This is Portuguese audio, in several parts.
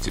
Se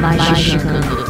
Magicando.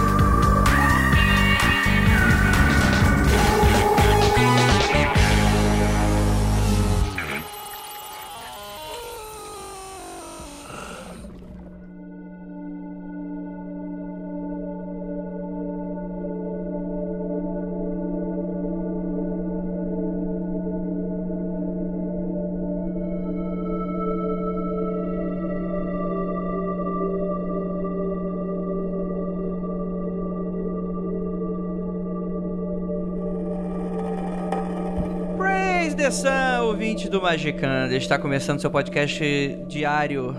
Praise the Sun, ouvinte do Magicando. Está começando seu podcast diário.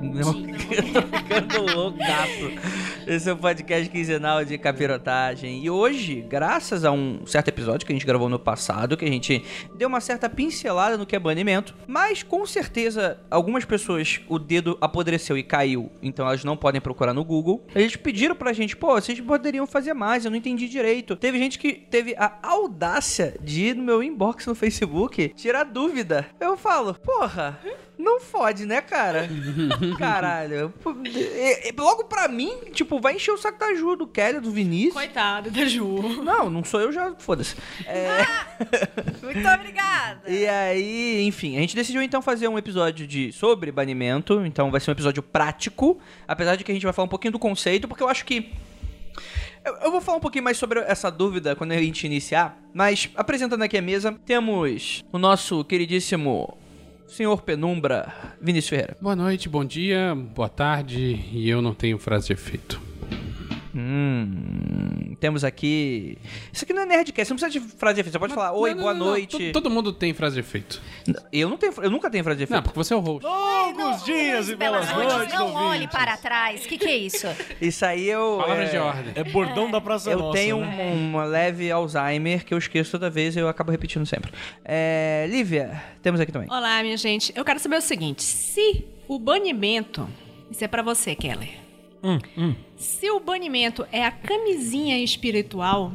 Não, eu tô ficando loucaço. Esse é o podcast quinzenal de capirotagem. E hoje, graças a um certo episódio que a gente gravou no passado, que a gente deu uma certa pincelada no que é banimento, mas com certeza algumas pessoas o dedo apodreceu e caiu, então elas não podem procurar no Google. Eles pediram pra gente, pô, vocês poderiam fazer mais, eu não entendi direito. Teve gente que teve a audácia de ir no meu inbox no Facebook tirar dúvida. Eu falo, porra, não fode, né, cara? Caralho. Pô, e- e Logo pra mim, tipo, vai encher o saco da Ju, do Kelly, do Vinícius. Coitado da Ju. Não, não sou eu já, foda-se. É, Muito obrigada. e aí, enfim, a gente decidiu então fazer um episódio de sobre banimento, então vai ser um episódio prático, apesar de que a gente vai falar um pouquinho do conceito, porque eu acho que eu, eu vou falar um pouquinho mais sobre essa dúvida quando a gente iniciar, mas apresentando aqui a mesa, temos o nosso queridíssimo senhor Penumbra, Vinícius Ferreira. Boa noite, bom dia, boa tarde, e eu não tenho frase de efeito. Hum, temos aqui. Isso aqui não é Nerdcast, você não precisa de frase de efeito, você pode falar oi, Não, não, boa não, não, noite. to- Todo mundo tem frase de efeito. Eu não tenho, eu nunca tenho frase de Não, efeito. porque você é o host. Longos dias e belas noites. Não olhe para trás. O que, que é isso? Isso aí eu Palavras é- de ordem. É bordão da Praça Eu Nossa. tenho né? um- uma leve Alzheimer que eu esqueço toda vez e eu acabo repetindo sempre. É, Lívia, temos aqui também. Olá, minha gente. Eu quero saber o seguinte: se o banimento. Isso é pra você, Keller. Hum, Se o banimento é a camisinha espiritual,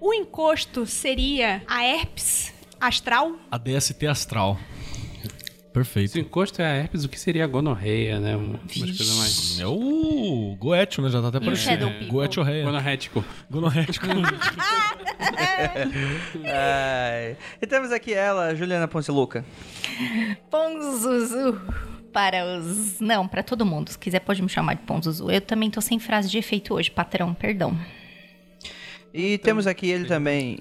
o encosto seria a herpes astral? A DST Astral. Perfeito. Se o encosto é a herpes, o que seria a gonorreia, né? Um- Umas coisas mais... É o Goethe, né? Já tá até parecido. Shadow People. Goethe ou Rei. Gonorrético. Gonorrético. Ai. E temos aqui ela, Juliana Ponce Luca. Ponzuzu. Para os. Não, para todo mundo. Se quiser, pode me chamar de Ponzuzu. Eu também tô sem frase de efeito hoje, patrão, perdão. E temos aqui ele também.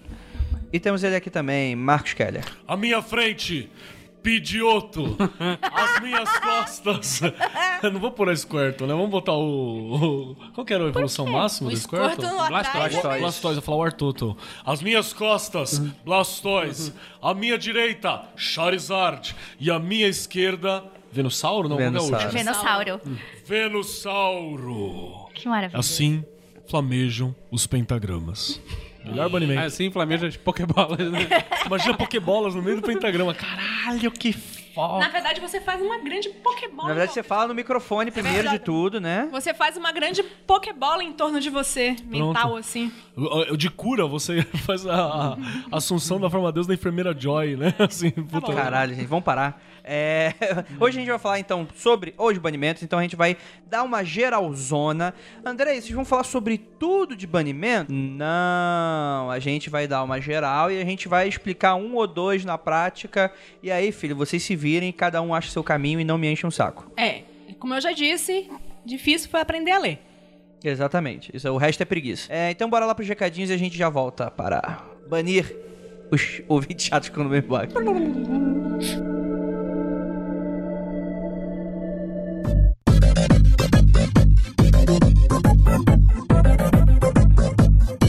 E temos ele aqui também, Marcos Keller. A minha frente, Pidioto. As minhas costas. Eu não vou pôr a Squirtle, né? Vamos botar o... o- Qual que era a evolução máxima do Squirtle? Squirtle lá atrás. Blastoise. Blastoise, eu ia falar o Artuto. As minhas costas, Blastoise. A minha direita, Charizard. E a minha esquerda, Venusauro? Não, qual que é a Venusauro. última? Venossauro. Hum. Venusauro. Que maravilha. Assim flamejam os pentagramas. Melhor banimento. Assim, Flamengo as pokebolas, né? Imagina pokebolas no meio do pentagrama. Caralho, que Na foda. verdade, você faz uma grande Pokébola. Oh. Na verdade, você em torno- fala no microfone primeiro de verdade. tudo, né? Você faz uma grande Pokébola em torno de você, mental assim. De cura, você faz a, a assunção da forma de Deus da enfermeira Joy, né? Assim, Tá puta. Caralho, gente, vamos parar. É, hoje a gente vai falar então sobre os banimentos, então a gente vai dar uma geralzona. André, vocês vão falar sobre tudo de banimento? Não, a gente vai dar uma geral e a gente vai explicar um ou dois na prática. E aí, filho, vocês se virem, cada um acha seu caminho e não me enchem um saco. É, como eu já disse, difícil foi aprender a ler. Exatamente, isso, o resto é preguiça. É, então bora lá pros recadinhos e a gente já volta para banir os ouvintes chatos quando vem embora.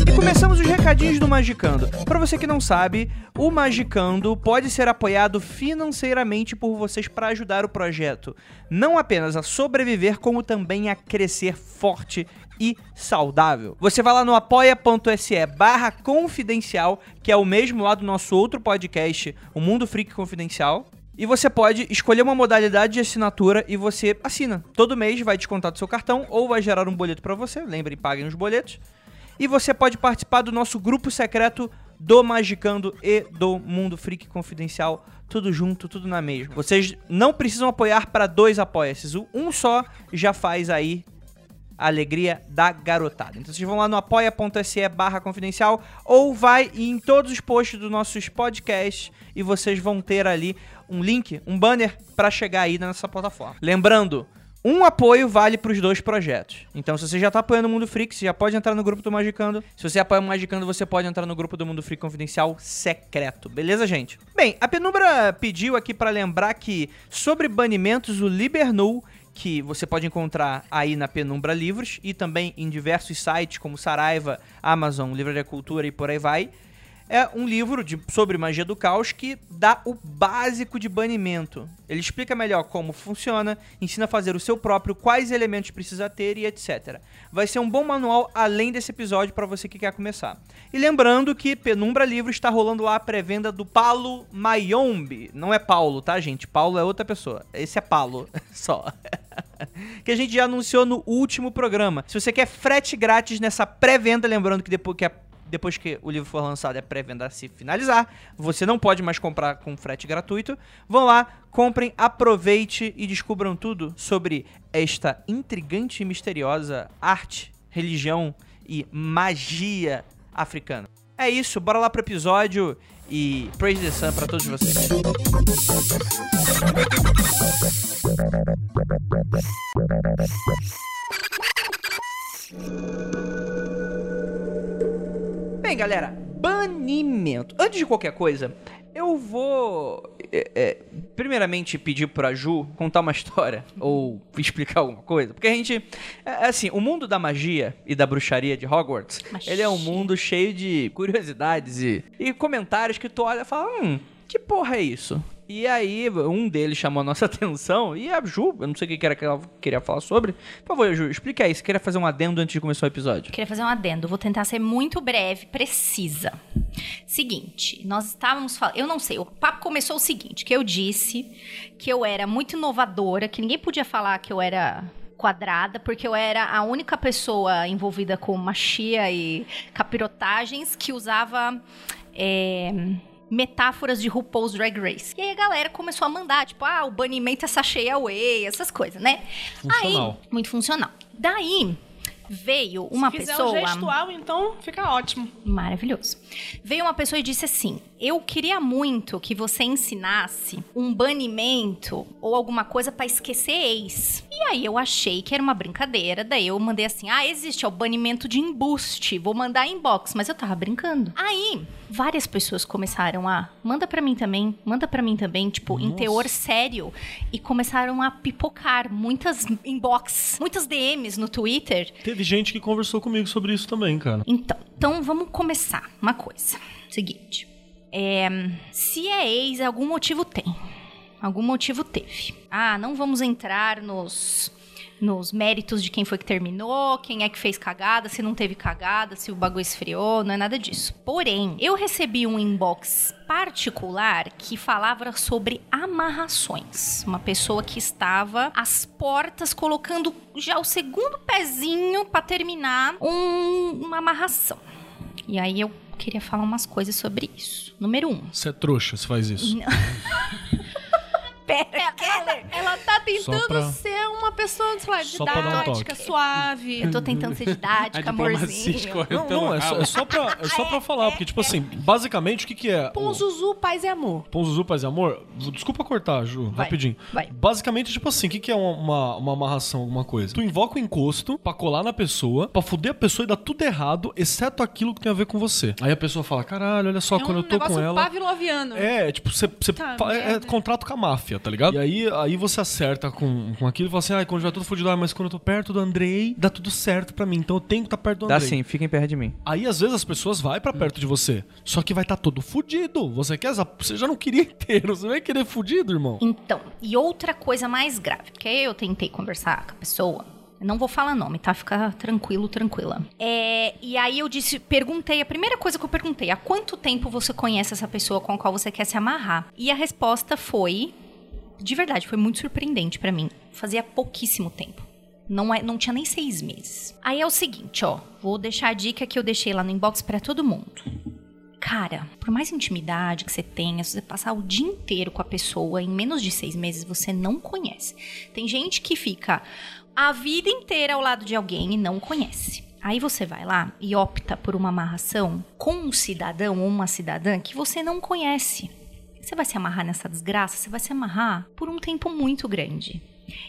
E começamos os recadinhos do Magicando. Pra você que não sabe, o Magicando pode ser apoiado financeiramente por vocês para ajudar o projeto não apenas a sobreviver, como também a crescer forte e saudável. Você vai lá no apoia.se barra confidencial, que é o mesmo lá do nosso outro podcast, o Mundo Freak Confidencial. E você pode escolher uma modalidade de assinatura e você assina. Todo mês vai descontar do seu cartão ou vai gerar um boleto para você. Lembrem, paguem os boletos. E você pode participar do nosso grupo secreto do Magicando e do Mundo Freak Confidencial. Tudo junto, tudo na mesma. Vocês não precisam apoiar para dois apoia-se. Um só já faz aí a alegria da garotada. Então vocês vão lá no apoia.se barra confidencial ou vai em todos os posts dos nossos podcasts e vocês vão ter ali um link, um banner para chegar aí nessa plataforma. Lembrando, um apoio vale para os dois projetos. Então se você já tá apoiando o Mundo Freak, você já pode entrar no grupo do Magicando. Se você apoia o Magicando, você pode entrar no grupo do Mundo Freak Confidencial secreto. Beleza, gente? Bem, a Penumbra pediu aqui para lembrar que sobre banimentos o Libernou que você pode encontrar aí na Penumbra Livros e também em diversos sites como Saraiva, Amazon, Livraria Cultura e por aí vai. É um livro de- sobre magia do caos que dá o básico de banimento. Ele explica melhor como funciona, ensina a fazer o seu próprio, quais elementos precisa ter e etc. Vai ser um bom manual além desse episódio para você que quer começar. E lembrando que Penumbra Livros está rolando lá a pré-venda do Palo Mayombe. Não é Paulo, tá, gente? Paulo é outra pessoa. Esse é Palo, só. que a gente já anunciou no último programa. Se você quer frete grátis nessa pré-venda, lembrando que depois que, a- depois que o livro for lançado e a pré-venda se finalizar, você não pode mais comprar com frete gratuito. Vão lá, comprem, aproveite e descubram tudo sobre esta intrigante e misteriosa arte, religião e magia africana. É isso, bora lá pro episódio e praise the sun pra todos vocês. Bem, galera, banimento. Antes de qualquer coisa, eu vou. é, é, primeiramente pedir pra Ju contar uma história ou explicar alguma coisa. Porque a gente. é, assim, o mundo da magia e da bruxaria de Hogwarts, Magia. ele é um mundo cheio de curiosidades e, e comentários que tu olha e fala: hum, que porra é isso? E aí, um deles chamou a nossa atenção, e a Ju, eu não sei o que que era que ela queria falar sobre. Por favor, Ju, explica aí. Você queria fazer um adendo antes de começar o episódio? Queria fazer um adendo, vou tentar ser muito breve, precisa. Seguinte, nós estávamos falando. Eu não sei, o papo começou o seguinte: que eu disse que eu era muito inovadora, que ninguém podia falar que eu era quadrada, porque eu era a única pessoa envolvida com machia e capirotagens que usava. é, Metáforas de RuPaul's Drag Race. E aí a galera começou a mandar, tipo, ah, o banimento é sachê away, essas coisas, né? Funcional. Aí, muito funcional. Daí veio uma Se fizer pessoa. um gestual, então fica ótimo. Maravilhoso. Veio uma pessoa e disse assim: Eu queria muito que você ensinasse um banimento ou alguma coisa pra esquecer ex. E aí eu achei que era uma brincadeira, daí eu mandei assim: Ah, existe, ó, o banimento de embuste, vou mandar inbox, mas eu tava brincando. Aí várias pessoas começaram a: Manda pra mim também, manda pra mim também, tipo, em teor sério. E começaram a pipocar muitas inbox, muitas DMs no Twitter Teve gente que conversou comigo sobre isso também, cara. então, então vamos começar uma coisa. Seguinte. É, se é ex, algum motivo tem. Algum motivo teve. Ah, não vamos entrar nos nos méritos de quem foi que terminou, quem é que fez cagada, se não teve cagada, se o bagulho esfriou, não é nada disso. Porém, eu recebi um inbox particular que falava sobre amarrações. Uma pessoa que estava às portas colocando já o segundo pezinho pra terminar um- uma amarração. E aí eu queria falar umas coisas sobre isso. Número um. Você é trouxa se faz isso. Pera, Ela, ela tá tentando Só pra- ser é uma pessoa sei lá, Só pra dar um didática, toque. suave. eu tô tentando ser didática, amorzinho. Não, não, é só, é só pra, é só pra falar, porque, tipo assim, basicamente, o que que é? o- Ponzuzu, paz e amor. Ponzuzu, paz e amor, desculpa cortar, Ju, Vai, rapidinho. vai. Basicamente, tipo assim, o que, que é uma, uma, uma amarração, alguma coisa? Tu invoca o encosto pra colar na pessoa, pra fuder a pessoa e dar tudo errado, exceto aquilo que tem a ver com você. Aí a pessoa fala, caralho, olha só, é quando um eu tô negócio com ela... pavloviano. É, tipo, você você Tá, fa- é, é merda. contrato com a máfia, tá ligado? E aí, aí você acerta com, com aquilo e fala assim: ah, quando já tudo fudido, ah, mas quando eu tô perto do Andrei, dá tudo certo pra mim. Então eu tenho que estar perto do Dá Andrei. Hum. sim, fiquem perto de mim. Aí às vezes as pessoas vai pra perto de você, só que vai estar todo fudido. Você quer essa- você já não queria inteiro, você vai querer fudido, irmão. Então, e outra coisa mais grave, porque aí eu tentei conversar com a pessoa. Eu Não vou falar nome, tá? Fica tranquilo, tranquila. É, e aí eu disse, perguntei, a primeira coisa que eu perguntei, há quanto tempo você conhece essa pessoa com a qual você quer se amarrar? E a resposta foi, de verdade, foi muito surpreendente pra mim. Fazia pouquíssimo tempo. Não, é, não tinha nem seis meses. Aí é o seguinte, ó. Vou deixar a dica que eu deixei lá no inbox pra todo mundo. Cara, por mais intimidade que você tenha, se você passar o dia inteiro com a pessoa, em menos de seis meses você não conhece. Tem gente que fica a vida inteira ao lado de alguém e não conhece. Aí você vai lá e opta por uma amarração com um cidadão ou uma cidadã que você não conhece. Você vai se amarrar nessa desgraça, você vai se amarrar por um tempo muito grande.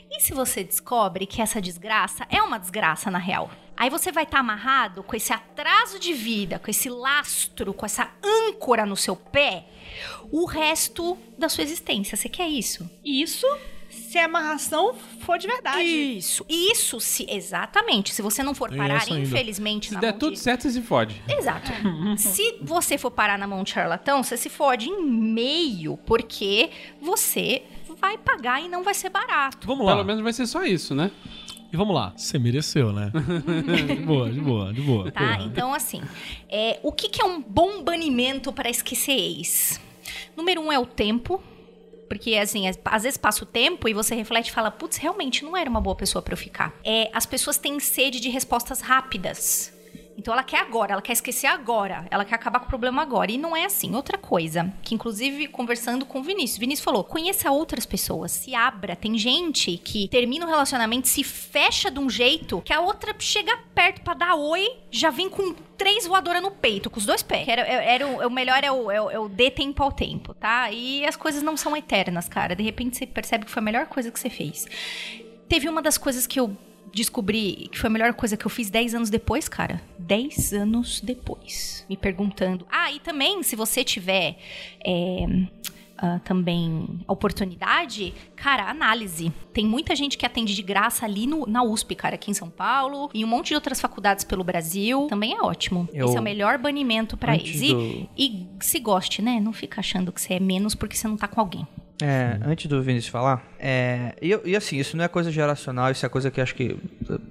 E se você descobre que essa desgraça é uma desgraça na real? Aí você vai estar amarrado com esse atraso de vida, com esse lastro, com essa âncora no seu pé, o resto da sua existência. Você quer isso? Isso se a amarração for de verdade. Isso. Isso se exatamente. Se você não for Tem parar, essa ainda. infelizmente, Se na der mão tudo de- certo, você se fode. Exato. se você for parar na mão de charlatão, você se fode em meio, porque você vai pagar e não vai ser barato. Vamos lá. Pelo menos vai ser só isso, né? E vamos lá. Você mereceu, né? de boa, de boa, de boa. Tá? Porra. Então, assim, é, o que, que é um bom banimento para esquecer ex? Número um é o tempo. Porque, assim, as- às vezes passa o tempo e você reflete e fala, putz, realmente não era uma boa pessoa para eu ficar. É, as pessoas têm sede de respostas rápidas. Então ela quer agora, ela quer esquecer agora, ela quer acabar com o problema agora. E não é assim. Outra coisa, que inclusive conversando com o Vinícius, Vinícius falou: conheça outras pessoas, se abra. Tem gente que termina um relacionamento, se fecha de um jeito que a outra chega perto pra dar oi, já vem com três voadoras no peito, com os dois pés. Que Era, era o, o melhor é o, é, o, é o dê tempo ao tempo, tá? E as coisas não são eternas, cara. De repente você percebe que foi a melhor coisa que você fez. Teve uma das coisas que eu descobri que foi a melhor coisa que eu fiz 10 anos depois, cara. 10 anos depois. Me perguntando. Ah, e também, se você tiver é, ah, também a oportunidade, cara, análise. Tem muita gente que atende de graça ali no, na USP, cara, aqui em São Paulo, e um monte de outras faculdades pelo Brasil. Também é ótimo. Eu- Esse é o melhor banimento pra Antes eles. E, do- e se goste, né? Não fica achando que você é menos porque você não tá com alguém. É, antes do Vinícius falar, é, e, eu- e assim, isso não é coisa geracional, isso é coisa que acho que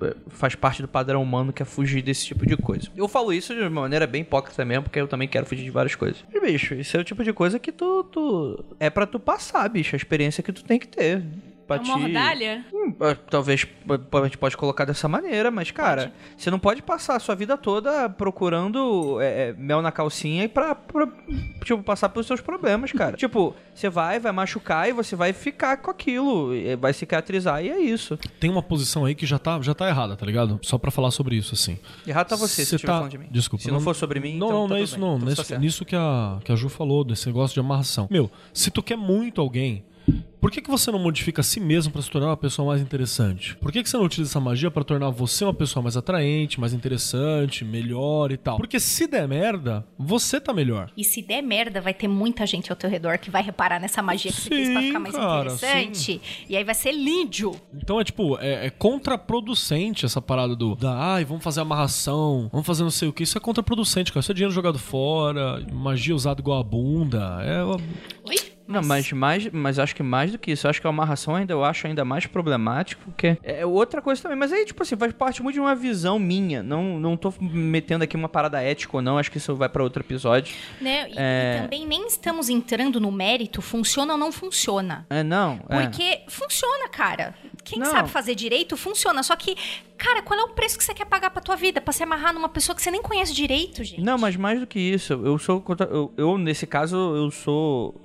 eh, faz parte do padrão humano que é fugir desse tipo de coisa. Eu falo isso de uma maneira bem hipócrita mesmo, porque eu também quero fugir de várias coisas. Mas, bicho, isso é o tipo de coisa que tu. tu- é pra tu passar, bicho, a experiência que tu tem que ter. Pra É uma te- ordalha? Hum, ah, Talvez p- p- a gente pode colocar dessa maneira, mas, cara, você não pode passar a sua vida toda procurando é, é, mel na calcinha e pra, pra, tipo, passar pelos seus problemas, cara. tipo, você vai, vai machucar e você vai ficar com aquilo, e vai cicatrizar e é isso. Tem uma posição aí que já tá, já tá errada, tá ligado? Só pra falar sobre isso, assim. Errado tá você, se Cê você estiver falando de mim. Desculpa. Se não, for sobre mim, então Não, tá não, não é tudo isso, bem. não. Então Nisso, tá certo. nisso que, a, que a Ju falou, desse negócio de amarração. Meu, se tu quer muito alguém, por que, que você não modifica a si mesmo pra se tornar uma pessoa mais interessante? Por que, que você não utiliza essa magia pra tornar você uma pessoa mais atraente, mais interessante, melhor e tal? Porque se der merda, você tá melhor. E se der merda, vai ter muita gente ao teu redor que vai reparar nessa magia que você fez pra Sim, ficar mais cara, interessante. E aí vai ser lídio. Então é tipo, é, é contraproducente essa parada do da, ai, vamos fazer amarração, vamos fazer não sei o que. Isso é contraproducente, cara. Isso é dinheiro jogado fora, magia usada igual a bunda. É, ó, Oi? Não, mas, mais, mas acho que mais do que isso. Acho que a amarração ainda eu acho ainda mais problemático, porque é outra coisa também. Mas aí, tipo assim, faz parte muito de uma visão minha. Não, não tô metendo aqui uma parada ética ou não. Acho que isso vai pra outro episódio. Né? E, é, e também nem estamos entrando no mérito, funciona ou não funciona. É, não. é. Porque funciona, cara. Quem Não. sabe fazer direito, funciona. Só que, cara, qual é o preço que você quer pagar pra tua vida? Pra se amarrar numa pessoa que você nem conhece direito, gente? Não, mas mais do que isso. Eu sou. contra- Eu, eu, nesse caso, eu sou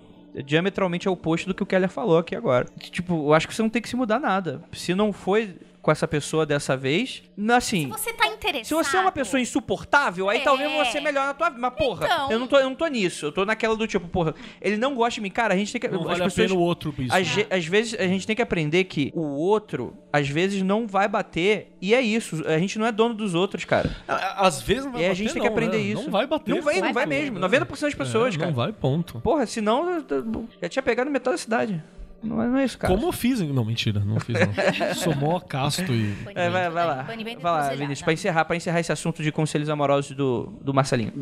diametralmente ao oposto do que o Keller falou aqui agora. Tipo, eu acho que você não tem que se mudar nada. Se não foi com essa pessoa dessa vez, assim. Você tá interessado. Se você é uma pessoa insuportável, aí É. talvez você melhore na tua vida. Mas, porra, Então. eu, não tô, eu não tô nisso. Eu tô naquela do tipo, porra, ele não gosta de mim. Cara, a gente tem que. não as vale pessoas- a pena o outro isso. às, ge- às vezes a gente tem que aprender que o outro, às vezes, não vai bater. E é isso. A gente não é dono dos outros, cara. Às vezes não né? E É, a gente tem que aprender isso. Não vai bater. Não vai, não ponto. vai mesmo. 90% das pessoas, É, cara. Não vai, ponto. Porra, senão eu- eu- já tinha pegado metade da cidade. Não é, não é isso, cara. Como eu fiz, hein? Não, mentira, não fiz não. Sou mó casto e. É, vai, vai lá. Bunny bem Vai lá, aconselhada. Vinícius, pra encerrar, pra encerrar esse assunto de conselhos amorosos do, do Marcelinho.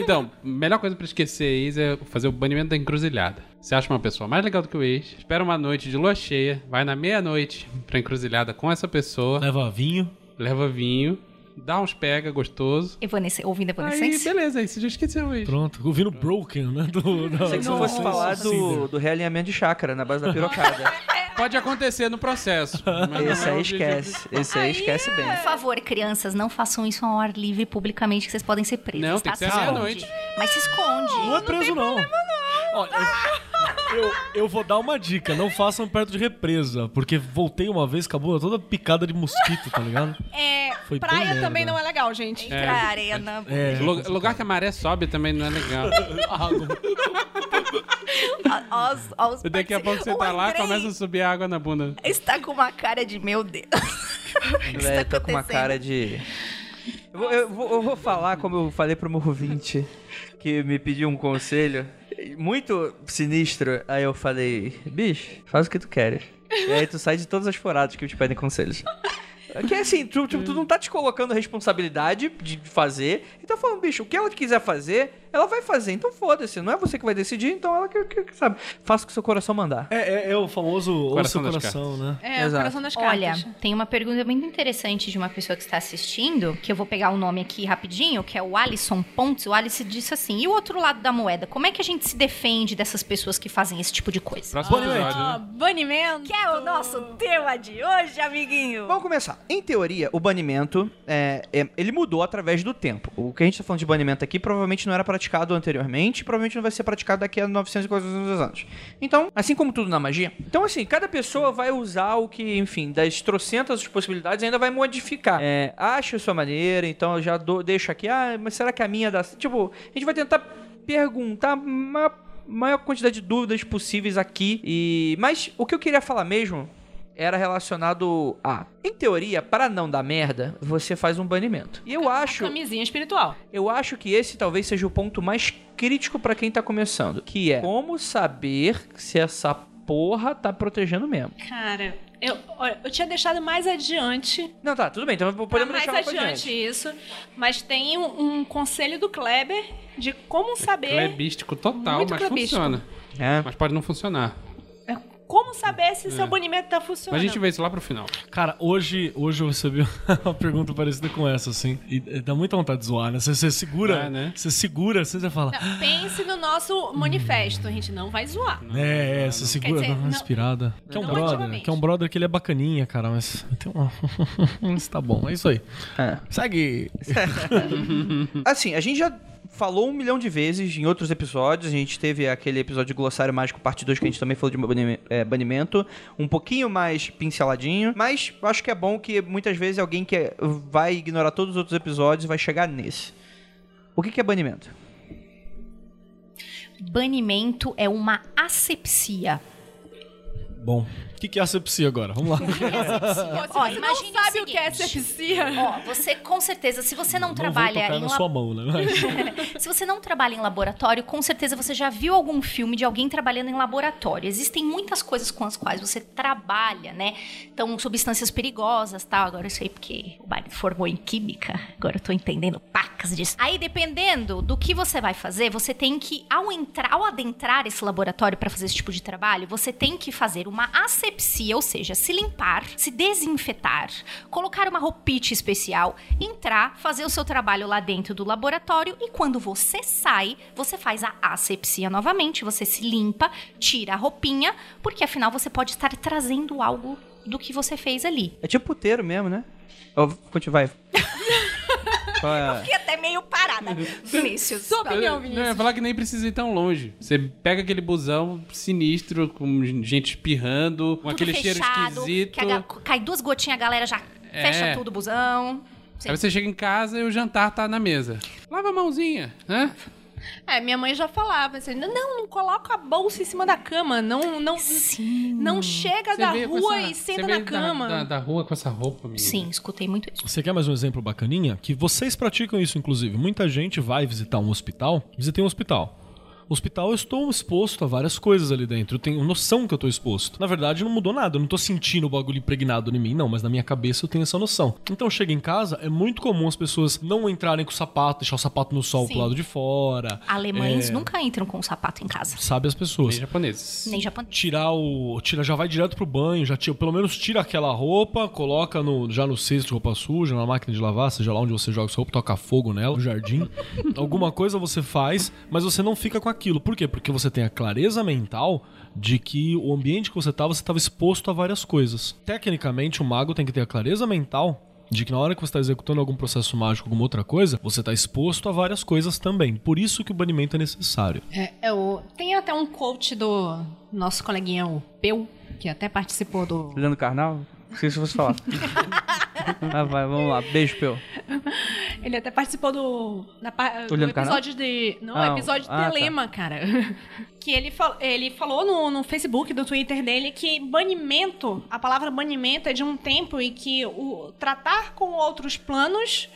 Então, melhor coisa pra esquecer ex é fazer o banimento da encruzilhada. Você acha uma pessoa mais legal do que o ex, espera uma noite de lua cheia, vai na meia-noite pra encruzilhada com essa pessoa, Leva vinho. leva vinho, dá uns pega gostoso. Evanescen- ouvindo Aí, Evanescence? beleza, aí você já esqueceu o ex. Pronto. Ouvindo Broken, né? Do, da- Pensei que você fosse falar do, do realinhamento de chácara na base da pirocada. Pode acontecer no processo. mas Esse não é o aí objetivo esquece. Esse aí esquece bem. Por favor, crianças, não façam isso ao ar livre publicamente, que vocês podem ser presos. Não, tá? tem que ser Se esconde. meia-noite. Mas se esconde. Não é preso, não. Ó, eu, eu, eu vou dar uma dica. Não façam perto de represa. Porque voltei uma vez, acabou toda picada de mosquito, tá ligado? É, Foi bem praia merda. também não é legal, gente. Entra a arena. É. Lu- Lugar que a maré sobe também não é legal. Ó, ó os- ó os E daqui a pouco participantes. você O tá lá, Andrei começa a subir água na bunda. Está com uma cara de meu Deus. Velho, tô com uma acontecendo? cara de. Eu vou, eu vou- eu vou falar como eu falei pro meu ouvinte que me pediu um conselho muito sinistro. Aí eu falei, bicho, faz o que tu queres. E aí tu sai de todas as foradas que te pedem conselhos. Que é assim, tu, tipo, tu não tá te colocando responsabilidade de fazer. Então falando, bicho, o que ela quiser fazer, ela vai fazer. Então foda-se, não é você que vai decidir, então ela que, que- que sabe. Faça o que seu coração mandar. É, é, é o famoso ouça Coração o das coração, né? É, Exato. o coração das cartas. Olha, tem uma pergunta muito interessante de uma pessoa que está assistindo, que eu vou pegar o nome aqui rapidinho, que é o Alisson Pontes. O Alisson disse assim: e o outro lado da moeda? Como é que a gente se defende dessas pessoas que fazem esse tipo de coisa? Próximo Banimento. episódio, né? Ó, banimento. Que é o nosso tema de hoje, amiguinho. Vamos começar. Em teoria, o banimento, é, é, ele mudou através do tempo. O que a gente tá falando de banimento aqui provavelmente não era praticado anteriormente, provavelmente não vai ser praticado daqui a 900 e 400 anos. Então, assim como tudo na magia, então assim, cada pessoa vai usar o que, enfim, das trocentas possibilidades ainda vai modificar. É, acha a sua maneira, então eu já dou- deixo aqui, ah, mas será que a minha dá... Tipo, a gente vai tentar perguntar a ma- maior quantidade de dúvidas possíveis aqui. E Mas o que eu queria falar mesmo era relacionado a. Em teoria, para não dar merda, você faz um banimento. E eu acho, Camisinha espiritual. eu acho que esse talvez seja o ponto mais crítico para quem tá começando, que é como saber se essa porra tá protegendo mesmo. Cara, eu, olha, eu tinha deixado mais adiante Não, tá, tudo bem, então Tá podemos mais deixar lá pra adiante gente. isso, mas tem um, um conselho do Kleber de como saber, Clebístico total, Muito mas clebístico. funciona. É. Mas pode não funcionar. como saber se seu banimento tá funcionando. Mas a gente vê isso lá pro final. Cara, hoje, hoje eu recebi uma pergunta parecida com essa, assim. E eh, dá muita vontade de zoar, né? Você, você segura, É, Ah, né? Você segura, você já fala. Tá, Pense no nosso manifesto, a gente não vai zoar. É, é, você segura, Quer dá dizer, uma não- respirada. Que é um não brother, ativamente. que é um brother que ele é bacaninha, cara, mas tem uma... mas tá bom, é isso aí. É. Segue! Assim, a gente já falou um milhão de vezes em outros episódios. A gente teve aquele episódio de Glossário Mágico Parte 2 que a gente também falou de banime- é, banimento. Um pouquinho mais pinceladinho. Mas eu acho que é bom que muitas vezes alguém que é- vai ignorar todos os outros episódios vai chegar nesse. O que, que é banimento? Banimento é uma asepsia. Bom, o que, que é asepsia agora? Vamos lá. Ó, se Ó, você não imagine o sabe o, que é seguinte. sepsia, Ó, você com certeza, se você não, Não vou trabalha tocar em na lab- sua mão, né? Se você não trabalha em laboratório, com certeza você já viu algum filme de alguém trabalhando em laboratório. Existem muitas coisas com as quais você trabalha, né? Então, substâncias perigosas, tal. Agora eu sei porque o Bari formou em química. Agora eu tô entendendo pacas disso. Aí, dependendo do que você vai fazer, você tem que ao entrar, ao adentrar esse laboratório para fazer esse tipo de trabalho, você tem que fazer uma asepsia, ou seja, se limpar, se desinfetar, colocar uma roupite especial, entrar, fazer o seu trabalho lá dentro do laboratório e quando você sai, você faz a asepsia novamente, você se limpa, tira a roupinha, porque afinal você pode estar trazendo algo do que você fez ali. É tipo puteiro mesmo, né? Ó, Conte, vai. Qual é? Fiquei até meio parada, Vinícius. sua opinião, Eu, não, eu ia Vinícius. falar que nem precisa ir tão longe. Você pega aquele busão sinistro, com gente espirrando, com aquele cheiro esquisito. É. que é a ga- cai duas gotinhas, a galera já fecha tudo o busão. Sim. Aí você chega em casa e o jantar tá na mesa. Lava a mãozinha, né? É, minha mãe já falava assim, não, não coloca a bolsa em cima da cama, não, não, Sim. não chega da veio com rua essa- e você senta na veio da- cama. Da, da rua com essa roupa, menina. Sim, escutei muito isso. Você quer mais um exemplo bacaninha? Que vocês praticam isso, inclusive. Muita gente vai visitar um hospital, visitei um hospital. hospital, eu estou exposto a várias coisas ali dentro. Eu tenho noção que eu estou exposto. Na verdade, não mudou nada. Eu não estou sentindo o bagulho impregnado em mim, não. Mas na minha cabeça eu tenho essa noção. Então, chega em casa, é muito comum as pessoas não entrarem com o sapato, deixar o sapato no sol Sim. pro lado de fora. Alemães É. nunca entram com o sapato em casa. Sabe as Nem pessoas. japoneses. Nem japonês. Tirar o. Tira, já vai direto pro banho, já tira, pelo menos tira aquela roupa, coloca no, já no cesto de roupa suja, na máquina de lavar, seja lá onde você joga sua roupa, toca fogo nela, no jardim. Alguma coisa você faz, mas você não fica com aquilo. Por quê? Porque você tem a clareza mental de que o ambiente que você tá, você estava exposto a várias coisas. Tecnicamente, o mago tem que ter a clareza mental de que na hora que você está executando algum processo mágico, alguma outra coisa, você está exposto a várias coisas também. Por isso que o banimento é necessário. É, é o- tem até um coach do nosso coleguinha, o Peu, que até participou do. Leandro Carnal? Se isso fosse falar. ah, vai, vamos lá. Beijo, Pel. Ele até participou do, da pa- do Leandro Carnal? episódio de. Não, Ah, episódio ah, tá. Telema, cara. Que ele, fal- ele falou no, no Facebook, do Twitter dele, que banimento, a palavra banimento é de um tempo e que o tratar com outros planos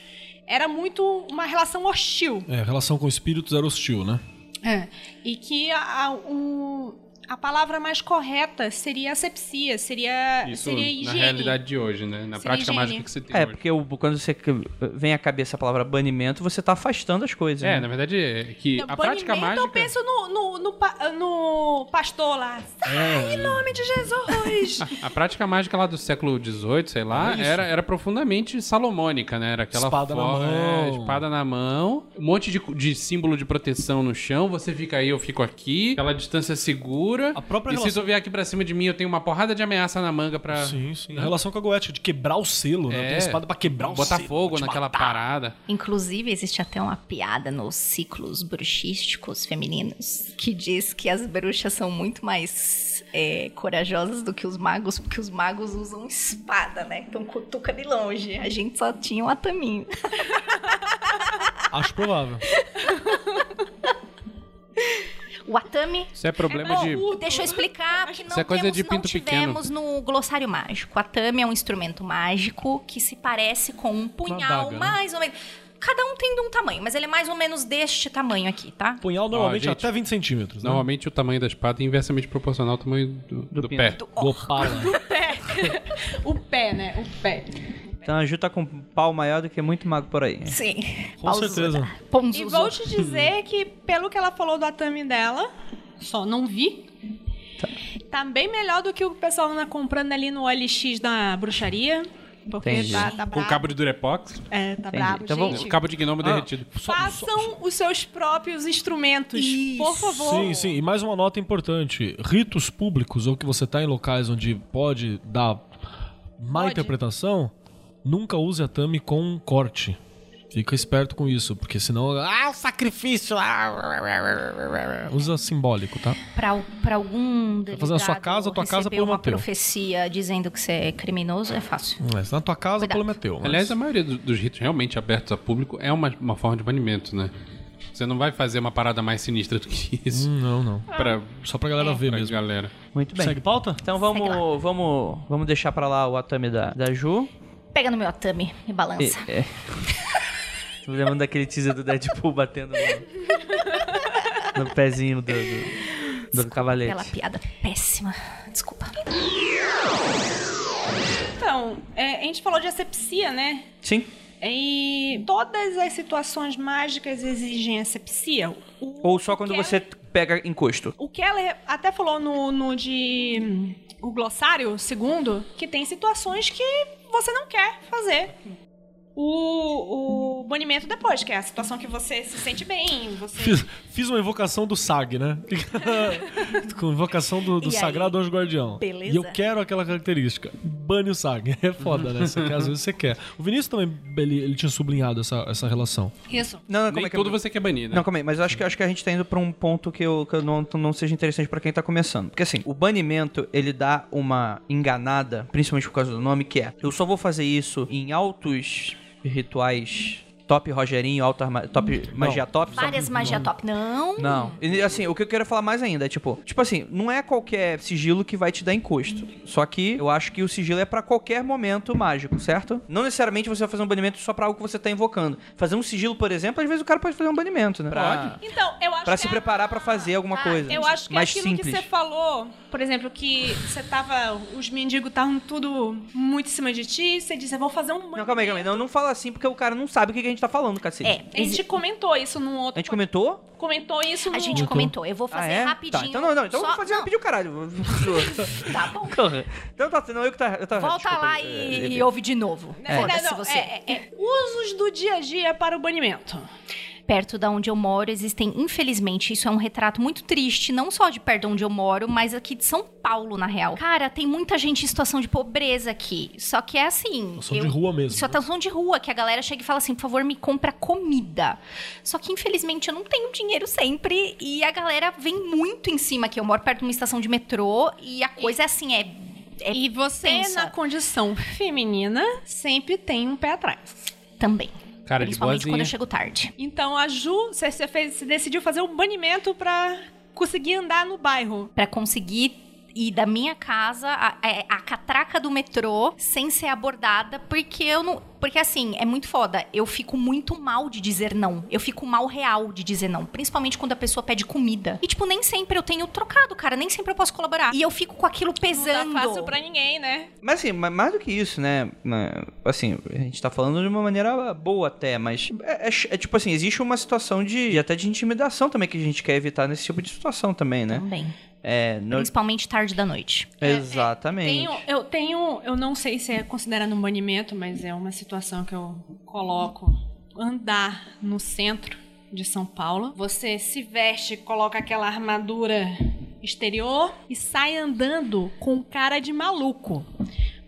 era muito uma relação hostil. É, a relação com espíritos era hostil, né? É, e que a, a- o- a palavra mais correta seria asepsia, seria, Isso seria na higiene. realidade de hoje, né? Na Seria prática higiene. mágica que você tem É, hoje. porque o- quando você que- vem à cabeça a palavra banimento, você tá afastando as coisas. É, né? na verdade, é que Não, a prática Então, banimento, é mágica... eu penso no, no, no, pa- no pastor lá. É. Sai, em nome de Jesus! A prática mágica lá do século XVIII, sei lá, Não é isso? era, era profundamente salomônica, né? Era aquela Espada na forma- mão. é, espada na mão, um monte de, de símbolo de proteção no chão. Você fica aí, eu fico aqui. Aquela distância segura. A própria e se relação- tu vier aqui pra cima de mim, eu tenho uma porrada de ameaça na manga pra Sim, sim. É. A relação com a goética, de quebrar o selo, né? É. Tem a espada pra quebrar o botar selo. fogo pra te naquela matar. parada. Inclusive, existe até uma piada nos ciclos bruxísticos femininos que diz que as bruxas são muito mais é, corajosas do que os magos, porque os magos usam espada, né? Então cutuca de longe. A gente só tinha um ataminho. Acho provável. O atame. Isso é problema bom, de. o- Deixa eu explicar, porque não, Isso é coisa temos, de não pinto pequeno. tivemos no glossário mágico. O atame é um instrumento mágico que se parece com um punhal, adaga, né? mais ou menos. Cada um tem de um tamanho, mas ele é mais ou menos deste tamanho aqui, tá? Punhal normalmente gente. até 20 centímetros, né? Normalmente o tamanho da espada é inversamente proporcional ao tamanho do, do pinto. pé. Gopala. o pé, né? O pé. Então a Ju tá com um pau maior do que muito mago por aí. Sim. Com certeza. E vou te dizer que, pelo que ela falou do atame dela, só não vi. Tá bem melhor do que o pessoal anda comprando ali no OLX da bruxaria. Porque Entendi. tá, tá Com brabo. cabo de durepox, É, tá Entendi. brabo, Então vamos- gente. cabo de Ah. gnomo derretido. Só- só- Façam os seus próprios instrumentos, por favor. Sim, sim. E mais uma nota importante: ritos públicos ou que você tá em locais onde pode dar má Pode. interpretação, nunca use a thumb com um corte. Fica esperto com isso, porque senão. Ah, o sacrifício! Ah, usa simbólico, tá? Pra, pra algum fazer na sua delegado casa, tua casa, receber põe o uma Mateu. profecia dizendo que você é criminoso é fácil. Mas na tua casa, é Cuidado. pelo meteu. Aliás, é a maioria do- dos ritos realmente abertos a público é uma, uma forma de banimento, né? Você não vai fazer uma parada mais sinistra do que isso Hum, Não, não. Hum. Ah. pra, Só pra galera ver pra mesmo. galera. Muito bem. Segue pauta? Então vamos, vamos, vamos deixar pra lá o atame da, da Ju. Pega no meu atame e E, balança. é. Tô lembrando daquele teaser do Deadpool batendo no, no pezinho do, do, do cavalete. Pela piada péssima. Desculpa. Então, é, a gente falou de asepsia, né? Sim. E todas as situações mágicas exigem asepsia. O- é Ou só quando o Keller- você pega encosto. O Keller até falou no, no de. hum, O glossário segundo, que tem situações que você não quer fazer. O, o banimento depois, que é a situação que você se sente bem, você. Fiz, fiz uma invocação do SAG, né? Com invocação do, do E aí? Sagrado Anjo Guardião. Beleza. E eu quero aquela característica. Bane o SAG. É foda, né? Você quer, às vezes você quer. O Vinícius também, ele, ele tinha sublinhado essa, essa relação. Isso. Não, não, Nem como é que tudo eu... você quer banir, né? Não, calma aí, mas eu acho que, acho que a gente tá indo pra um ponto que, eu, que eu não, não seja interessante pra quem tá começando. Porque assim, o banimento, ele dá uma enganada, principalmente por causa do nome, que é eu só vou fazer isso em altos rituais top Rogerinho, alta arma- top magia top. só- Várias magia top. Não. Não. E, assim, o que eu quero falar mais ainda é tipo, tipo assim, não é qualquer sigilo que vai te dar encosto. Só que eu acho que o sigilo é pra qualquer momento mágico, certo? Não necessariamente você vai fazer um banimento só pra algo que você tá invocando. Fazer um sigilo, por exemplo, às vezes o cara pode fazer um banimento, né? Pra, Então, eu acho pra que se é- preparar pra fazer alguma coisa. Eu acho que é mais aquilo simples. que você falou, por exemplo, que você tava. Os mendigos estavam tudo muito em cima de ti, você disse, eu vou fazer um. Não, calma aí, calma aí. Não, não fala assim porque o cara não sabe o que que a gente tá falando, cacete. É, A gente comentou isso num outro. A gente comentou? comentou isso A num- gente comentou. Eu vou fazer ah, é? rapidinho. Tá, então não, não. Então eu Só- vou fazer não, rapidinho, caralho. Tá bom. então tá, não, eu que tá. Eu tá Volta desculpa, lá é, e, enfim. e ouve de novo. Na verdade, Foda-se não, você. é- é- é usos do dia a dia para o banimento. Perto da onde eu moro existem, infelizmente, isso é um retrato muito triste, não só de perto de onde eu moro, mas aqui de São Paulo, na real. Cara, tem muita gente em situação de pobreza aqui. Só que é assim. Situação de rua mesmo, Só né? situação de rua, que a galera chega e fala assim: por favor, me compra comida. Só que, infelizmente, eu não tenho dinheiro sempre e a galera vem muito em cima aqui. Eu moro perto de uma estação de metrô e a coisa é assim, é. é E você, tensa na condição feminina, sempre tem um pé atrás. também. Cara, de principalmente quando boazinha. eu chego tarde. Então a Ju, você, você fez, você decidiu fazer um banimento pra conseguir andar no bairro. Pra conseguir ir da minha casa a, é, a- a catraca do metrô sem ser abordada, porque eu não. Porque assim, é muito foda. Eu fico muito mal de dizer não. Eu fico mal real de dizer não. Principalmente quando a pessoa pede comida. E, tipo, nem sempre eu tenho trocado, cara. Nem sempre eu posso colaborar. E eu fico com aquilo pesando. Não tá fácil pra ninguém, né? Mas assim, ma- mais do que isso, né? na- Assim, a gente tá falando de uma maneira boa até, mas é, é ch- é tipo assim, existe uma situação de de até de intimidação também que a gente quer evitar nesse tipo de situação também, né? Também. É, no- Principalmente tarde da noite. exatamente. Tenho, eu tenho, eu não sei se é considerado um banimento, mas é uma situação que eu coloco. Andar no centro de São Paulo, você se veste, coloca aquela armadura exterior e sai andando com cara de maluco.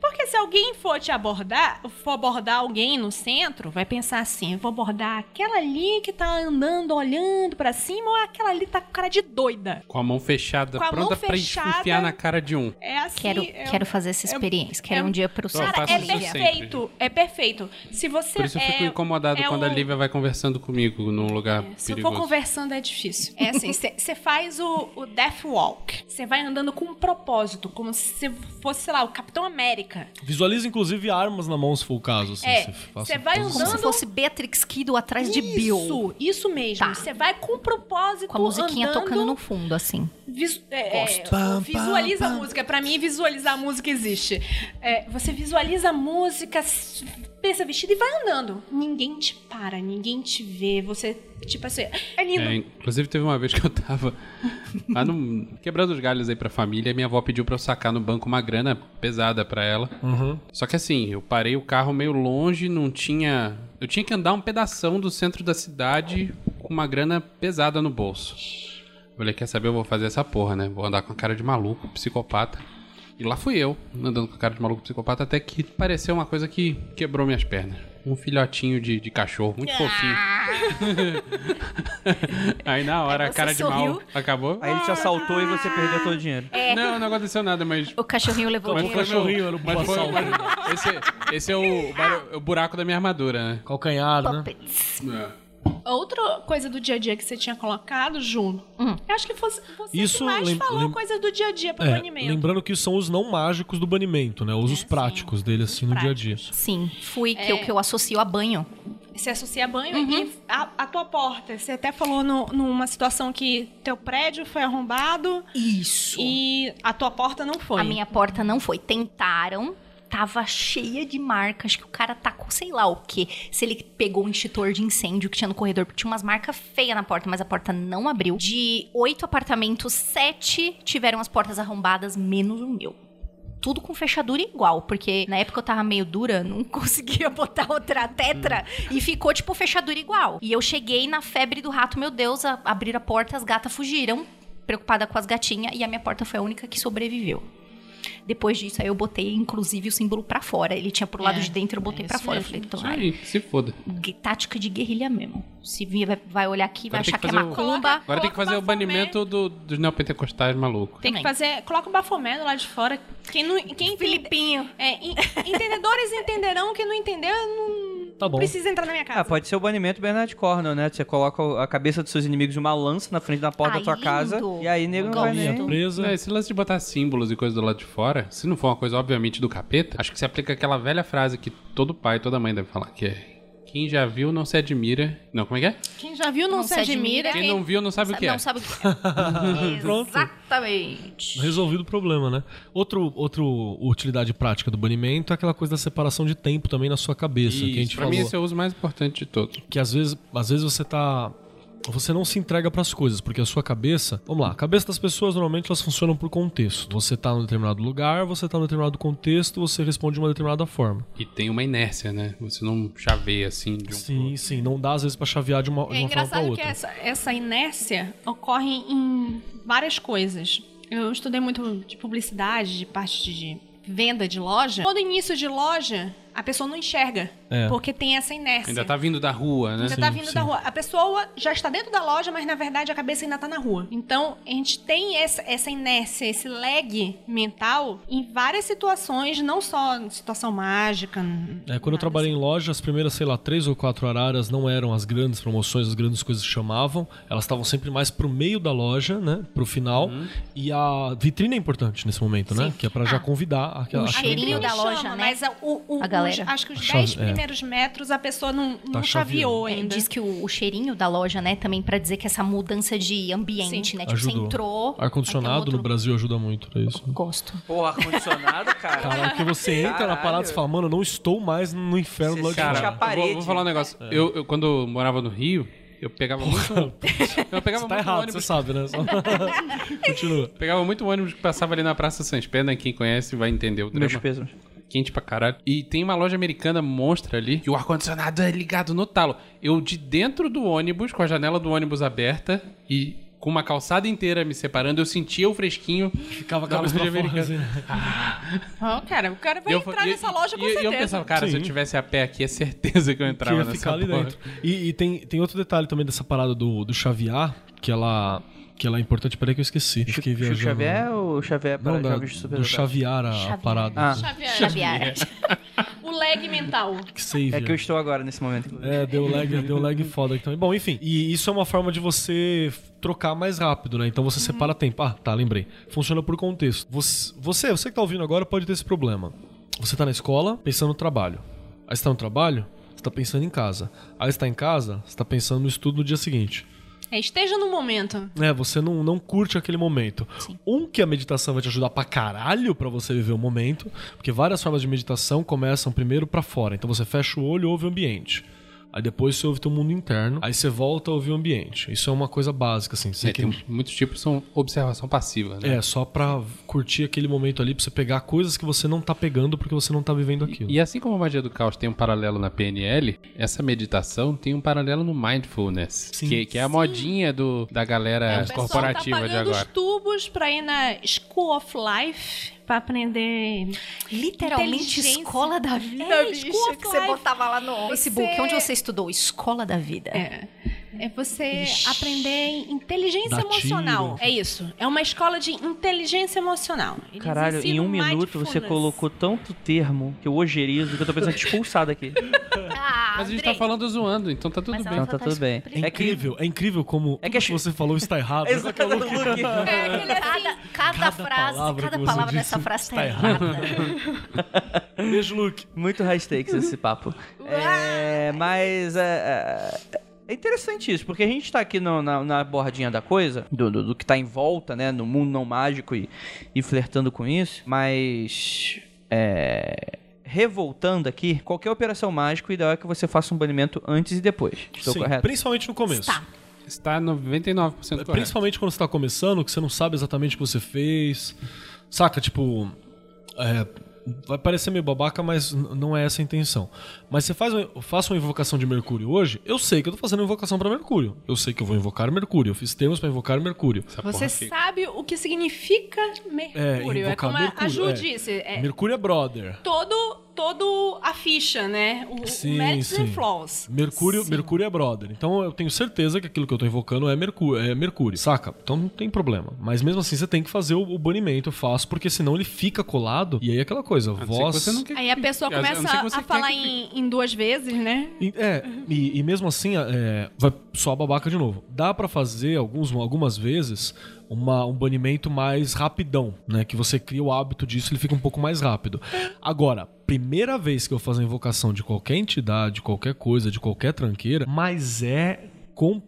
Porque se alguém for te abordar, for abordar alguém no centro, vai pensar assim, "Eu vou abordar aquela ali que tá andando, olhando pra cima, ou aquela ali tá com cara de doida. Com a mão fechada, Com a mão pronta pra fechada. enfiar na cara de um. É assim. Quero, é- quero fazer essa é- experiência. quero é- um dia pro Só Sara, faço é isso sempre, perfeito, é perfeito. Se você Por isso eu é- fico incomodado é quando a um- É, Lívia vai conversando comigo num lugar Se eu for perigoso. conversando é difícil. É assim, você faz o, o Death Walk. Você vai andando com um propósito, como se cê fosse, sei lá, o Capitão América. Visualiza, inclusive, armas na mão, se for o caso. Assim, É, faça você vai todas Como essas- se Usando- fosse Beatrix Kiddo atrás de Bill. Isso, isso mesmo. Tá. Você vai com um propósito Com a musiquinha andando, tocando no fundo, assim. visu- é, é, Gosto. Pam, visualiza pam, a música. Pra mim, visualizar a música existe. É, você visualiza a música, s- pensa vestido e vai andando. Ninguém te para, ninguém te vê. Você, tipo assim, é lindo. É, inclusive teve uma vez que eu tava lá no- quebrando os galhos aí pra família e minha avó pediu pra eu sacar no banco uma grana pesada pra ela. Só que assim, eu parei o carro meio longe, não tinha. Eu tinha que andar um pedação do centro da cidade com uma grana pesada no bolso. Eu Falei, quer saber? Eu vou fazer essa porra, né? Vou andar com a cara de maluco, psicopata. E lá fui eu, andando com a cara de maluco psicopata, até que pareceu uma coisa que quebrou minhas pernas. Um filhotinho de, de cachorro, muito fofinho. Aí na hora, Aí a você cara de mal sorriu. acabou. Aí ele te assaltou e você perdeu todo o dinheiro. Não, não aconteceu nada, mas. O um cachorrinho levou mas o foi dinheiro. cachorrinho, era o mas foi- boaçal. mas- esse, esse é o, bar- o buraco da minha armadura, né? Calcanhar, né? Puppets. Outra coisa do dia a dia que você tinha colocado, Ju, eu acho que fosse, você Isso que mais lem- falou lem- coisa do dia a dia pro É, banimento. lembrando que são os não mágicos do banimento, né? Os usos práticos dele, assim, no dia a dia. Sim, fui, que é o que eu associo a banho. Se associa a banho e a, a tua porta. Você até falou no- numa situação que teu prédio foi arrombado Isso. e a tua porta não foi. A minha porta não foi. Tentaram, tava cheia de marcas que o cara tacou, sei lá o quê. Se ele pegou um extintor de incêndio que tinha no corredor, porque tinha umas marcas feias na porta, mas a porta não abriu. De oito apartamentos, sete tiveram as portas arrombadas, menos o meu. Tudo com fechadura igual, porque na época eu tava meio dura, não conseguia botar outra tetra e ficou tipo fechadura igual. E eu cheguei na febre do rato, meu Deus, a, abrir a porta, as gatas fugiram, preocupada com as gatinhas, e a minha porta foi a única que sobreviveu. Depois disso, aí eu botei, inclusive, o símbolo pra fora. Ele tinha pro lado de dentro, eu botei pra fora. Eu É, Isso falei, aí, se foda. então, é tática de guerrilha mesmo. Se vir, vai, vai olhar aqui, vai Agora tem achar que que é fazer o- macumba. Agora tem que fazer o Baphomet. banimento do, dos neopentecostais maluco. Tem que Também. fazer. Coloca o bafomé do lado de fora. Quem não. Quem entende- Filipinho. É, en- entendedores entenderão, quem não entender não Tá bom. Precisa entrar na minha casa. Ah, pode ser o banimento Bernard Cornwell, né? Você coloca o- a cabeça dos seus inimigos numa lança na frente da porta Ah, da sua casa lindo. e aí nego Um não vai Gosto. nem... Linha presa. É, esse lance de botar símbolos e coisa do lado de fora, se não for uma coisa, obviamente, do capeta, acho que se aplica aquela velha frase que todo pai, toda mãe deve falar, que é quem já viu não se admira. Não, como é que é? Quem já viu não, se admira. Quem não viu não sabe o que é. Não sabe o que é. Pronto. Exatamente. Resolvido o problema, né? Outro, outro utilidade prática do banimento é aquela coisa da separação de tempo também na sua cabeça, Isso, que a gente pra falou. mim esse é o uso mais importante de todos. Que às vezes, às vezes você tá. Você não se entrega pras coisas, porque a sua cabeça. Vamos lá, a cabeça das pessoas normalmente elas funcionam por contexto. Você tá num determinado lugar, você tá num determinado contexto, você responde de uma determinada forma. E tem uma inércia, né? Você não chaveia assim de um Sim, sim. Não dá às vezes pra chavear de uma, de É uma forma pra engraçado que outra. essa, essa inércia ocorre em várias coisas. Eu estudei muito de publicidade, de parte de venda de loja. Todo início de loja, a pessoa não enxerga, É. porque tem essa inércia. Ainda tá vindo da rua, né? Ainda tá vindo sim. da rua. A pessoa já está dentro da loja, mas na verdade a cabeça ainda tá na rua. Então, a gente tem essa, essa inércia, esse lag mental em várias situações, não só em situação mágica. É, quando eu trabalhei em assim. loja, as primeiras, sei lá, três ou quatro araras não eram as grandes promoções, as grandes coisas que chamavam. Elas estavam sempre mais pro meio da loja, né? Pro final. Uhum. E a vitrine é importante nesse momento, né? Que é pra já convidar Ah. o aquela. aquela cheirinho entrada. da loja, né? Mas a, o, o- A galera. os- acho que os A Tá 10 chave- é. primeiros metros a pessoa não, não chaveando. chaveou É, ainda. diz que o, o cheirinho da loja, né, também pra dizer que essa mudança de ambiente, Sim. né? Tipo, você Ajudou. entrou. Ar-condicionado vai ter um no outro- Brasil ajuda muito pra isso. Gosto. Pô, ar-condicionado, cara. Cara, porque você entra na parada e você fala, mano, eu não estou mais no inferno Você do lado de sente fora." a Cara, eu vou, parede, vou falar um negócio. É. Eu, eu, quando eu morava no Rio, eu pegava muito. Eu pegava Você muito tá errado, você ônibus. sabe, né? Só- Continua. Pegava muito ônibus que passava ali na Praça Sans Pena, quem conhece vai entender o Meus drama. pesos. Quente pra caralho. E tem uma loja americana monstra ali, e o ar-condicionado é ligado no talo. Eu de dentro do ônibus, com a janela do ônibus aberta e com uma calçada inteira me separando, eu sentia o fresquinho. Ficava a Da cabeça pra loja fora, americana. assim, né? Ah, cara, o cara vai eu fa- entrar e- nessa loja com e- e certeza. eu pensava, cara, se eu Sim. tivesse a pé aqui, é certeza que eu que entrava ia nessa ficar ali porra. dentro. E, e tem, tem outro detalhe também dessa parada do, do chavear, que ela, que ela é importante. Peraí que eu esqueci. Eu fiquei Chico viajando. Xavier ou Xavier para Não, da, jovens do super chavear a, a Chavear. parada. Ah. Xavier, Xavier. O lag mental. Que save. É que eu estou agora nesse momento. inclusive. É, deu lag, deu lag foda aqui também. Bom, enfim. E isso é uma forma de você f- trocar mais rápido, né? Então você separa tempo. Ah, tá, lembrei. Funciona por contexto. Você, você, você que tá ouvindo agora pode ter esse problema. Você tá na escola pensando no trabalho. Aí você tá no trabalho, você tá pensando em casa. Aí você tá em casa, você tá pensando no estudo no dia seguinte. É, esteja no momento. É, você não, não curte aquele momento. Um, que a meditação vai te ajudar pra caralho pra você viver o momento, porque várias formas de meditação começam primeiro pra fora. Então você fecha o olho e ouve o ambiente. Aí depois você ouve teu mundo interno, aí você volta a ouvir o ambiente. Isso é uma coisa básica, assim. Você É, tem- tem muitos tipos, são observação passiva, né? é, só pra curtir aquele momento ali, pra você pegar coisas que você não tá pegando porque você não tá vivendo aquilo. E assim como a magia do caos tem um paralelo na PNL, essa meditação tem um paralelo no mindfulness, Sim. que, que é a modinha do, da galera o pessoal corporativa tá de pagando agora. os tubos pra ir na School of Life pra aprender. Literalmente Inteligência. escola da vida, É, bicha, escola que você life. botava lá no Facebook. Onde você estudou? Escola da vida. É. É você aprender inteligência Dá emocional. tiro. É isso. É uma escola de inteligência emocional. Eles Caralho, em ensinam um minuto você mindfulness. colocou tanto termo que eu ojerizo que eu tô pensando te expulsar daqui. Ah, Mas a gente Andrei. tá falando zoando, então tá tudo Mas bem. ela Então tá tá tudo bem. É incrível, é incrível como É é que que, achei- você falou está errado. É, aquele assim, Cada, cada frase, palavra que cada você palavra disse dessa frase tá está errada. Beijo, Luke. Muito high stakes esse papo. É, mas é, é, é interessante isso, porque a gente tá aqui no- na, na bordinha da coisa, do, do- do que tá em volta, né, no mundo não mágico e, e flertando com isso, mas. É, revoltando aqui, qualquer operação mágica, o ideal é que você faça um banimento antes e depois. Estou Sim, correto? principalmente no começo. Está. Está 99% correto. Principalmente quando você tá começando, que você não sabe exatamente o que você fez. Saca, tipo. é, vai parecer meio babaca, mas n- não é essa a intenção. Mas você faz uma, faça uma invocação de Mercúrio hoje, eu sei que eu tô fazendo uma invocação pra Mercúrio. Eu sei que eu vou invocar Mercúrio. Eu fiz termos pra invocar Mercúrio. Essa porra Você fica. sabe o que significa É, Mercúrio. É, invocar como a- Mercúrio. a Ju é. disse. É Mercúrio é brother. todo, todo a ficha, né? O, Sim, o merits sim. and flaws. Mercúrio, Mercúrio é brother. Então eu tenho certeza que aquilo que eu tô invocando é Mercúrio, é Mercúrio. Saca? Então não tem problema. Mas mesmo assim você tem que fazer o, o banimento, eu faço, porque senão ele fica colado. E aí é aquela coisa, A não ser que voz. você não quer- Aí a pessoa a não ser que começa você tenha a falar que- em, em duas vezes, né? E- É, e, e mesmo assim, é, vai só a babaca de novo. Dá pra fazer alguns, algumas vezes uma- um banimento mais rapidão, né? Que você cria o hábito disso, ele fica um pouco mais rápido. Agora, primeira vez que eu faço a invocação de qualquer entidade, qualquer coisa, de qualquer tranqueira, mas é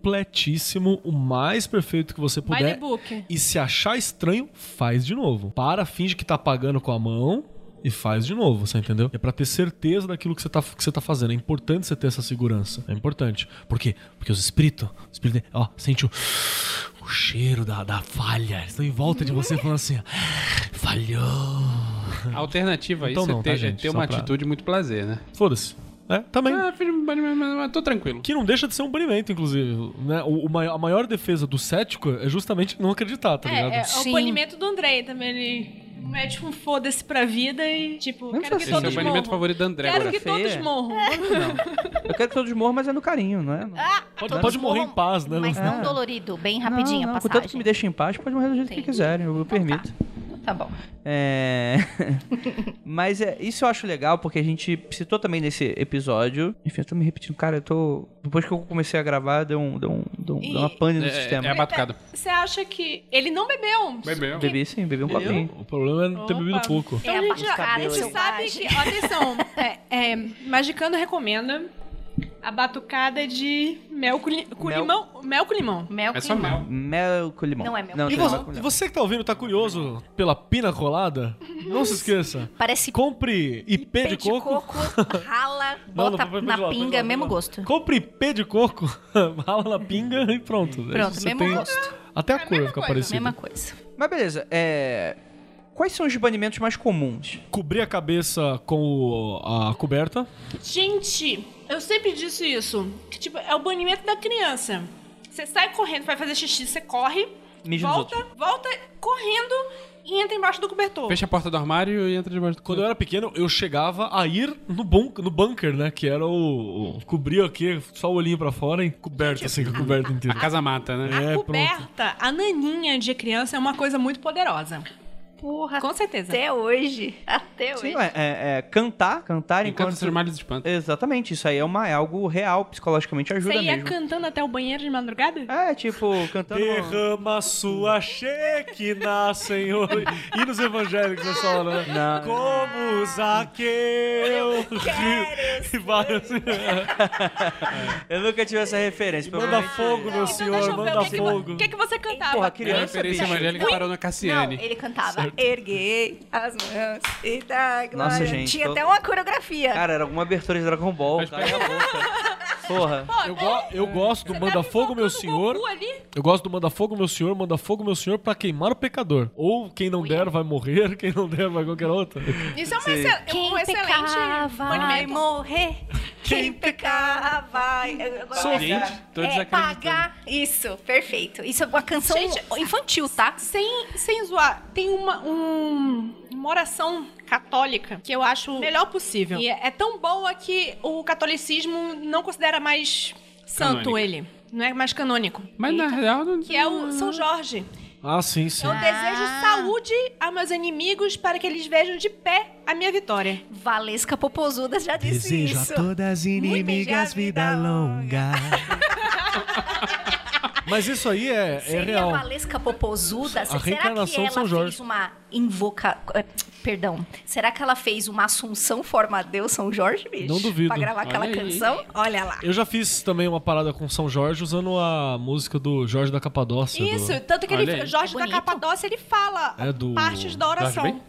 completíssimo, o mais perfeito que você By the puder. book. E se achar estranho, faz de novo. Para, finge que tá pagando com a mão e faz de novo, você entendeu? É pra ter certeza daquilo que você, tá, que você tá fazendo. É importante você ter essa segurança. É importante. Por quê? Porque os espíritos, o espírito, ó, sente o, o cheiro da, da falha. Eles estão em volta de você falando assim, ó, falhou. A alternativa aí Então você não, tá, ter, gente? é ter Só uma pra- atitude muito prazer, né? Foda-se. É, também. Ah, filho, mas- mas- mas tô tranquilo. Que não deixa de ser um banimento, inclusive. Né? O, o mai- a maior defesa do cético é justamente não acreditar, tá ligado? É, é o Sim. banimento do Andrei também. Ele mete um foda-se pra vida e, tipo, quero que Esse é o todos banimento morram. favorito da André Quero agora. que todos Feia. morram. Eu quero que todos morram, mas é no carinho, não é? pode Todos pode morrer morram, em paz, né? Mas Não- não dolorido, bem rapidinho não, a não, passagem. Contanto que me deixem em paz, pode morrer do jeito que Entendi. quiserem, eu, eu Então tá. permito. Tá bom. É... Mas é, isso eu acho legal, porque a gente citou também nesse episódio. Enfim, eu tô me repetindo, cara, eu tô. Depois que eu comecei a gravar, deu, um, deu, um, deu, um- deu uma E- pane no É, sistema. é a batucada. Você acha que. Ele não bebeu. Bebeu. Bebi sim, bebi um copinho. O problema é não ter Opa. bebido pouco. É a a gente, batucada a gente sabe selvagem. que. ó, Atenção, é, é, Magicano recomenda a batucada de mel com, li- com Mel. limão. Mel com limão. Mel É com só limão. mel. Mel com limão. Não é mel não, com E não é você, mel com e limão. você que tá ouvindo tá curioso pela pina colada? Não se esqueça. Parece Compre IP, pé de coco. rala, Não, bota não, na pode continuar, pode pinga, continuar, mesmo pode gosto. continuar. Compre IP de coco, rala na pinga e pronto. Pronto, Você mesmo tem- gosto. Até a cor vai mesma ficar coisa, parecida. Mesma coisa. Mas beleza, é. Quais são os banimentos mais comuns? Cobrir a cabeça com o- a coberta. Gente, eu sempre disse isso. Que, tipo, é o banimento da criança. Você sai correndo, vai fazer xixi, você corre, Mija nos volta, volta correndo e entra embaixo do cobertor. Fecha a porta do armário e entra debaixo do Quando eu era pequeno, eu chegava a ir no, bun no bunker, né? Que era o, o- Cobrir aqui, só o olhinho pra fora e coberta, assim, com a coberta A Ah. inteira. casa mata, né? É, pronto. Coberta, a naninha de criança é uma coisa muito poderosa. Porra, Com certeza. até hoje. Até hoje. Sim, é, é- é cantar, cantar Enquanto enquanto. seus males espantam. Exatamente, isso aí é, uma, é algo real, psicologicamente ajuda Você ia mesmo. cantando até o banheiro de madrugada? É, tipo, Tá cantando. Derrama sua chequina, Senhor. E nos evangélicos essa hora, né? Não. Como Zaqueu. E assim, vários. Eu nunca tive essa referência. Manda provavelmente- fogo, meu Então, deixa senhor, eu ver, manda o que que, vo- fogo. o que, que você cantava? Porra, A criança. é referência bicho. evangélica parou na Não, Cassiane. ele cantava, erguei as mãos e da glória. Nossa, gente, Tinha tô- até uma coreografia. Cara, era alguma abertura de Dragon Ball. Mas Cala a boca. Porra. Eu, go- eu gosto do Você tá Manda tava Fogo, meu invocando o senhor. é, Goku ali? Eu gosto do Manda Fogo, meu senhor. Manda Fogo, meu senhor, pra queimar o pecador. Ou quem não der vai morrer, quem não der vai qualquer outra. Isso é um, excel- um excelente vai banimento. morrer. Quem pecar vai. Agora Sou vai- gente, tô é, desacreditando. pagar. Isso, perfeito. Isso é uma canção Gente, infantil, tá? Sem, sem zoar, tem uma, um- uma oração católica que eu acho melhor possível. E é, é tão boa que o catolicismo não considera mais santo Canônica. ele. Não é mais canônico. Mas na real não. Que é o São Jorge. Ah, sim, sim. Eu desejo saúde a meus inimigos para que eles vejam de pé a minha vitória. Valesca Popozuda já disse Desejo isso. a todas inimigas inimigas vida vida vida longa. Mas isso aí é, é Seria real. Valesca Popozuda? Será que ela reencarnação de São fez Jorge. uma invoca... eh, Perdão. Será que ela fez uma assunção forma Deus São Jorge, bicho? Não duvido. Pra gravar aquela Olha aí. canção? Olha lá. Eu já fiz também uma parada com São Jorge usando a música do Jorge da Capadócia. do- Isso, tanto que Olha ele, aí. Jorge da Bonito. Capadócia, ele fala É do- partes da Jorge oração. Ben?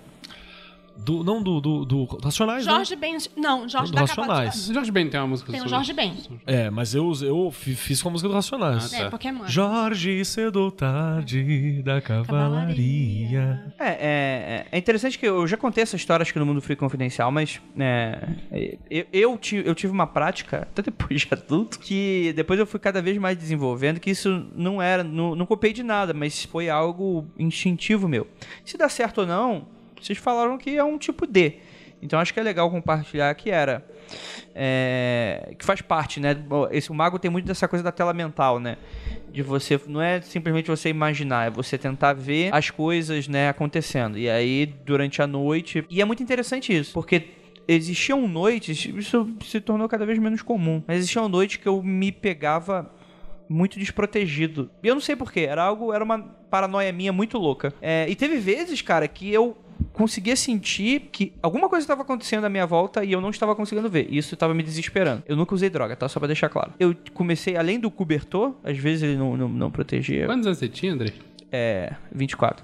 Do, não, do, do, do Racionais, né? Jorge Ben. Não, Jorge Do da Racionais. Capadócia. Jorge Ben tem uma música Tem o sobre- Jorge Ben. É, mas eu, eu fi- fiz com a música do Racionais. Ah, É, Tá. porque é mãe. Jorge cedo tarde da cavalaria. É, é, é- é interessante que eu já contei essa história, acho que no Mundo Free Confidencial, mas é, eu, eu, ti- eu tive uma prática, até depois de adulto, que depois eu fui cada vez mais desenvolvendo, que isso não era, não, não copiei de nada, mas foi algo instintivo meu. Se dá certo ou não, vocês falaram que é um tipo D. Então acho que é legal compartilhar que era. é, que faz parte, né? Esse, o mago tem muito dessa coisa da tela mental, né? De você. Não é simplesmente você imaginar, é você tentar ver as coisas, né, acontecendo. E aí, durante a noite. E é muito interessante isso, porque existiam noites, isso se tornou cada vez menos comum, mas existiam noites que eu me pegava muito desprotegido. E eu não sei porquê, era algo, era uma paranoia minha muito louca. É, e teve vezes, cara, que eu conseguia sentir que alguma coisa estava acontecendo à minha volta e eu não estava conseguindo ver. E isso estava me desesperando. Eu nunca usei droga, tá? Só pra deixar claro. Eu comecei, além do cobertor, às vezes ele não, não, não protegia. Quantos anos você tinha, André? É, 24.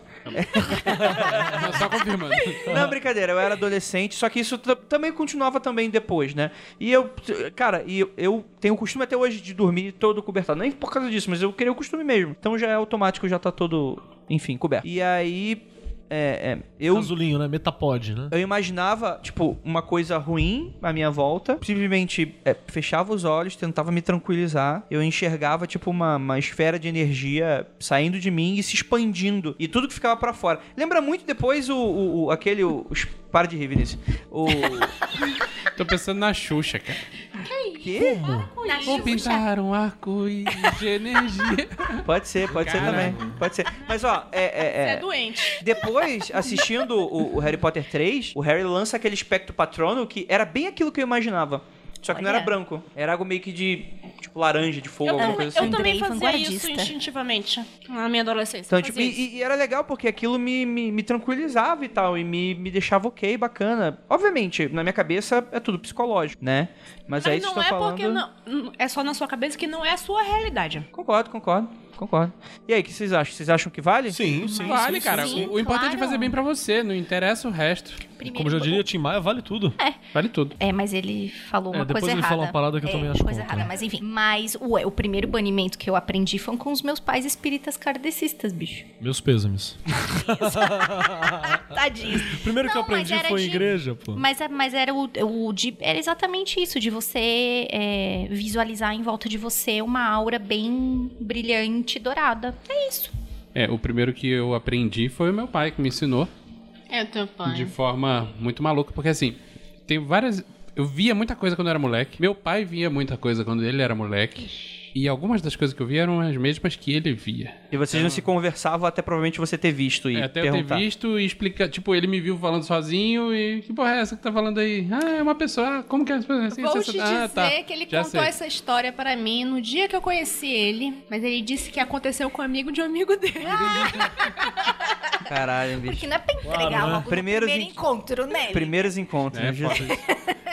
Não, Só confirmando. Não, brincadeira, eu era adolescente, só que isso t- também continuava também depois, né? E eu, cara, e eu, eu tenho o costume até hoje de dormir todo cobertado. Nem por causa disso, mas eu criei o costume mesmo. Então já é automático, já tá todo, enfim, coberto. E aí, é, é, eu... Casulinho, né? Metapod, né? Eu imaginava, tipo, uma coisa ruim à minha volta. Simplesmente é, fechava os olhos, tentava me tranquilizar. Eu enxergava, tipo, uma, uma esfera de energia saindo de mim e se expandindo. E tudo que ficava pra fora. Lembra muito depois o. o- o- aquele. O, os- para de rir, Vinícius. O. Tô pensando na Xuxa, cara. quê? Ah, Na Vou pintar um arco-íris de energia. Pode ser, pode ser Caramba. também. Pode ser. Mas, ó, é. Você é, é é. doente. Depois, assistindo o, o Harry Potter 3, o Harry lança aquele espectro patrono que era bem aquilo que eu imaginava. Só que não era Olha. branco. Era algo meio que de, tipo, laranja, de fogo, Eu, alguma também- coisa assim. eu também Andrei um fazia isso vanguardista. instintivamente na minha adolescência. Então, Eu tipo, fazia isso. e, e era legal porque aquilo me, me, me tranquilizava e tal, e me, me deixava ok, bacana. Obviamente, na minha cabeça é tudo psicológico, né? Mas, aí Mas vocês não estão é falando. porque não, é só na sua cabeça que não é a sua realidade. Concordo, concordo, concordo. E aí, o que vocês acham? Vocês acham que vale? Sim, sim. Vale, cara. sim, o, o importante é claro. fazer bem pra você, não interessa o resto. Primeiro Como já diria Tim Maia, vale tudo. Vale tudo. É, mas ele falou É, uma depois coisa ele errada. fala uma parada que eu é, também acho coisa contra. errada, mas enfim. Mas ué, o primeiro banimento que eu aprendi foi com os meus pais espíritas kardecistas, bicho. Meus pêsames. Tadinhos. Primeiro que eu Não, mas aprendi era foi em de- igreja, pô. Mas, é- mas era o, o de- era exatamente isso, de você é, visualizar em volta de você uma aura bem brilhante, dourada. É isso. É, o primeiro que eu aprendi foi o meu pai que me ensinou É teu pai. de forma muito maluca, porque assim, tem várias. Eu via muita coisa quando eu era moleque. Meu pai via muita coisa quando ele era moleque. E algumas das coisas que eu via eram as mesmas que ele via. E vocês não se conversavam até provavelmente você ter visto e É, até eu perguntar. ter visto e explicar. Tipo, ele me viu falando sozinho e. Que porra é essa que tá falando aí? Ah, é uma pessoa. Ah, como que é assim? Vou essa- te dizer ah, tá, que ele já contou sei. essa história pra mim no dia que eu conheci ele, mas ele disse que aconteceu com um amigo de um amigo dele. Ah! Caralho, bicho. Porque não é pra entregar logo no Primeiros primeiro en- encontro, né? Primeiros encontros, É, Jesus.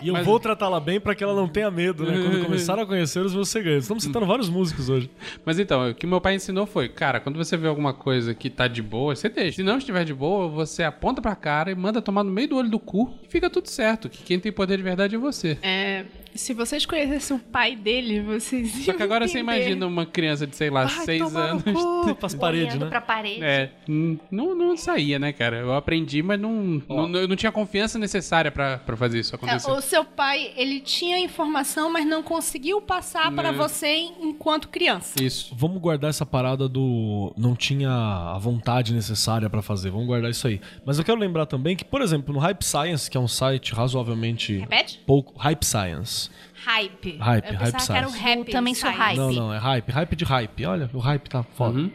E eu Mas- vou tratá-la bem pra que ela não tenha medo, né? Quando começaram a conhecer os meus segredos. Estamos citando vários músicos hoje. Mas então, o que meu pai ensinou foi, cara, quando você vê alguma coisa que tá de boa, você deixa. Se não estiver de boa, você aponta pra cara e manda tomar no meio do olho do cu e fica tudo certo, que quem tem poder de verdade é você. É, se vocês conhecessem o pai dele, vocês iam Só que agora você entender. imagina uma criança de, sei lá, Vai seis tomar no anos. cu. Pras paredes, Olhando né? pra parede. É, hum, não, não saía, né, cara? Eu aprendi, mas não, não, eu não tinha confiança necessária pra, pra fazer isso É, acontecer. o seu pai, ele tinha informação, mas não conseguiu passar pra você em- enquanto criança. Isso. Vamos guardar essa parada do não tinha a vontade necessária pra fazer. Vamos guardar isso aí. Mas eu quero lembrar também que, por exemplo, no Hype Science, que é um site razoavelmente Repete? pouco Hype Science. Hype. Hype, eu hype pensava que era o size. rap. Eu também sou size. hype. Não, não, é hype, hype de hype. Olha, o hype tá foda.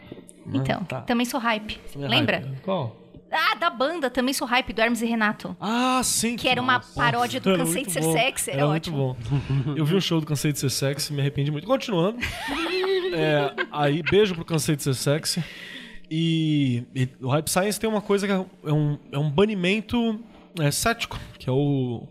Então, também sou hype. É Lembra? hype. Qual? Ah, da banda, também sou hype do Hermes e Renato. Ah, sim. Que era uma paródia do Era Cansei de Então, Ser é muito bom. Sexy, era, ótimo. muito bom. Eu vi um show do Cansei de Ser Sexy, me arrependi muito. Continuando. É, aí, beijo pro Cansei de Ser Sexy. E, e o Hype Science tem uma coisa que é um, é um banimento é, cético, que é o,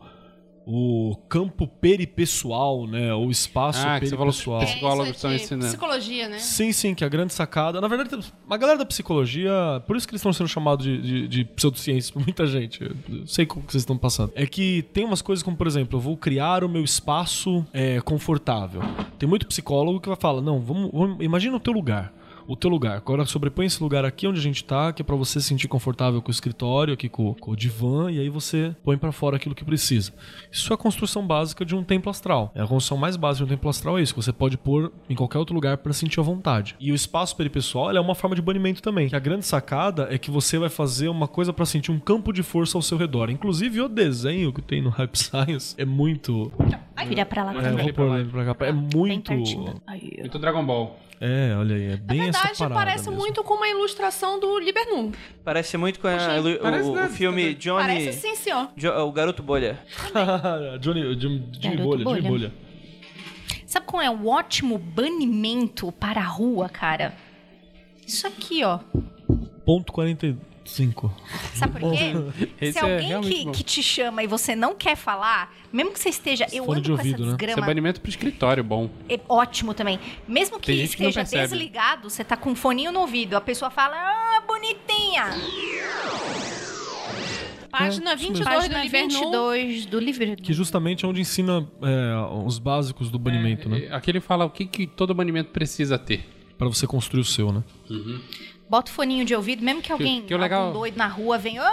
o campo peripessoal, né? O espaço Ah, que você falou peripessoal. que Psicólogos Isso estão é de ensinando. Psicologia, né? Sim, sim, que é a grande sacada. Na verdade, a galera da psicologia, por isso que eles estão sendo chamados de, de, de pseudociências por muita gente. Eu sei como que vocês estão passando. É que tem umas coisas como, por exemplo, eu vou criar o meu espaço é, confortável. Tem muito psicólogo que vai falar: não, vamos, vamos- imagina o teu lugar. o teu lugar. Agora sobrepõe esse lugar aqui onde a gente tá, que é pra você se sentir confortável com o escritório, aqui com, com o divã, e aí você põe pra fora aquilo que precisa. Isso é a construção básica de um templo astral. É a construção mais básica de um templo astral é isso, que você pode pôr em qualquer outro lugar pra sentir à vontade. E o espaço peripessoal ele é uma forma de banimento também. Que a grande sacada é que você vai fazer uma coisa pra sentir um campo de força ao seu redor. Inclusive o desenho que tem no Hype Science é muito. Vira pra lá. Tá É, eu vou pôr ele pra cá. É Bem muito. pertinho. Muito Dragon Ball. É, olha aí, é Na bem verdade, essa parada. parece mesmo. muito com uma ilustração do Libernum. Parece muito com a- o, parece o nada, filme Johnny. tá Parece sim, senhor. Jo- o Garoto Bolha. Johnny, Jim- Jimmy Garoto Bolha, Jimmy bolha. Bolha. Sabe qual é o ótimo banimento para a rua, cara? Isso aqui, ó. Ponto 45. Sabe por quê? Se Esse é alguém realmente que, bom. que te chama e você não quer falar, mesmo que você esteja. Eu Fone ando com de ouvido, essa né? Isso é desgrama. banimento pro escritório, bom. É ótimo também. Mesmo que Tem gente que não esteja percebe. desligado, você tá com um foninho no ouvido. A pessoa fala, ah, bonitinha. Página 22 Página do Libernum. 22 do livro. Que justamente é onde ensina é, os básicos do banimento, né? Aqui ele fala o que, que todo banimento precisa ter. Pra você construir o seu, né? Bota o foninho de ouvido, mesmo que alguém, que é o legal- algum doido na rua vem, ô,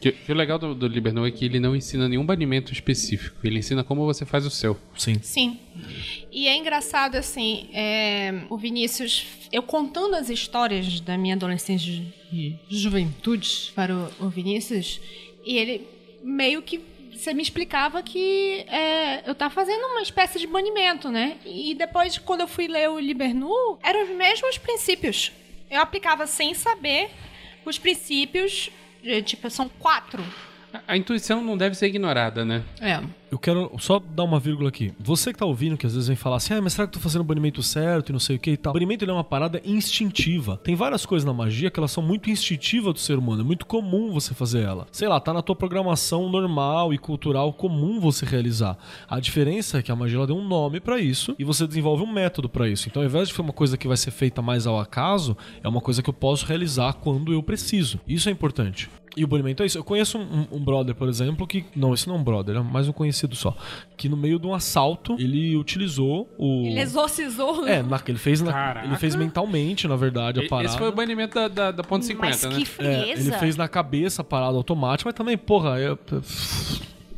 Que, que o legal do, do Libernou é que ele não ensina nenhum banimento específico. Ele ensina como você faz o seu. Sim. Sim. E é engraçado, assim, é, o Vinícius, eu contando as histórias da minha adolescência e juventude para o, o Vinícius, e ele meio que você me explicava que é, eu tava fazendo uma espécie de banimento, né? E depois, quando eu fui ler o Libernu, eram os mesmos princípios. Eu aplicava sem saber os princípios, eh, tipo, são quatro. A, a intuição não deve ser ignorada, né? É. Eu quero só dar uma vírgula aqui. Você que tá ouvindo, que às vezes vem falar assim, ah, mas será que eu tô fazendo o banimento certo e não sei o que e tal. O banimento ele é uma parada instintiva. Tem várias coisas na magia que elas são muito instintivas do ser humano. É muito comum você fazer ela. Sei lá, tá na tua programação normal e cultural comum você realizar. A diferença é que a magia ela deu um nome pra isso e você desenvolve um método pra isso. Então, ao invés de ser uma coisa que vai ser feita mais ao acaso, é uma coisa que eu posso realizar quando eu preciso. Isso é importante. E o banimento é isso. Eu conheço um, um brother, por exemplo, que. Não, esse não é um brother, é mais um conhecido só. Que no meio de um assalto, ele utilizou o. Ele exorcizou. É, na, ele fez na- Caraca. ele fez mentalmente, na verdade, a E- parada. Esse foi o banimento da, da, da ponto 50, mas né? que É, ele frieza. fez na cabeça a parada automática, mas também, porra, é.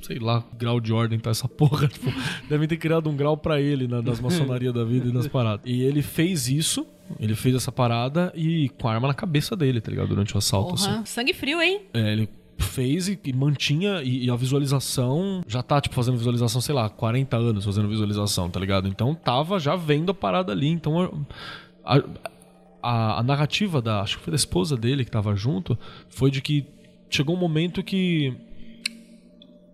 Sei lá, que grau de ordem tá essa porra. Tipo, devem ter criado um grau pra ele né, das maçonarias da vida e das paradas. E ele fez isso, ele fez essa parada e com a arma na cabeça dele, tá ligado? Durante o assalto, assim. Porra, sangue frio, hein? É, ele fez e, e mantinha e, e a visualização já tá tipo fazendo visualização, sei lá, 40 anos fazendo visualização, tá ligado? Então tava já vendo a parada ali, então a, a- a narrativa da, acho que foi da esposa dele que tava junto, foi de que chegou um momento que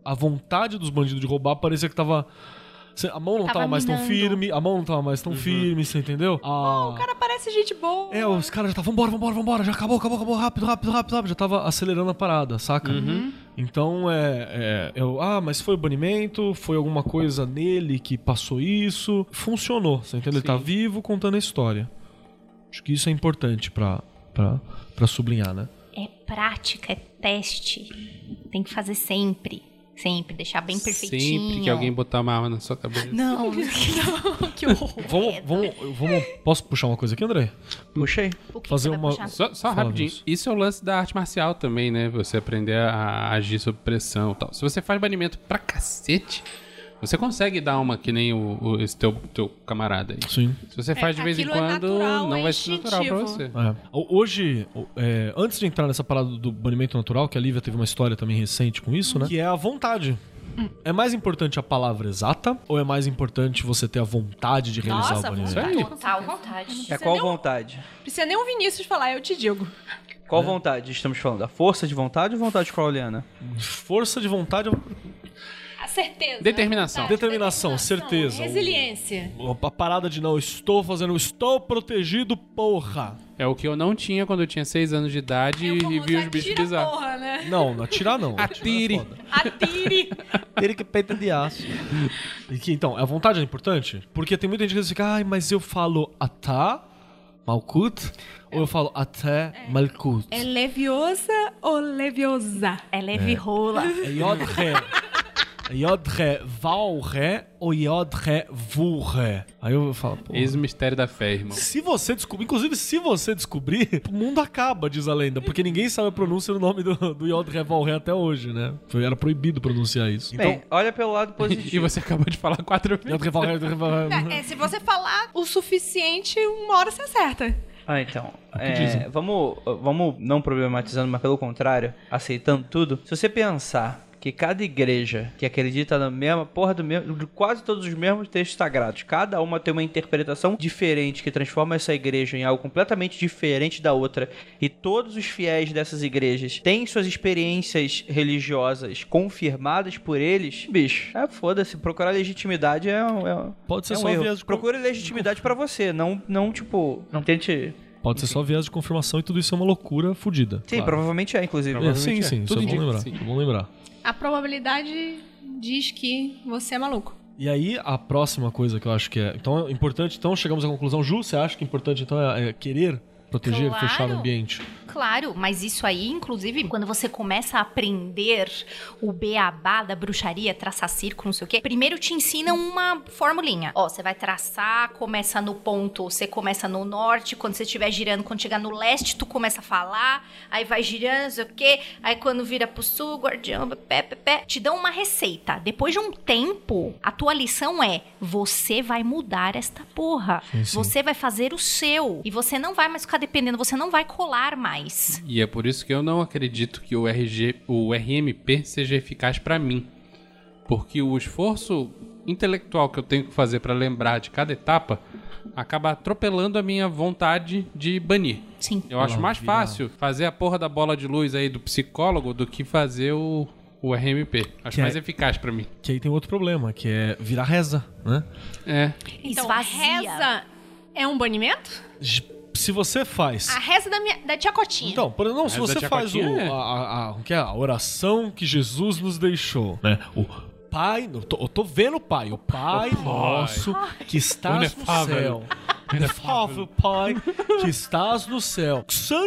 a vontade dos bandidos de roubar parecia que tava cê- a mão não tava, Tava mais tão minando. firme, a mão não tava mais tão firme, você entendeu? A- O cara parece gente boa. é, os caras já estavam, vambora, vambora, vambora, já acabou, acabou, acabou, rápido, rápido, rápido, rápido. Já tava acelerando a parada, saca? Então, é, é, eu, ah, mas foi o banimento, foi alguma coisa nele que passou isso. Funcionou, você entendeu? Ele tá vivo contando a história. Acho que isso é importante pra, pra, pra sublinhar, né? É prática, é teste. Tem que fazer sempre. Sempre, deixar bem perfeitinho. Sempre que alguém botar uma arma na sua cabeça. Não, que horror. Vamos, vamos, vamos, posso puxar uma coisa aqui, André? Puxei. o que Fazer você vai uma- puxar? Só, só Fala, rapidinho. Vinícius. Isso é o lance da arte marcial também, né? Você aprender a agir sob pressão e tal. Se você faz banimento pra cacete, você consegue dar uma que nem o, o- esse teu, teu camarada aí. Sim. Se você faz de vez em aquilo é quando, natural, não é vai ser natural pra você. É. Ho- Hoje, o- é, antes de entrar nessa parada do banimento natural, que a Lívia teve uma história também recente com isso, né? Que é a vontade. É mais importante a palavra exata ou é mais importante você ter a vontade de realizar Nossa, o banimento? Isso aí. Total vontade. É qual vontade? Precisa nem o Vinícius falar, eu te digo. Qual vontade estamos falando? A força de vontade ou vontade crowliana? Força de vontade, é um A certeza. Determinação. determinação, certeza. Resiliência. O- A parada de não estou fazendo, estou protegido, porra. É o que eu não tinha quando eu tinha 6 anos de idade Eu e como vi os já bichos tira a bizarros. porra, né? Não, não atirar é não. Atire! Atire. Ele que peita de aço. E que, então, a vontade é importante? Porque tem muita gente que fica, ai, mas eu falo atá, malkut, ou eu falo até, malkut. É leviosa ou leviosa? É leve rola. É yod-he. Yodre valre ou Yodre vurre. Aí eu falo, pô. Eis o mistério da fé, irmão. Se você descobrir, inclusive se você descobrir, o mundo acaba, diz a lenda, porque ninguém sabe a pronúncia do nome do, do Yodre valre até hoje, né? Foi- Era proibido pronunciar isso. Então, Bem, Então, olha pelo lado E positivo. você acabou de falar quatro vezes. Yodre valre, Yodre valre. É, se você falar o suficiente, uma hora você acerta. Ah, então. é, vamos, vamos não problematizando, mas pelo contrário, aceitando tudo. Se você pensar que cada igreja que acredita na mesma porra do mesmo, de quase todos os mesmos textos sagrados, cada uma tem uma interpretação diferente que transforma essa igreja em algo completamente diferente da outra, e todos os fiéis dessas igrejas têm suas experiências religiosas confirmadas por eles, bicho, é foda-se, procurar legitimidade é, um- é um- Pode ser é um só erro. viés de con- Procure legitimidade pra você, não, não tipo, não tente Pode ser só viés de confirmação e tudo isso é uma loucura fodida. Sim, Claro. provavelmente é, inclusive. É, sim, sim, isso Tudo é bom indica que lembrar. sim. é bom lembrar. A probabilidade diz que você é maluco. E aí, a próxima coisa que eu acho que é. Então, é importante, então, chegamos à conclusão. Ju, você acha que é importante, então, é, é querer proteger, Claro. fechar o ambiente? Claro, mas isso aí, inclusive, quando você começa a aprender o beabá da bruxaria, traçar círculo, não sei o quê, primeiro te ensinam uma formulinha. Ó, você vai traçar, começa no ponto, você começa no norte, quando você estiver girando, quando chegar no leste, tu começa a falar, aí vai girando, não sei o quê, aí quando vira pro sul, guardião, pé, pé, pé, te dão uma receita. Depois de um tempo, a tua lição é, você vai mudar esta porra. sim. Você vai fazer o seu. E você não vai mais ficar dependendo, você não vai colar mais. E é por isso que eu não acredito que o, RG, o RMP seja eficaz pra mim. Porque o esforço intelectual que eu tenho que fazer pra lembrar de cada etapa acaba atropelando a minha vontade de banir. Sim. Eu acho mais fácil fazer a porra da bola de luz aí do psicólogo do que fazer o, o RMP. Acho Que é- mais eficaz pra mim. Que aí tem outro problema, que é virar reza, né? É. Então, Esvazia. reza é um banimento? J- Se você faz. A reza da, minha, da tia Cotinha. Então, por- não, se Reza você de faz o, Jacotinha, a, é. a- a- o que é? a oração que Jesus nos deixou, né? O Pai, eu tô, eu tô vendo o Pai, o Pai O Pai. nosso que estás no Inefável. céu. Inefável Pai que estás no céu.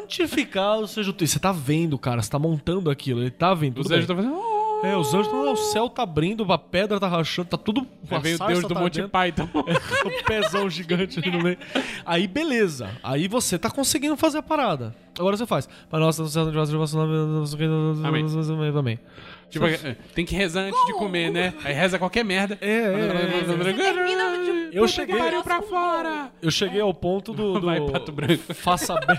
Santificado seja o teu. Você tá vendo, cara, você tá montando aquilo, ele tá vendo. Os Tudo anjos bem. estão fazendo. "Oh", É, os anjos estão, o céu tá abrindo, a pedra tá rachando, tá tudo. Aí a veio o sarça Deus do tá Monte ardendo. Python. o pezão gigante ali no meio. Aí, beleza. Aí você tá conseguindo fazer a parada. Agora você faz. tá Mas nossa, não sei onde você vai, não sei o que, Amém. não sei o que, Amém. Tipo, é, tem que rezar antes de comer, né? Aí reza qualquer merda. É, é, Eu cheguei- é Pariu pra fora. Eu cheguei ao ponto do. do- Vai, Pato Branco. Faça bem.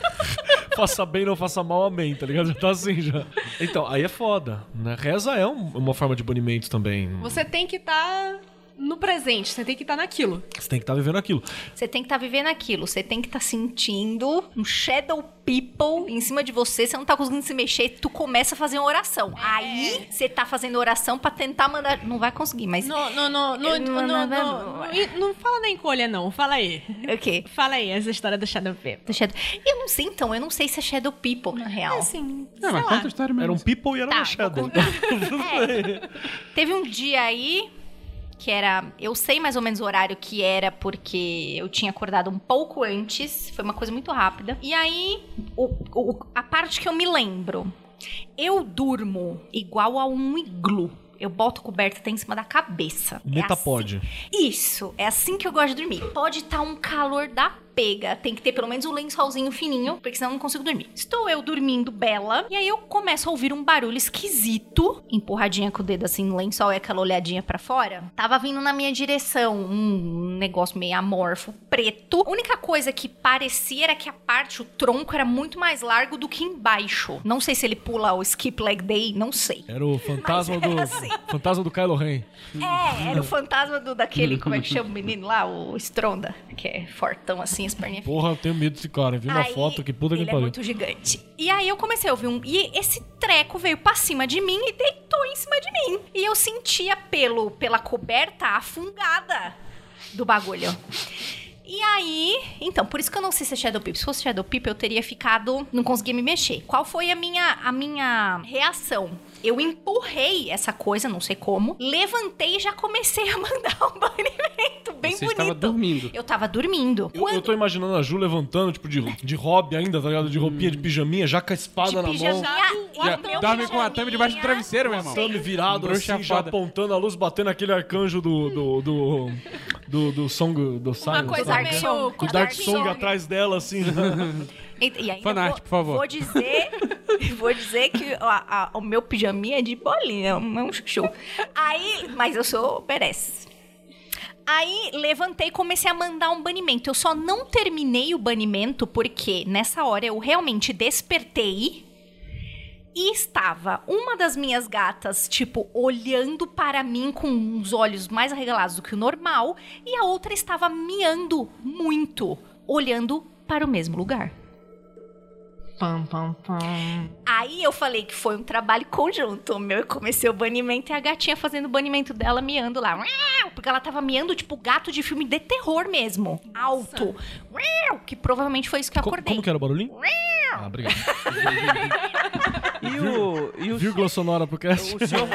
faça bem, não faça mal, amém, tá ligado? Já tá assim já. Então, aí é foda. Né? Reza é um- uma forma de banimento também. Você tem que estar no presente, você tem que estar naquilo. Você tem que estar vivendo aquilo. Você tem que estar vivendo aquilo, você tem que estar sentindo um shadow people em cima de você, você não tá conseguindo se mexer, tu começa a fazer uma oração. É. Aí você tá fazendo oração pra tentar mandar, não vai conseguir, mas Não, não, não, não, não, não, não, não fala na encolha, não. Fala aí. o quê? Fala aí essa história do Shadow Paper. Do shadow- Eu não sei então, eu não sei se é shadow people na real. Assim, Não, mas conta a história mesmo. Era um people e era Tá, uma vou shadow. contar. É. Teve um dia aí que era. Eu sei mais ou menos o horário que era, porque eu tinha acordado um pouco antes. Foi uma coisa muito rápida. E aí, o- o- a parte que eu me lembro. Eu durmo igual a um iglu. Eu boto coberta até em cima da cabeça. Um É Metapode. assim- isso, é assim que eu gosto de dormir. Pode estar um calor da pega, tem que ter pelo menos um lençolzinho fininho, porque senão eu não consigo dormir. Estou eu dormindo bela, e aí eu começo a ouvir um barulho esquisito, empurradinha com o dedo assim no lençol e aquela olhadinha pra fora. Tava vindo na minha direção um negócio meio amorfo, preto. A única coisa que parecia era que a parte, o tronco era muito mais largo do que embaixo. Não sei se ele pula o skip leg day, não sei. Era o fantasma Mas era do. assim. Fantasma do Kylo Ren. É, era o fantasma do daquele, como é que chama o menino lá, o Stronda, que é fortão assim, as perninhas Porra, eu tenho medo desse cara. Vi uma Aí, foto que puta que ele é pariu. muito gigante. E aí eu comecei a ouvir um. E esse treco veio pra cima de mim e deitou em cima de mim. E eu sentia pelo, pela coberta a fungada do bagulho. E aí, então, por isso que eu não sei se é Shadow Peep. Se fosse Shadow Peep, eu teria ficado. Não conseguia me mexer. Qual foi a minha, a minha reação? Eu empurrei essa coisa, não sei como, levantei e já comecei a mandar um banimento bem Você bonito. estava dormindo. Eu tava dormindo. Eu, eu tô imaginando a Ju levantando, tipo, de, de hobby ainda, tá ligado? De roupinha, de pijaminha, já com a espada na mão. Já- meu Dorme com a thumb debaixo do pijaminha. travesseiro, meu irmão. Tame virado, Bruxa assim, já foda. apontando a luz, batendo aquele arcanjo do. do. do. do, do Song. do Silence, coisa sabe? Dark Song. Do Dark Song atrás dela, assim. E, e ainda Fanart, vou, por favor. Vou dizer, vou dizer que a- a- o meu pijaminha é de bolinha, é um é um chuchu. Aí, mas eu sou perece. Aí levantei e comecei a mandar um banimento. Eu só não terminei o banimento porque nessa hora eu realmente despertei e estava uma das minhas gatas, tipo, olhando para mim com uns olhos mais arregalados do que o normal, e a outra estava miando muito, olhando para o mesmo lugar. Pam, pam, pam. Aí eu falei que foi um trabalho conjunto. O meu eu comecei o banimento e a gatinha fazendo o banimento dela miando lá. Uau! Porque ela tava miando tipo gato de filme de terror mesmo. Alto. Uau! Que provavelmente foi isso que eu Co- acordei. Como que era o barulhinho? Ah, obrigado. E o. E o, Vírgula sonora pro cast. o senhor.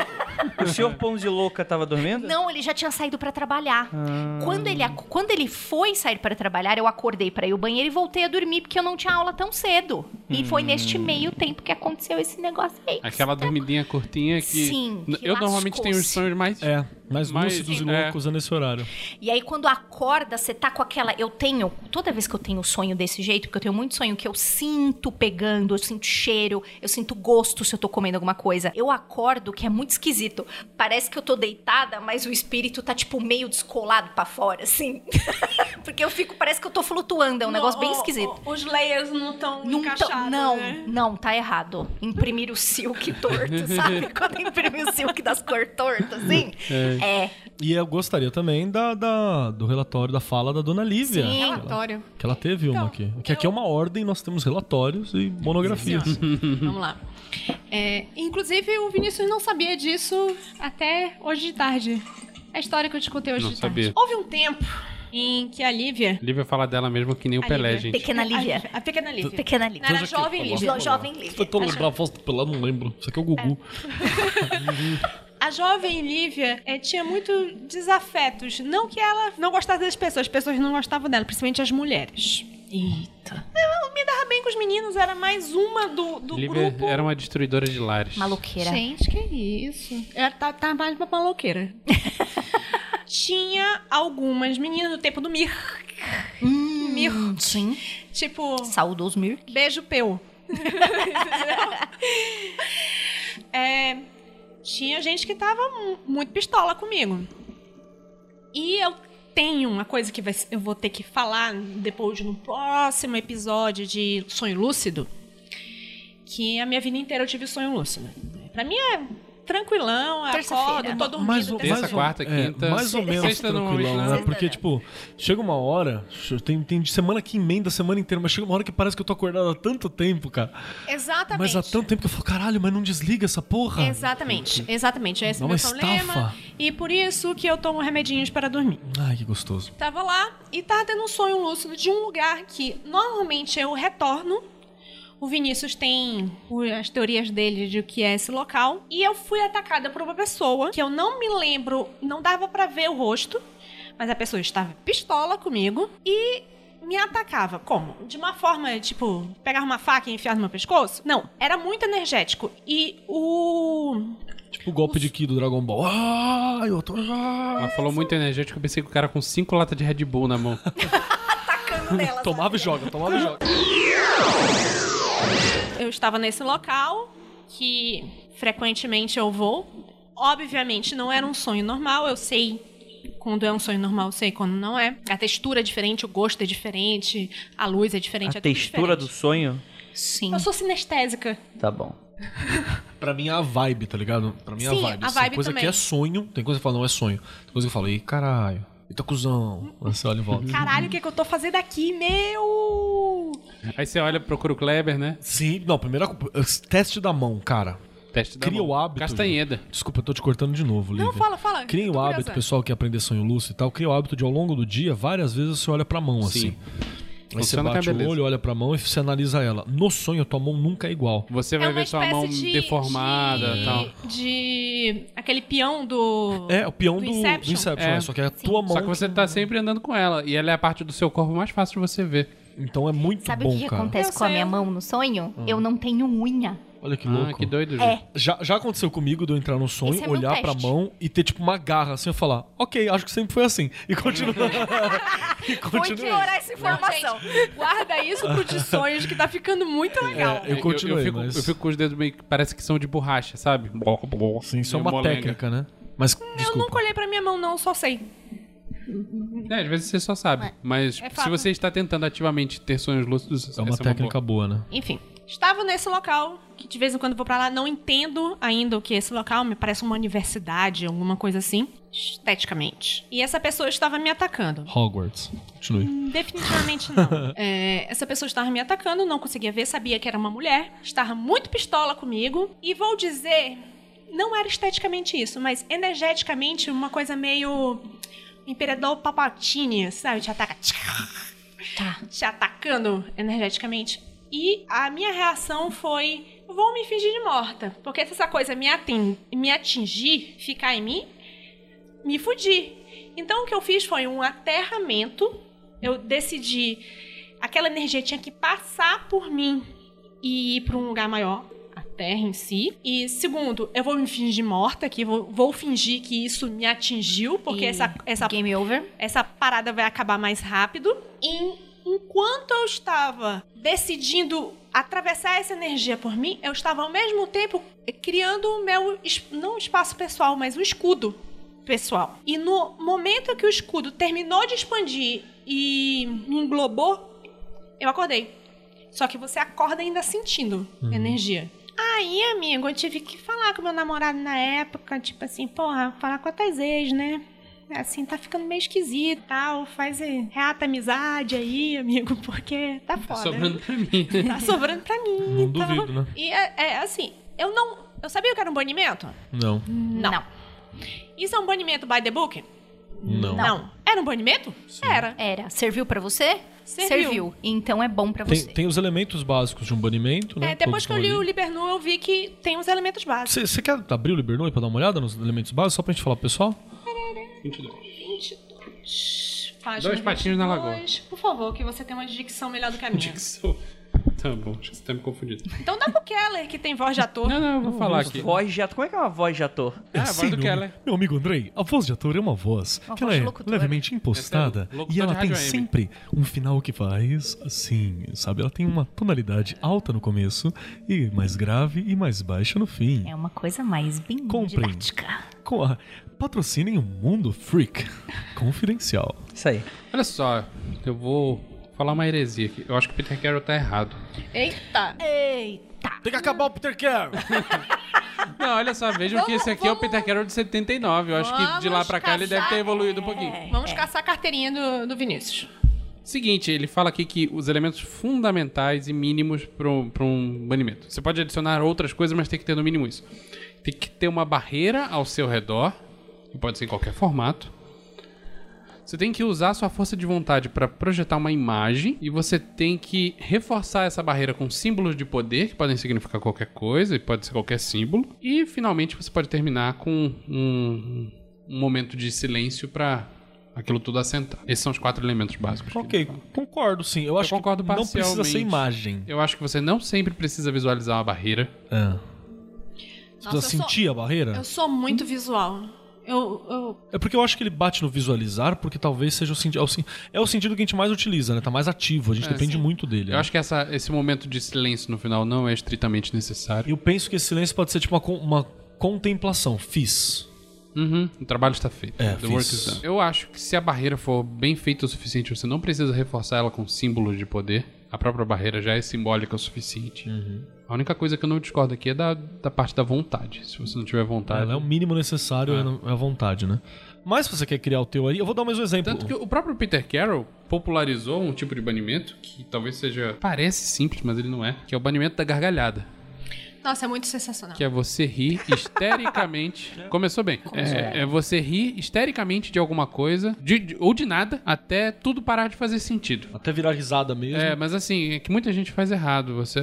O senhor Pão de Louca tava dormindo? Não, ele já tinha saído pra trabalhar. Ah. Quando, ele, ac- quando ele foi sair pra trabalhar, eu acordei pra ir ao banheiro e voltei a dormir porque eu não tinha aula tão cedo. E foi Hum. neste meio tempo que aconteceu esse negócio aí. É Aquela dormidinha curtinha que. Sim, que eu normalmente tenho os lascou-se. sonhos mais. É, mais Mas, lúcidos e é. loucos é nesse horário. E aí, quando acorda, você tá com aquela. Eu tenho. Toda vez que eu tenho um sonho desse jeito, porque eu tenho muito sonho que eu sinto pegando, eu sinto cheiro, eu sinto gosto se eu tô comendo alguma coisa. Eu acordo, que é muito esquisito. Parece que eu tô deitada, mas o espírito tá, tipo, meio descolado pra fora, assim. porque eu fico. Parece que eu tô flutuando. É um negócio bem esquisito. Os layers não estão Nunca- encaixados, não, né? não, tá errado. Imprimir o silk torto, sabe? Quando imprime o silk das cores tortas, assim. É. E eu gostaria também da, da- do relatório da fala da dona Lívia. que ela- Relatório. Que ela teve uma aqui. Que aqui é uma ordem, nós temos relatórios e monografias. Uhum. Vamos lá. É, inclusive, o Vinícius não sabia disso até hoje de tarde. É A história que eu te contei hoje Não de sabia. tarde. Houve um tempo em que a Lívia... Lívia fala dela mesmo que nem o A Pelé, Lívia. gente. Pequena Lívia. A, a pequena Lívia. Pequena Ela Lívia. era jovem falou. Lívia. Jo- Jovem Lívia. Tentou lembrar a foto pela, não lembro. Isso aqui é o Gugu. A jovem Lívia eh, tinha muito desafetos. Não que ela não gostasse das pessoas, as pessoas não gostavam dela, principalmente as mulheres. Eita. Eu me dava bem com os meninos, era mais uma do, do Lívia grupo. era uma destruidora de lares. Maluqueira. Gente, que isso. Ela tá, tá mais pra maloqueira. tinha algumas meninas do tempo do Mir. Mir. Sim. Tipo, Saudoso Mir. beijo peu. Entendeu? É, tinha gente que tava mu- muito pistola comigo. E eu tenho uma coisa que vai se- eu vou ter que falar depois no próximo episódio de Sonho Lúcido. Que a minha vida inteira eu tive sonho lúcido. Pra mim é tranquilão, eu Terça-feira. acordo, tô dormindo. mais ou, terça, mais ou- quarta, é, quinta, mais ou menos sexta, tranquilão, normalmente, né? né? Porque, tipo, chega uma hora, tem, tem de semana que emenda a semana inteira, mas chega uma hora que parece que eu tô acordado há tanto tempo, cara. Exatamente. Mas há tanto tempo que eu falo, caralho, mas não desliga essa porra. Exatamente, exatamente. Esse Dá é o uma meu problema. estafa. E por isso que eu tomo remedinhos para dormir. Ai, que gostoso. Tava lá e tava tendo um sonho lúcido de um lugar que normalmente eu retorno. O Vinícius tem o- as teorias dele de o que é esse local. E eu fui atacada por uma pessoa que eu não me lembro, não dava pra ver o rosto, mas a pessoa estava pistola comigo e me atacava. Como? De uma forma, tipo, pegar uma faca e enfiar no meu pescoço? Não, era muito energético. E o Tipo o golpe de Ki do Dragon Ball. Ai, Ah, eu tô. Ah! Ela falou muito energético, eu pensei que o cara com cinco latas de Red Bull na mão. Atacando nela. Tomava e joga, tomava e joga. Eu estava nesse local que frequentemente eu vou. Obviamente não era um sonho normal, eu sei quando é um sonho normal, eu sei quando não é. A textura é diferente, o gosto é diferente, a luz é diferente. A textura do sonho? Sim. Eu sou sinestésica. Tá bom. Pra mim é a vibe, tá ligado? Pra mim é a Sim, vibe. a assim, vibe tem coisa que também. é sonho, tem coisa que eu falo, não é sonho. Tem coisa que eu falo, ei, caralho. Eita cuzão. Aí Você olha e volta. Caralho, o que, que eu tô fazendo aqui, meu? Aí você olha, procura o Kleber, né? Sim, não, primeira co- Teste da mão, cara. Teste da Cria mão. o hábito. Castanheda. Ju. Desculpa, eu tô te cortando de novo, Lívia. Não, fala, é fala. Cria eu o tô hábito, curiosa. pessoal que aprender sonho lúcido e tal, cria o hábito de ao longo do dia, várias vezes você olha pra mão, Sim. assim. Aí você Funciona com a bate o beleza. olho, olha pra mão e você analisa ela. No sonho, tua mão nunca é igual. Você é vai uma ver sua espécie mão de, deformada de, e tal. de aquele peão do. É, o peão Do do do Inception, Inception. É. é, só que é a tua mão. Só que você tá sempre andando com ela. E ela é a parte do seu corpo mais fácil de você ver. Então é muito Sabe bom, o que, que cara. Hum. acontece Eu com a sei. minha mão no sonho? Eu não tenho unha. Olha que ah, louco. que doido, É. gente. Já, já aconteceu comigo de eu entrar no sonho, Esse é meu olhar pra teste. mão e ter tipo uma garra assim, eu falar, ok, acho que sempre foi assim. E continuar. e continuar. essa informação. Guarda isso pro de sonhos que tá ficando muito legal. É, eu continuei, eu, fico, mas- eu fico com os dedos meio que parece que são de borracha, sabe? Sim, isso é Meio uma molenga. técnica, né? Mas, eu desculpa. nunca olhei pra minha mão, não, só sei. É, às vezes você só sabe. Mas É fato. se você está tentando ativamente ter sonhos lúcidos, É uma essa técnica boa. né? Enfim, estava nesse local, que de vez em quando vou pra lá, não entendo ainda o que é esse local, me parece uma universidade, alguma coisa assim, esteticamente. E essa pessoa estava me atacando. Hogwarts. Continue. Definitivamente não. É, essa pessoa estava me atacando, não conseguia ver, sabia que era uma mulher, estava muito pistola comigo, e vou dizer, não era esteticamente isso, mas energeticamente uma coisa meio. Imperador Papatini, sabe? Te ataca. Tá. te atacando energeticamente. E a minha reação foi: vou me fingir de morta. Porque se essa coisa me, atin me atingir, ficar em mim, me fudi. Então o que eu fiz foi um aterramento. Eu decidi. Aquela energia tinha que passar por mim e ir para um lugar maior, a Terra em si. E segundo, eu vou me fingir morta aqui, vou, vou fingir que isso me atingiu, porque E essa, essa Game over. essa parada vai acabar mais rápido. E enquanto eu estava decidindo atravessar essa energia por mim, eu estava ao mesmo tempo criando o meu, es- não espaço pessoal, mas o escudo pessoal. E no momento que o escudo terminou de expandir e me englobou, eu acordei. Só que você acorda ainda sentindo Uhum. energia. Aí, amigo, eu tive que falar com meu namorado na época, tipo assim, porra, falar com as ex, né? Assim, tá ficando meio esquisito e tal. Faz eh, reata amizade aí, amigo, porque tá Tá foda. sobrando pra mim. Tá sobrando pra mim. Não então. duvido, né? E é, é, assim, eu não. Eu sabia que era um banimento? Não. Não. Isso é um banimento by the book? Não. Né? Era um banimento? Era. Era. Serviu pra você? Serviu. Então é bom pra Tem, você. tem os elementos básicos de um banimento, né? É, Todos depois que eu estão li ali. o Libernu, eu vi que tem os elementos básicos. Você quer abrir o Libernoi pra dar uma olhada nos elementos básicos, só pra gente falar pro pessoal? Página Dois patinhos na 22. Por favor, que você tem uma dicção melhor do que a minha. Tá bom, acho que você tá me confundindo. Então dá pro Keller, que tem voz de ator. Não, não, eu vou falar aqui. Voz de ator. Como é que é uma voz de ator? Ah, a voz do meu- Keller. Meu amigo Andrei, a voz de ator é uma voz Uma que voz de ela é locutor. levemente impostada Essa é locutor e ela de tem rádio AM. sempre um final que faz assim, sabe? Ela tem uma tonalidade alta no começo e mais grave e mais baixa no fim. É uma coisa mais bem Comprem. didática. Com a... Patrocinem o Mundo Freak Confidencial. Isso aí. Olha só, eu vou falar uma heresia aqui. Eu acho que o Peter Carroll tá errado. Eita. É, Eita. Tem que acabar o Peter Carroll! Não, olha só, vejam que esse aqui é o Peter Carroll de 79. Eu acho que de lá Vamos pra cá ele deve caçar- ter evoluído um pouquinho. Vamos é. caçar a carteirinha do, do Vinícius. Seguinte, ele fala aqui que os elementos fundamentais e mínimos para um, pra um banimento. Você pode adicionar outras coisas, mas tem que ter no mínimo isso. Tem que ter uma barreira ao seu redor, que pode ser em qualquer formato. Você tem que usar sua força de vontade para projetar uma imagem e você tem que reforçar essa barreira com símbolos de poder, que podem significar qualquer coisa, e pode ser qualquer símbolo. E finalmente você pode terminar com um, um momento de silêncio para aquilo tudo assentar. Esses são os quatro elementos básicos. que ele ok, fala. concordo sim. Eu acho concordo que não precisa ser parcialmente. imagem. Eu acho que você não sempre precisa visualizar uma barreira. É. Você Nossa, eu precisa sou- sentir a barreira? Eu sou muito visual. Eu, eu- É porque eu acho que ele bate no visualizar, porque talvez seja o sentido. É, o sen- é o sentido que a gente mais utiliza, né? Tá mais ativo, a gente depende muito dele. É, Eu né? acho que essa- esse momento de silêncio no final não é estritamente necessário. Eu penso que esse silêncio pode ser tipo uma, con- uma contemplação. Fiz. Uhum, o trabalho está feito. É, The fiz. work is done. Eu acho que se a barreira for bem feita o suficiente, você não precisa reforçar ela com símbolos de poder. A própria barreira já é simbólica o suficiente. Uhum. A única coisa que eu não discordo aqui é da, da parte da vontade. Se você não tiver vontade. Ela é o mínimo necessário, é na- é a vontade, né? Mas se você quer criar o teu aí, eu vou dar mais um exemplo. Tanto que o próprio Peter Carroll popularizou um tipo de banimento que talvez seja. Parece simples, mas ele não é. Que é o banimento da gargalhada. Nossa, é muito sensacional. Que é você rir histericamente. Começou bem. É, é você rir histericamente de alguma coisa, de- de- ou de nada, até tudo parar de fazer sentido. Até virar risada mesmo. É, mas assim, é que muita gente faz errado. Você.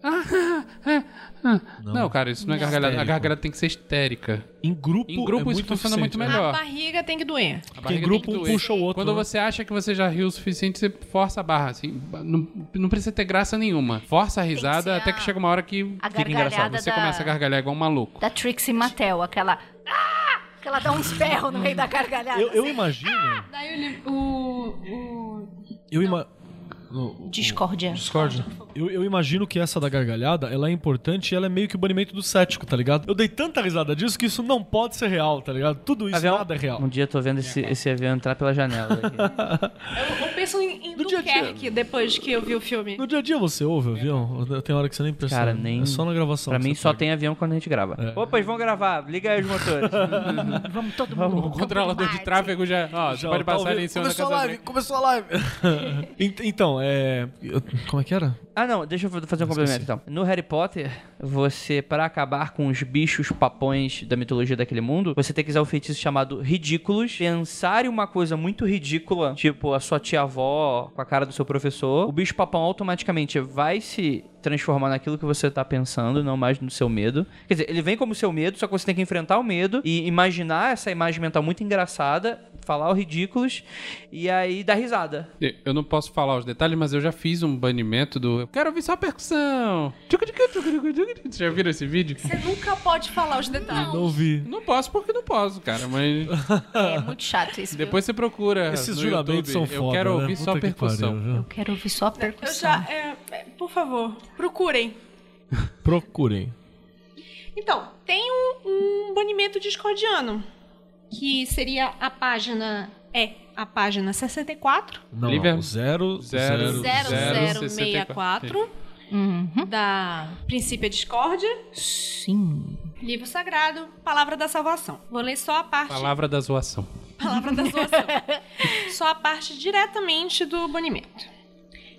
Ah, ah, ah, ah. Não. cara, isso não é gargalhada. A Histérico. gargalhada tem que ser histérica. Em grupo, Em grupo é isso muito funciona muito eficiente, né? A melhor. barriga tem que doer. A Porque em barriga grupo tem que um doer. puxa o outro. Quando né? você acha que você já riu o suficiente, você força a barra. Assim, não, não precisa ter graça nenhuma. Força a risada ser até a- que chega uma hora que a fica engraçado. gargalhada Você da- começa a gargalhar igual um maluco. Da Trixie Mattel, aquela. Ah! Que ela dá uns ferros no meio da gargalhada. Eu, eu imagino. Daí o li- o, o Eu ima... no- Discórdia. Discord. Eu, eu imagino que essa da gargalhada, ela é importante e ela é meio que o banimento do cético, tá ligado? Eu dei tanta risada disso que isso não pode ser real, tá ligado? Tudo isso Avião, nada é real. Um dia eu tô vendo esse, esse avião entrar pela janela. aqui. Então Eu penso em, em No dia a dia. Dunkerque depois que eu vi o filme. No dia a dia você ouve o avião? Tem hora que você nem percebe. Cara, nem- É só na gravação. pra que mim você só pega. tem avião quando a gente grava. É. Opa, eles vão gravar. Liga aí os motores. Vamos todo mundo. O controlador de tráfego já. Ó, você Já, pode tá passar ouvindo? ali em cima da Começou casa a live, começou a live. Ent- então, é. eu- Como é que era? ah, não. Deixa eu fazer um complemento, Esqueci. então. No Harry Potter, você, pra acabar com os bichos papões da mitologia daquele mundo, você tem que usar um feitiço chamado Ridículos. Pensar em uma coisa muito ridícula, tipo a sua tia-avó com a cara do seu professor, o bicho papão automaticamente vai se transformar naquilo que você tá pensando, não mais no seu medo. Quer dizer, ele vem como seu medo, só que você tem que enfrentar o medo e imaginar essa imagem mental muito engraçada, falar o ridículos e aí dar risada. Eu não posso falar os detalhes, mas eu já fiz um banimento do. Eu quero ouvir só a percussão. Vocês já viram esse vídeo? Você nunca pode falar os detalhes. Não vi. Não posso porque não posso, cara, mas É muito chato isso. viu? depois você procura. Esses no julgamentos YouTube. são Eu foda. quero né? ouvir só a Puta que percussão. pariu, viu? Eu quero ouvir só a Eu percussão. já. é, é, por favor, procurem. Procurem. Então, tem um, um banimento discordiano. Que seria a página. É, a página 64. Não, Lívia? não. Zero, Zero, zero, zero, zero. 0064 Uhum. da Princípio Discórdia, Sim. Livro Sagrado, Palavra da Salvação. Vou ler só a parte Palavra da zoação. palavra da zoação. Só a parte diretamente do banimento.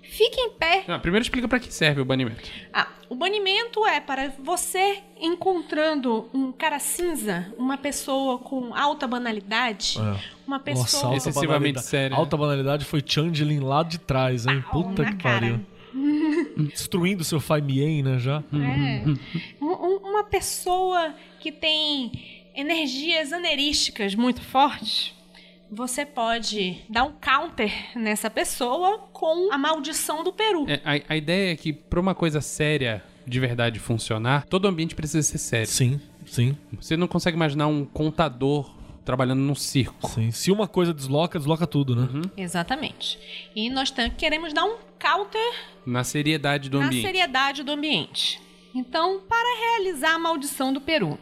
Fique em pé. Ah, primeiro explica pra que serve o banimento. Ah, o banimento é para você encontrando um cara cinza, uma pessoa com alta banalidade, Ah. É. uma Nossa, pessoa alta Excessivamente banalidade. séria. Alta banalidade foi Changeling lá de trás, hein? Au, Puta Ah, na que cara. pariu. Destruindo seu Faimien, né, já? É. Um- um- uma pessoa que tem energias aneurísticas muito fortes, você pode dar um counter nessa pessoa com a maldição do Peru. É, a, a ideia é que pra uma coisa séria de verdade funcionar, todo ambiente precisa ser sério. Sim, sim, Você não consegue imaginar um contador trabalhando num circo. sim. Se uma coisa desloca, desloca tudo, né? Uhum. Exatamente. E nós tam- queremos dar um counter Na seriedade do na ambiente. seriedade do ambiente. Então, para realizar a maldição do Peru,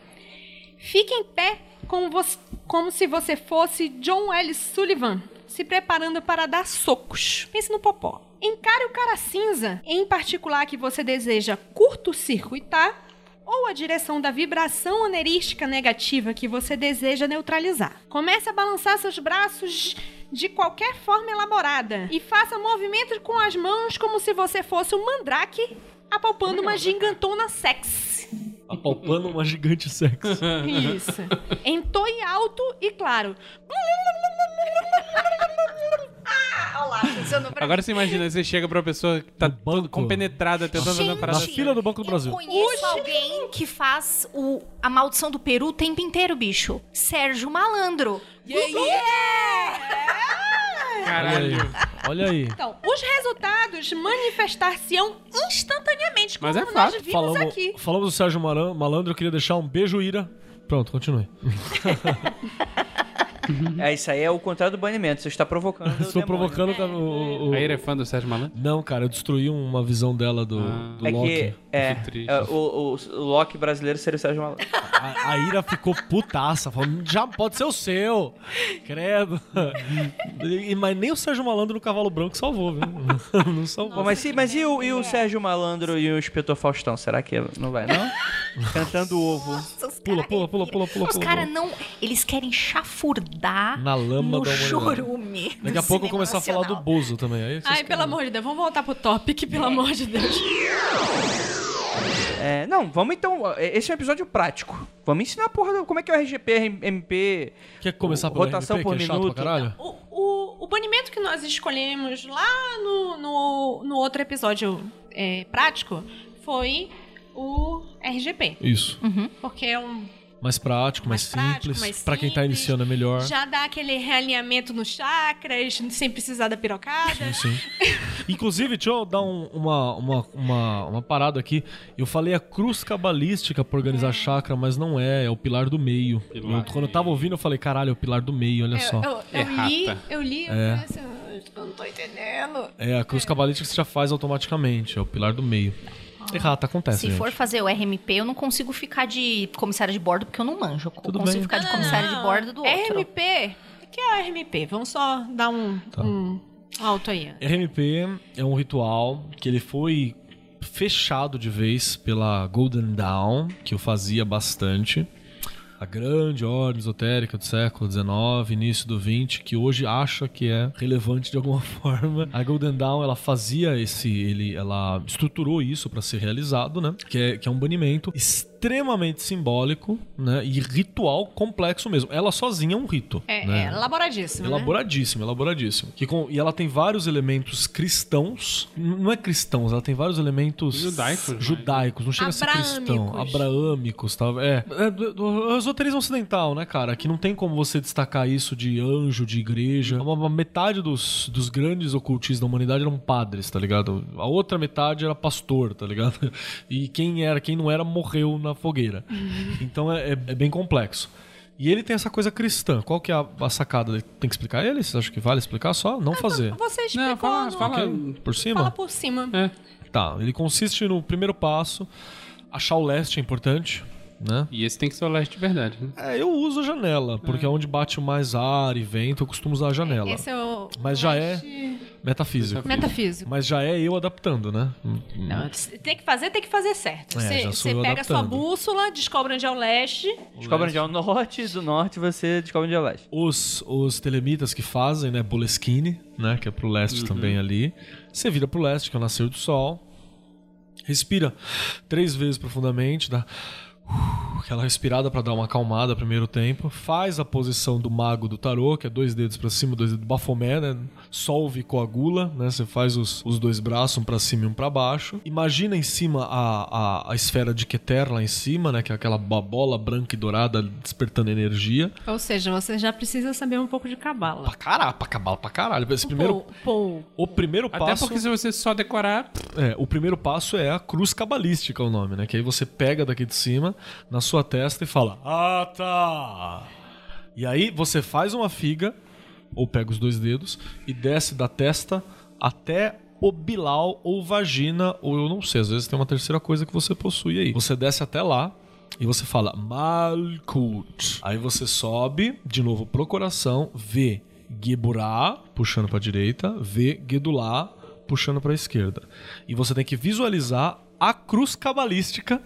fique em pé como, você- como se você fosse John L. Sullivan se preparando para dar socos. Pense no popó. Encare o cara cinza, em particular que você deseja curto-circuitar, ou a direção da vibração aneurística negativa que você deseja neutralizar. Comece a balançar seus braços de qualquer forma elaborada e faça movimentos com as mãos como se você fosse um mandrake apalpando uma gigantona sexy. Apalpando Tá uma gigante sexy. Isso. Em Entoie alto e claro. Olha lá, funcionou pra Agora você imagina, você chega pra uma pessoa que tá No banco. compenetrada, tentando fazer uma Na parada. fila do Banco do Brasil. Eu conheço alguém que faz o, a maldição do Peru o tempo inteiro, bicho. Sérgio Malandro. Caralho. Olha aí. Então, os resultados manifestar-se-ão instantaneamente, como Mas é nós fato. vimos Falamos, aqui. falamos do Sérgio Maran- Malandro, eu queria deixar um beijo, Ira. Pronto, continue. É, isso aí é o contrário do banimento. Você está provocando. o Estou demônio. provocando o- o. o- A Ira é fã do Sérgio Malandro? Não, cara, eu destruí uma visão dela do, Ah. do É Loki. que é, Muito triste. é, o, o, o Loki brasileiro seria o Sérgio Malandro. A, a Ira ficou putaça, falando, já pode ser o seu. Credo. E- mas nem o Sérgio Malandro no Cavalo Branco salvou, viu? Não salvou. Pô, mas, se- mas e, o, e o Sérgio Malandro e o Inspetor Faustão? Será que não vai, não? Cantando ovo. Nossa, os Pula, cara- pula, pula, pula, pula. Os pula. caras não. Eles querem chafurdar Na lama no da humanidade. chorume. do Daqui a pouco cinema eu começar a falar do nacional. Bozo também. Aí vocês É. Ai, pelo amor de Deus, vamos voltar pro topic, pelo amor de Deus. É, não, vamos então. Esse é um episódio prático. Vamos ensinar a porra do- como é que é o RGP, MP. Quer começar pelo Rotação RMP, por que é chato minuto. pra caralho? O, o, o banimento que nós escolhemos lá no, no, no outro episódio é, prático foi o RGP. Isso. Porque é um Mais prático, mais, Mais prático, simples. mais pra quem tá simples. iniciando é melhor. Já dá aquele realinhamento nos chakras, sem precisar da pirocada. Sim. Inclusive, deixa eu dar um- uma, uma, uma, uma parada aqui. Eu falei a cruz cabalística pra organizar chakra, mas não é, é o pilar do meio. Pilar Eu- do quando eu tava ouvindo, eu falei, caralho, é o pilar do meio, olha só. É Eu, eu- eu Errata. li, eu li, eu falei assim, "Ah, eu não tô entendendo. É, a cruz cabalística você já faz automaticamente, é o pilar do meio. Errata, acontece. Se É, gente. for fazer o RMP, eu não consigo ficar de comissária de bordo porque eu não manjo. Eu Tudo consigo bem. ficar Ah, de comissária de bordo do outro. RMP, o que é o RMP? Vamos só dar um, Tá. um alto aí. RMP é um ritual que ele foi fechado de vez pela Golden Dawn, que eu fazia bastante. A grande ordem esotérica do século XIX, início do XX, que hoje acha que é relevante de alguma forma. A Golden Dawn, ela fazia esse, ele, ela estruturou isso para ser realizado, né? Que é, que é um banimento extremamente simbólico, né? E ritual complexo mesmo. Ela sozinha é um rito. É, né? é elaboradíssimo, né? Elaboradíssimo, elaboradíssimo. Que com- e ela tem vários elementos cristãos. N- Não é cristãos, ela tem vários elementos Judaicos, mas- judaicos, não chega a ser cristão. Abraâmicos. Abraâmicos, tal. É, é do, do esoterismo ocidental, né, cara? Que não tem como você destacar isso de anjo, de igreja. Uma, uma metade dos, dos grandes ocultistas da humanidade eram padres, tá ligado? A outra metade era pastor, tá ligado? E quem era, quem não era, morreu na fogueira. Então é- é- é bem complexo. E ele tem essa coisa cristã. Qual que é a, a sacada? dele? Tem que explicar ele? Vocês acham que vale explicar só? Não fazer. Você explicou, Não, fala, no- fala. Por cima? fala por cima. É. Tá. Ele consiste no primeiro passo. Achar o leste é importante, né? E esse tem que ser o leste de verdade, né? É, eu uso a janela, porque é onde bate mais ar e vento, eu costumo usar a janela. Esse é o Mas já é metafísico. metafísico. Mas já é eu adaptando, né? Não, tem que fazer, tem que fazer certo. É, Você já sou você eu pega a sua adaptando. bússola, descobre onde é o leste. Descobre onde é o norte, do norte você descobre onde é o leste. Os, os telemitas que fazem, né? Boleskine, né? Que é pro leste também ali. Você vira pro leste, que é o nascer do sol. Respira três vezes profundamente, dá uh, aquela respirada pra dar uma acalmada primeiro tempo. Faz a posição do mago do tarô, que é dois dedos pra cima, dois dedos bafomé, né? Solve e coagula, né? Você faz os, os dois braços, um pra cima e um pra baixo. Imagina em cima a, a, a esfera de Keter lá em cima, né? Que é aquela ba- bola branca e dourada despertando energia. Ou seja, você já precisa saber um pouco de cabala. Pra caralho, pra cabala pra caralho. Esse primeiro, Pou- pou- o primeiro Então, Até passo. porque se você só decorar, É, o primeiro passo é a cruz cabalística, o nome, né? Que aí você pega daqui de cima, na sua testa e fala: Ah, tá! E aí você faz uma figa, ou pega os dois dedos, e desce da testa até o bilau ou vagina, ou eu não sei, às vezes tem uma terceira coisa que você possui aí. Você desce até lá. E você fala Malkut. Aí você sobe de novo pro coração, vê Geburá, puxando pra direita, vê Gedulá, puxando pra esquerda. E você tem que visualizar a cruz cabalística.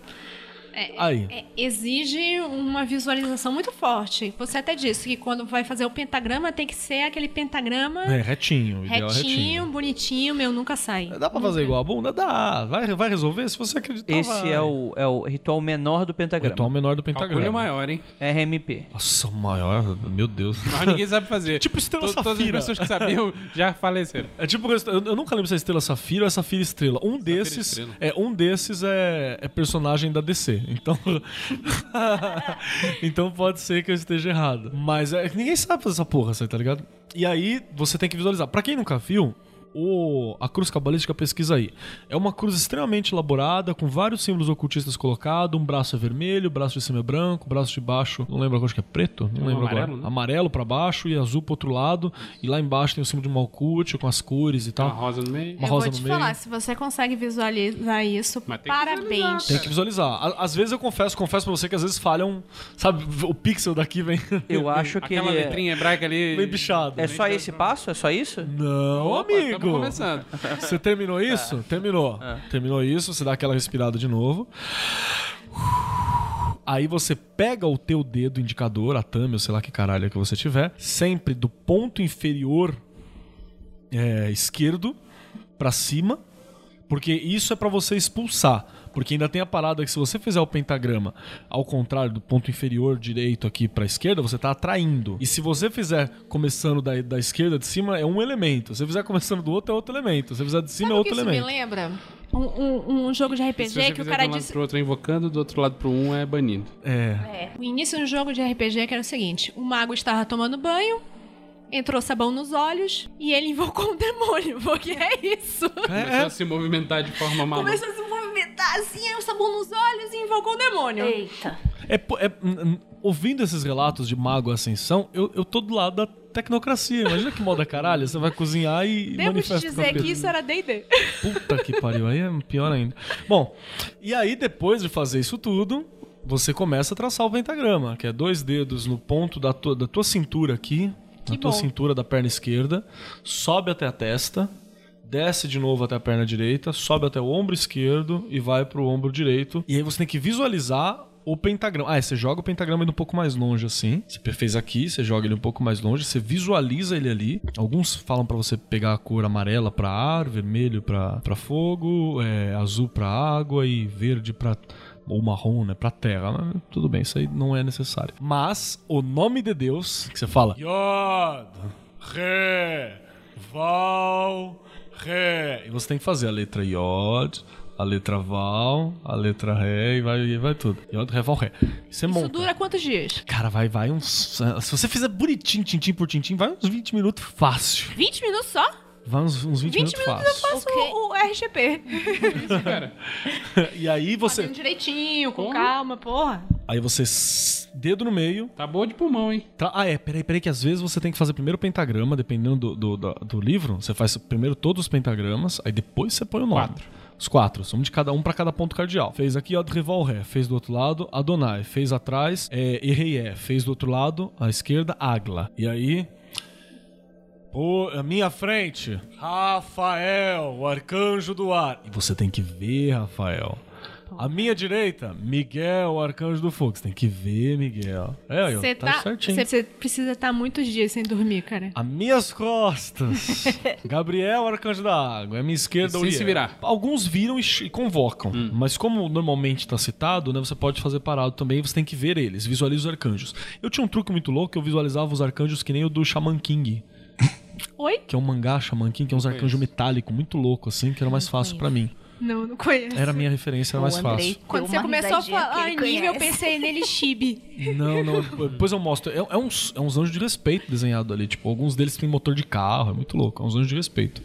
aí. É, exige uma visualização muito forte. Você até disse que quando vai fazer o pentagrama tem que ser aquele pentagrama É, retinho. O ideal é retinho, retinho. bonitinho, meu nunca sai. Dá pra fazer igual a bunda? Dá. Vai, vai resolver se você acreditar. Esse vai. é o, é o ritual menor do pentagrama. É ritual é menor do calcule pentagrama. o maior, hein? RMP. Nossa, o maior. Meu Deus. Mas ninguém sabe fazer. Tipo Estrela To- Todas as Safira. pessoas que sabiam já faleceram. É tipo, eu eu nunca lembro se é Estrela Safira ou é Safira Estrela. Um desses, Estrela. é um desses é, é personagem da DC. Então, então pode ser que eu esteja errado. Mas é, que ninguém sabe fazer essa porra, você tá ligado? E aí você tem que visualizar. Pra quem nunca viu, o, a cruz cabalística pesquisa aí. É uma cruz extremamente elaborada, com vários símbolos ocultistas colocados. Um braço é vermelho, o braço de cima é branco, o braço de baixo, não lembro agora, acho que é preto, não um lembro amarelo, agora. né? Amarelo pra baixo e azul pro outro lado. E lá embaixo tem o símbolo de Malkuth com as cores e Uma tal. rosa no meio. Uma eu rosa vou te no meio. falar, se você consegue visualizar isso, Mas tem que parabéns. Tem que visualizar. A- Às vezes eu confesso, confesso pra você que às vezes falham, sabe, o pixel daqui vem Eu acho que Aquela ele é... letrinha hebraica ali. meio bichado. né? é só esse passo? É só isso? Não, Opa, tamo amigo. começando. É. Você terminou isso? Terminou. Terminou isso, você dá aquela respirada de novo. Aí você pega o teu dedo indicador, a thumb, ou sei lá que caralho é que você tiver, sempre do ponto inferior é, esquerdo pra cima, porque isso é pra você expulsar. Porque ainda tem a parada que se você fizer o pentagrama ao contrário do ponto inferior direito aqui pra esquerda, você tá atraindo. E se você fizer começando da, da esquerda de cima, é um elemento. Se você fizer começando do outro, é outro elemento. Se você fizer de cima, é Sabe o outro que isso me elemento. lembra? Um, um- um jogo de Se você RPG que o fizer cara de um lado disse. pro outro é invocando, do outro lado pro um é banido. É. O início do jogo de RPG que era o seguinte: o mago estava tomando banho, entrou sabão nos olhos e ele invocou um demônio, porque é isso. Começou é. a se movimentar de forma maluca. Começou a se movimentar assim, aí o sabão nos olhos e invocou um demônio. Eita. É po- é- n- n- ouvindo esses relatos de mago ascensão, eu, eu tô do lado da tecnocracia. Imagina que moda caralho. Você vai cozinhar e Devo te manifesta com a dizer que pessoa. isso é- era D&D. Puta que pariu, aí é pior ainda. Bom, e aí depois de fazer isso tudo, você começa a traçar o pentagrama, que é dois dedos no ponto da tua, da tua cintura aqui, na tua bom. cintura da perna esquerda, sobe até a testa, desce de novo até a perna direita, sobe até o ombro esquerdo e vai pro ombro direito. E aí você tem que visualizar o pentagrama. Ah, é, você joga o pentagrama indo um pouco mais longe assim. Você fez aqui, você joga ele um pouco mais longe, você visualiza ele ali. Alguns falam pra você pegar a cor amarela pra ar, vermelho pra pra fogo, é, azul pra água e verde pra ou marrom, né, pra terra. Mas tudo bem, isso aí não é necessário. Mas o nome de Deus, que você fala, Yod, Re, Val, Ré. E você tem que fazer a letra Iod, a letra Val, a letra Ré e vai, e vai tudo. Iod, Ré, Val, Ré. Você Isso monta. dura quantos dias? Cara, vai, vai uns. Se você fizer bonitinho, tintim por tintim, vai uns 20 minutos fácil. 20 minutos só? Vai uns, uns 20, 20 minutos, minutos é eu fácil. faço o, o RGP. E aí você. Fazendo direitinho, com calma, porra. Aí você. s- Dedo no meio. Tá boa de pulmão, hein? Tra- Ah, é, peraí, peraí, que às vezes você tem que fazer primeiro o pentagrama, dependendo do, do, da- do livro. Você faz primeiro todos os pentagramas, aí depois você põe o nome. Quatro. Os quatro, um de cada um pra cada ponto cardeal. Fez aqui Adrival Ré, fez do outro lado Adonai, fez atrás é, Erreié, fez do outro lado à esquerda Agla. E aí. Pô, à minha frente, Rafael, o arcanjo do ar. E você tem que ver, Rafael. À minha direita, Miguel, o arcanjo do fogo. Você tem que ver, Miguel. É, aí, ó, Você tá, tá, certinho. você- você precisa estar muitos dias sem dormir, cara. A minhas costas. Gabriel, arcanjo da água. É minha esquerda, Sem Uriel. se virar. Hum. Alguns viram e ch- e convocam. Mas como normalmente tá citado, né? Você pode fazer parado também. Você tem que ver eles. Visualiza os arcanjos. Eu tinha um truque muito louco. que Eu visualizava os arcanjos que nem o do Shaman King. Oi? Que é um mangá Shaman King. Que é uns arcanjos metálicos muito louco, assim. Que era mais fácil pra mim. Não, não conheço. Era a minha referência, era É mais fácil. Quando você começou a falar nível, eu pensei nele chibi. Não, não. Depois eu mostro. É, é uns, é uns anjos de respeito desenhado ali. Tipo, alguns deles têm motor de carro. É muito louco. É uns anjos de respeito.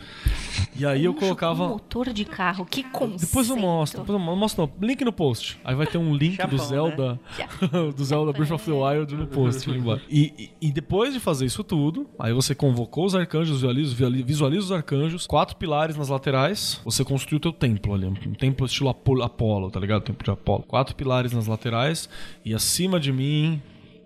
E aí eu colocava. Um Motor de carro, que conceito. Depois eu mostro. Depois eu mo- mostro. não. Link no post. Aí vai ter um link do Japão, Zelda. do Zelda Breath of the Wild no post. ali embaixo. e, e, e depois de fazer isso tudo, aí você convocou os arcanjos, visualiza, visualiza- visualiza os arcanjos, quatro pilares nas laterais. Você construiu o teu templo ali. Um templo estilo Apolo, Apolo tá ligado? Templo de Apolo. Quatro pilares nas laterais. E acima de mim.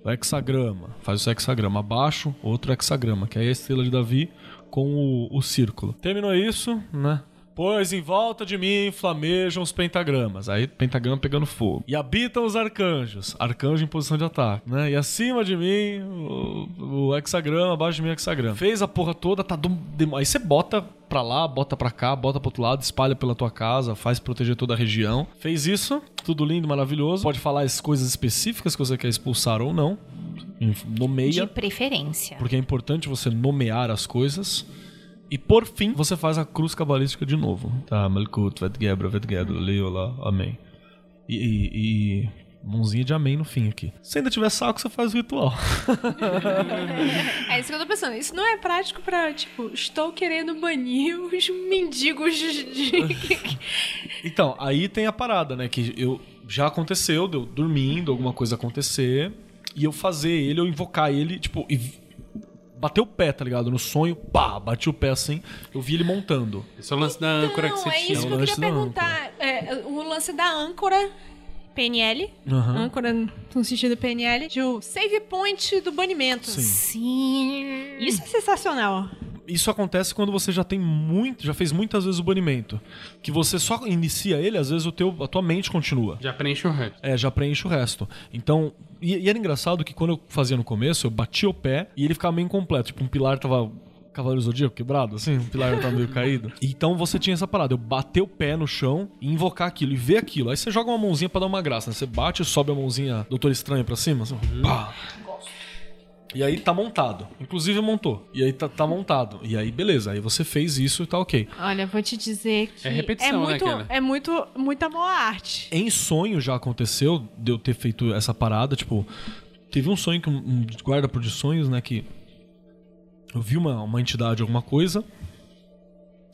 O hexagrama, faz o hexagrama abaixo, outro hexagrama, que aí é a estrela de Davi com o, o círculo. Terminou isso, né? Pois em volta de mim flamejam os pentagramas. Aí, pentagrama pegando fogo. E habitam os arcanjos. Arcanjo em posição de ataque, né? E acima de mim, o, o hexagrama, abaixo de mim, o hexagrama. Fez a porra toda, tá do... dem- Aí você bota pra lá, bota pra cá, bota pro outro lado, espalha pela tua casa, faz proteger toda a região. Fez isso, tudo lindo, maravilhoso. Pode falar as coisas específicas que você quer expulsar ou não. Inf- Nomeia. De preferência. Porque é importante você nomear as coisas. E por fim, você faz a cruz cabalística de novo. Tá, Malkut, Vetgebra, Vetgebra, Leola, Amém. E, e, e mãozinha de amém no fim aqui. Se ainda tiver saco, você faz o ritual. É isso que eu tô pensando. Isso não é prático pra, tipo, estou querendo banir os mendigos de... Então, aí tem a parada, né? Que eu já aconteceu, deu dormindo, alguma coisa acontecer, e eu fazer ele, eu invocar ele, tipo, e v- bater o pé, tá ligado? No sonho, pá, bati o pé assim, eu vi ele montando. Esse é o lance da âncora que Não, você é tinha. isso que o eu um lance queria da perguntar. É, o lance da âncora, PNL, Aham. âncora no sentido PNL, de o save point do banimento. Sim. Sim. Isso é sensacional. Isso acontece quando você já tem muito, já fez muitas vezes o banimento. Que você só inicia ele, às vezes o teu, a tua mente continua. Já preenche o resto. É, já preenche o resto. Então, e, e era engraçado que quando eu fazia no começo, eu batia o pé e ele ficava meio incompleto. Tipo, um pilar tava Cavaleiro Zodíaco quebrado, assim, o pilar tá meio caído. Então você tinha essa parada, eu bater o pé no chão e invocar aquilo e ver aquilo. Aí você joga uma mãozinha pra dar uma graça, né? Você bate, sobe a mãozinha Doutor Estranho pra cima, assim, pá. E aí tá montado. Inclusive montou. E aí tá, tá montado. E aí, beleza. Aí você fez isso e tá ok. Olha, eu vou te dizer que É repetição, né, muito, Kelly? é muito, muita boa arte. Em sonho já aconteceu de eu ter feito essa parada, tipo, teve um sonho que um- um guarda por de sonhos, né, que eu vi uma, uma entidade, alguma coisa,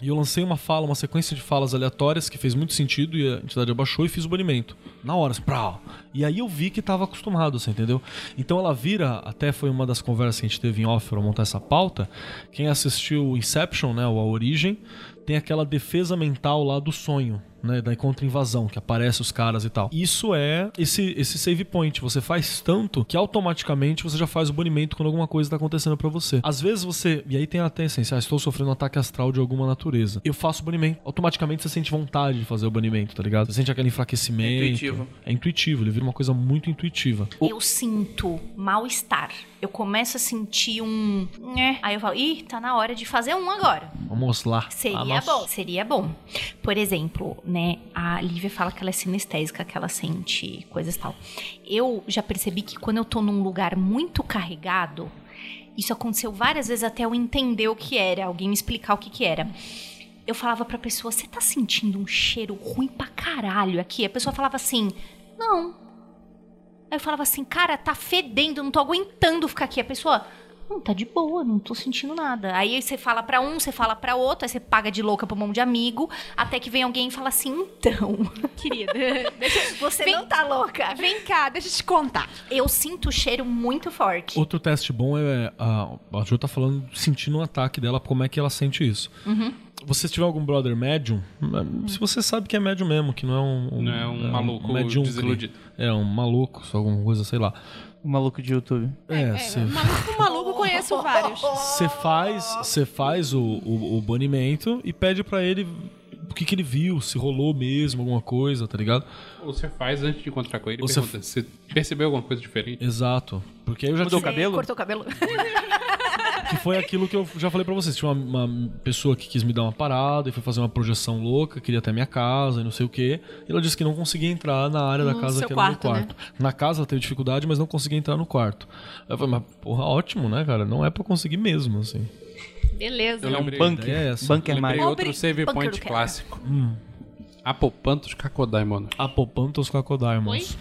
e eu lancei uma fala, uma sequência de falas aleatórias que fez muito sentido e a entidade abaixou e fiz o banimento. Na hora, assim, prau. E aí eu vi que tava acostumado, você entendeu? Então ela vira, até foi uma das conversas que a gente teve em off pra montar essa pauta. Quem assistiu Inception, né, ou A Origem, tem aquela defesa mental lá do sonho, né, da contra-invasão, que aparece os caras e tal. Isso é esse, esse save point. Você faz tanto que automaticamente você já faz o banimento quando alguma coisa tá acontecendo pra você. Às vezes você. E aí tem até a essência, ah, estou sofrendo um ataque astral de alguma natureza. Eu faço o banimento. Automaticamente você sente vontade de fazer o banimento, tá ligado? Você sente aquele enfraquecimento. É intuitivo. É intuitivo, ele vira uma coisa muito intuitiva. Eu sinto mal-estar. Eu começo a sentir um. né? Aí eu falo, ih, tá na hora de fazer um agora. Vamos lá. Ah, Seria nossa. bom, seria bom. Por exemplo, né, a Lívia fala que ela é sinestésica, que ela sente coisas e tal. Eu já percebi que quando eu tô num lugar muito carregado, isso aconteceu várias vezes até eu entender o que era, alguém me explicar o que que era. Eu falava pra pessoa, você tá sentindo um cheiro ruim pra caralho aqui? A pessoa falava assim, não. Aí eu falava assim, cara, tá fedendo, não tô aguentando ficar aqui. A pessoa, não, tá de boa, não tô sentindo nada. Aí você fala pra um, você fala pra outro, aí você paga de louca pra um monte de amigo, até que vem alguém e fala assim, então, Querida, deixa- você não tá louca. Ah, vem cá, deixa eu te contar. Eu sinto o cheiro muito forte. Outro teste bom é. A, a Jo tá falando, sentindo um ataque dela, como é que ela sente isso. Você tiver algum brother médium, se você sabe que é médium mesmo, que não é um. Não é um maluco medium, desiludido. É um maluco, só alguma coisa, sei lá. O maluco de YouTube. É, O você maluco, o maluco conheço vários. faz, você faz o, o, o banimento e pede pra ele o que, que ele viu, se rolou mesmo alguma coisa, tá ligado? Ou você faz antes de encontrar com ele Ou você- pergunta se percebeu alguma coisa diferente. Exato. Porque aí eu já Mudou o tive- cabelo? Cortou o cabelo. Que foi aquilo que eu já falei pra vocês. Tinha uma, uma pessoa que quis me dar uma parada e foi fazer uma projeção louca, queria até a minha casa e não sei o quê. E ela disse que não conseguia entrar na área da No casa seu que era no quarto, né? quarto. Na casa ela teve dificuldade, mas não conseguia entrar no quarto. Eu falei, mas porra, ótimo, né, cara? Não é pra conseguir mesmo, assim. Beleza. Eu lembrei, um Bunker. É essa. Bunker lembrei Mario. outro Pobre save bunker point do cara. clássico. Hum. Apopantos Kakodai, mano. Apopantos Kakodaimons.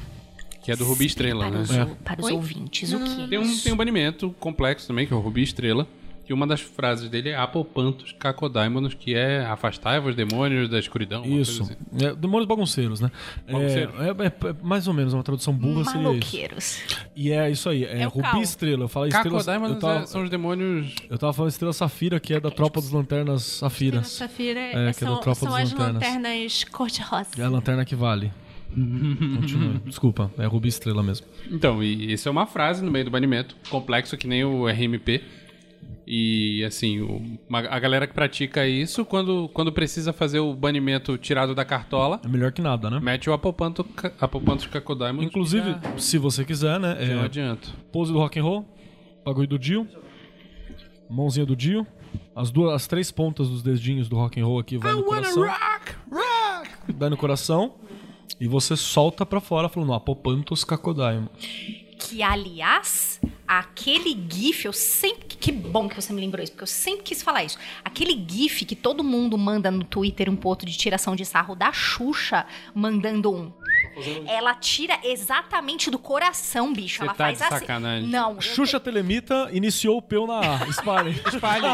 Que é do Rubi Estrela, para né? os, para os ouvintes, o que é Tem um, tem um banimento complexo também, que é o Rubi Estrela. E uma das frases dele é Apopantos Kakodaimonos, que é afastai-vos demônios da escuridão. uma Isso. coisa assim. É, demônios bagunceiros, né? É, Bagunceiro. É, é- é mais ou menos uma tradução burra seria isso. Maloqueiros. E é isso aí. É, É o Rubi caos. Estrela. Eu falo estrela. Kakodaimonos Eu tava, é- são os demônios... eu tava falando Estrela Safira, que é da Tropa dos Lanternas Safiras. Safira que é da são, Tropa são dos as Lanternas. lanternas cor-de-rosa. É a lanterna que vale. Continue. Desculpa, é Rubi Estrela mesmo. Então, e isso é uma frase no meio do banimento, complexo que nem o RMP. E assim, o- uma- a galera que pratica isso, quando, quando precisa fazer o banimento tirado da cartola, É melhor que nada, né? mete o apopanto, ca- apopanto Kakodaimon. Inclusive, se você quiser, né? já, já É, adianto. pose do rock and roll, bagulho do Dio, mãozinha do Dio, as duas, as três pontas dos dedinhos do rock and roll aqui vai no coração. Dá no coração e você solta pra fora falando apopantos cacodaimo. Que, aliás, aquele gif, eu sempre... Que bom que você me lembrou isso, porque eu sempre quis falar isso. Aquele gif que todo mundo manda no Twitter um ponto de tiração de sarro da Xuxa, mandando um... Ela tira exatamente do coração, bicho. Você Ela tá faz de assim. sacanagem. Não, eu Xuxa Telemita iniciou o peu na A. Espalhem. Espalhe.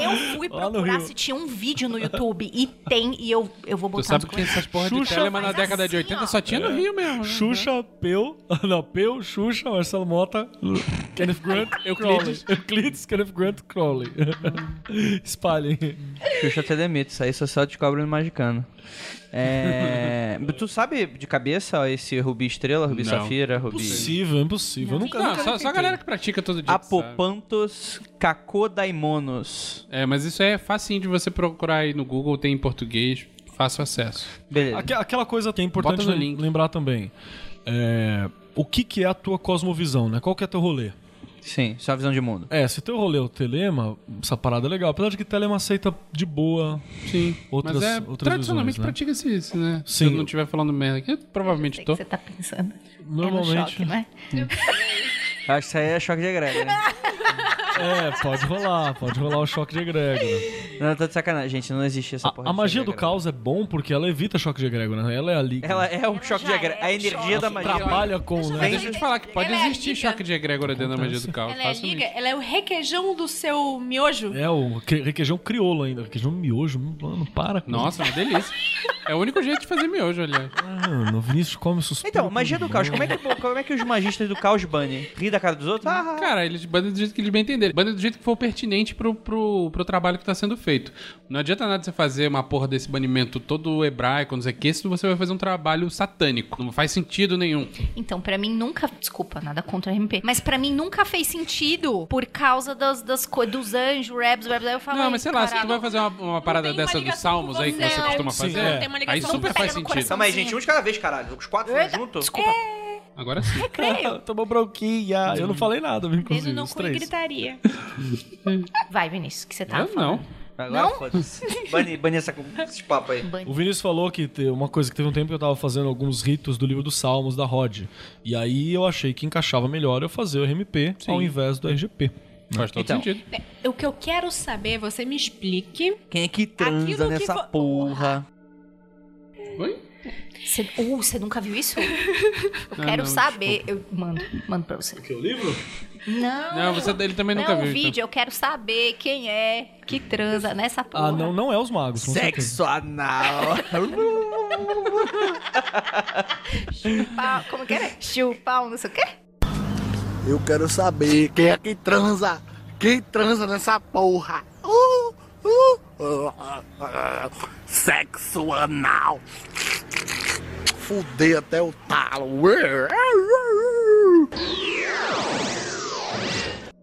Eu fui Lá no procurar Rio. se tinha um vídeo no YouTube e tem, e eu, eu vou Tu botar sabe nos que essas porra Xuxa de telema na faz década de assim, 80 ó. só É. tinha no Rio mesmo. né? Xuxa, Peu, não, Peu, Xuxa, Marcelo Mota, Kenneth Grant, Euclides. Crowley. Uhum. Euclides, Kenneth Grant, Crowley. Espalhem. Xuxa Telemito, isso aí você só descobre no Magicano. É... tu sabe de cabeça ó, esse Rubi Estrela, Rubi Não. Safira, Rubi... Impossível, impossível. Eu nunca, Não, nunca só, só a galera que pratica todo dia. que sabe. Apopantos Cacodaimonos. É, mas isso é facinho de você procurar aí no Google, tem em português, fácil acesso. Beleza. Aque- Aquela coisa que é importante Bota no lem- link. lembrar também. É, o que, que é a tua cosmovisão, né? Qual que é teu rolê? Sim, só a visão de mundo. É, se teu rolê é o Telema, essa parada é legal. Apesar de que Telema aceita de boa. Sim. Outras- Mas é, outras tradicionalmente visões, né? pratica-se isso, né? Se Sim. eu não estiver falando merda aqui, eu provavelmente Sei tô. que você tá pensando. um É no Normalmente. choque, né? Acho que isso aí é choque de egrégora. né? É, pode rolar, pode rolar o choque de egrégora. Não, eu tô de sacanagem, gente. Não existe essa A- porra A, de magia choque do de egrégora. caos é bom porque ela evita choque de egrégora, né? Ela é a liga. Ela é um choque de já egrégora. é A um energia choque. da magia. trabalha com, Mas né? deixa eu te falar que pode Ela é existir liga. choque de egrégora dentro da magia do caos. Ela é facilmente. liga, ela é o requeijão do seu miojo. É o que- requeijão crioulo ainda. Requeijão miojo, não, não para. Nossa, uma delícia. É o único jeito de fazer miojo, aliás. Mano, o Ah, Vinícius come suspiro. Então, magia do caos. Como é, que, como é que os magistas do caos banem? Ri da cara dos outros? Ah, Cara, eles bandem do jeito que eles bem entenderem. Bandem do jeito que for pertinente pro, pro, pro trabalho que tá sendo feito. Não adianta nada você fazer uma porra desse banimento todo hebraico, não sei o que, se você vai fazer um trabalho satânico. Não faz sentido nenhum. Então, pra mim nunca. Desculpa, nada contra o MP. Mas pra mim nunca fez sentido por causa das, das co- dos anjos, rebs, rebs. Eu falo, não, "Ai, mas sei lá, se tu caralho, vai fazer uma, uma parada tem uma dessa dos ligação com salmos aí que você, você né? costuma Sim, fazer, é. Tem uma aí ligação super com faz você no sentido. coração. Calma aí, gente. Um de cada vez, caralho. Os quatro foram juntos. Desculpa, Agora sim. é? creio. Tomou bronquinha. Tá Eu não falei nada, Dedo inclusive. no os cu e três. gritaria. Vai, Vinícius, que você tá Eu não. Agora foda-se. Bane, bane essa, esse papo aí. O Vinícius falou que te- uma coisa que teve um tempo que eu tava fazendo alguns ritos do livro dos Salmos da Rod. E aí eu achei que encaixava melhor eu fazer o RMP ao invés do RGP. Faz todo Então. sentido. O que eu quero saber, você me explique. Quem é que transa Aquilo que nessa vo- porra? Oi? Você, uh, você nunca viu isso? Eu quero Ah, não, saber. Eu mando, mando pra você. Que o livro? Não. Não, você, tá- ele também nunca não, viu. então. o vídeo, eu quero saber quem é que transa nessa porra. Ah, não, não é os magos. com certeza. Sexo anal. Chupa, como que era? Chupau, não sei o quê? Eu quero saber quem é que transa. Quem transa nessa porra? Uh, uh, uh, uh, sexo anal. Fudei até o talo.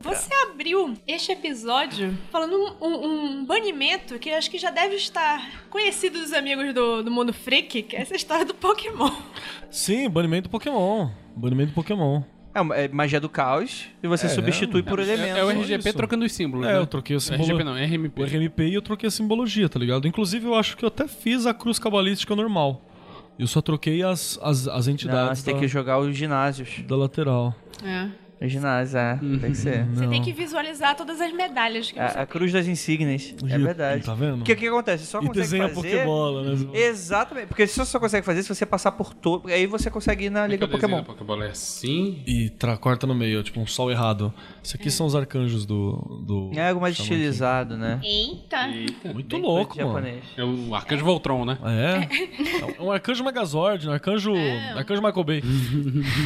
Você Tá. abriu este episódio falando um, um- um banimento que eu acho que já deve estar conhecido dos amigos do, do mundo freak, que é essa história do Pokémon. Sim, banimento do Pokémon. Banimento do Pokémon. É, uma- é magia do caos e você substitui um por É, é elementos. o RGP isso. trocando os símbolos. É, né? eu troquei o símbolo. RGP não, RMP. O RMP e eu troquei a simbologia, tá ligado? Inclusive, eu acho que eu até fiz a cruz cabalística normal. Eu só troquei as, as, as Não, entidades você tem da, que jogar os ginásios. da lateral. Os ginásios, é. Tem que ser. Uhum. Você tem que visualizar todas as medalhas É. que você A, a cruz das insígnias. É Gil, verdade. Tá vendo? O que, que acontece? Você só E consegue desenha a fazer... Pokébola, né? Exatamente. Porque se você só consegue fazer se você passar por todo... Aí você consegue ir Como na é que Liga eu desenho Pokémon. a Pokébola é assim. E tra- corta no meio, tipo um sol errado. Isso aqui são os arcanjos do. do É algo mais Shaman estilizado, né? Eita! King. Muito Bem um louco, coisa de mano. japonês. É o Arcanjo Voltron, né? É. É um arcanjo Megazord, um arcanjo. Arcanjo Michael Bay.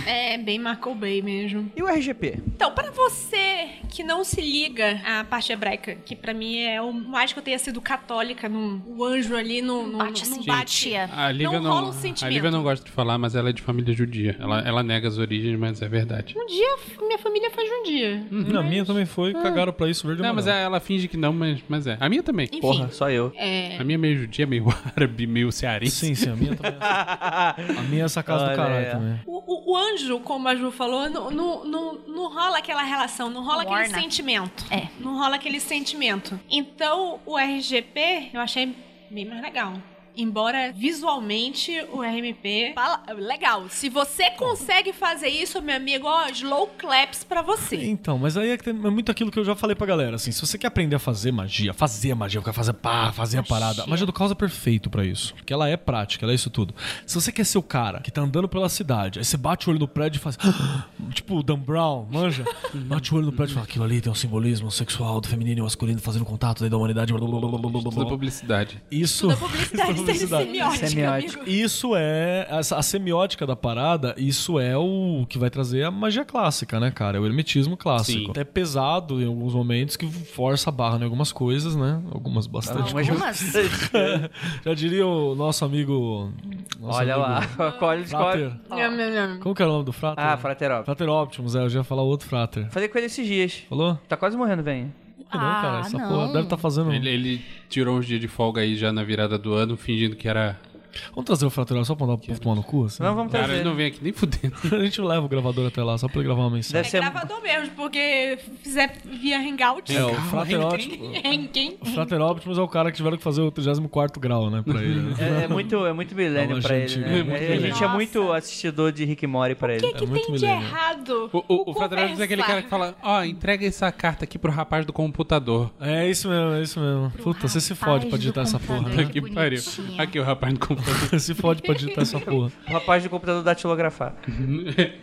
É, bem Michael Bay mesmo. E o RGP? Então, pra você que não se liga à parte hebraica, que pra mim é o mais que eu tenha sido católica, num, o anjo ali não não- Bate não assim, bate. tia. A Lívia Não não, rola o sentimento. a Lívia não gosta de falar, mas ela é de família judia. Ela, ela nega as origens, mas é verdade. Um dia, minha família faz um dia. Na minha também foi, cagaram pra isso verde e Não, mas é, amarelo. ela finge que não, mas, mas é. A minha também. Porra, só eu. A minha é meio judia, meio árabe, meio cearense. Sim, sim, a minha também. A minha é essa casa do Olha caralho aí, ó. também. O, o- o anjo, como a Ju falou, não, não, não, não rola aquela relação, não rola Não aquele orna. sentimento. É. Não rola aquele sentimento. Então, o RGP eu achei bem mais legal. Embora visualmente o RMP. fala- é Legal. Se você consegue fazer isso, meu amigo, ó, slow claps pra você. Então, mas aí é, que tem, é muito aquilo que eu já falei pra galera, assim, se você quer aprender a fazer magia, fazer a magia, quer fazer pá, fazer a parada, a magia do caos é perfeito pra isso, porque ela é prática, ela é isso tudo. Se você quer ser o cara que tá andando pela cidade, aí você bate o olho no prédio e faz, tipo o Dan Brown, manja? Bate o olho no prédio e fala, aquilo ali tem um simbolismo sexual do feminino e masculino fazendo contato aí da humanidade, blá, blá, blá, blá, blá, blá, Tudo é blá. publicidade. Isso... é Da publicidade, seja semiótica, Semiótica. amigo. Isso é. essa- A semiótica da parada, isso é o que vai trazer a magia clássica, né, cara? É o hermetismo clássico. Sim. Até pesado em alguns momentos, que força a barra em algumas coisas, né? Algumas bastante. Algumas. assim? Já diria o nosso amigo. nosso Olha amigo lá. Olha de Frater. qual... É Como que era o nome do Frater? Ah, Fraterópolis. Frater Optimus, é, eu já ia falar outro Frater. Falei com ele esses dias. Falou? Tá quase morrendo, velho. Ah, não, cara. Essa não. porra deve estar fazendo. Ele, ele tirou uns dias de folga aí já na virada do ano, fingindo que era Vamos trazer o Fratural só pra mandar o povo tomar no cu? Assim? Não, vamos Cara, trazer. ele não vem aqui nem fudendo. A gente leva o gravador até lá só pra ele gravar uma mensagem. Deve É ser... gravador mesmo, porque fizer via hangout. É, o Frater Optimus, Quem? o Frater Optimus é o cara que tiveram que fazer o 34 grau, né? Pra ele. né? É, é muito, é muito milênio Não, pra gente, ele, né? é muito a gente é milênio. muito assistidor de Rick e Morty pra ele. O que, que é muito tem de milênio. errado? O, o, o Frater Optimus é conversar? aquele cara que fala, ó, entrega essa carta aqui pro rapaz do computador. É isso mesmo, é isso mesmo. Puta, você se fode pra digitar essa porra, né? É Ai, que Aqui, pariu. bonitinha. Aqui, o rapaz do computador. Você se fode pra digitar essa porra. O rapaz do computador datilografar.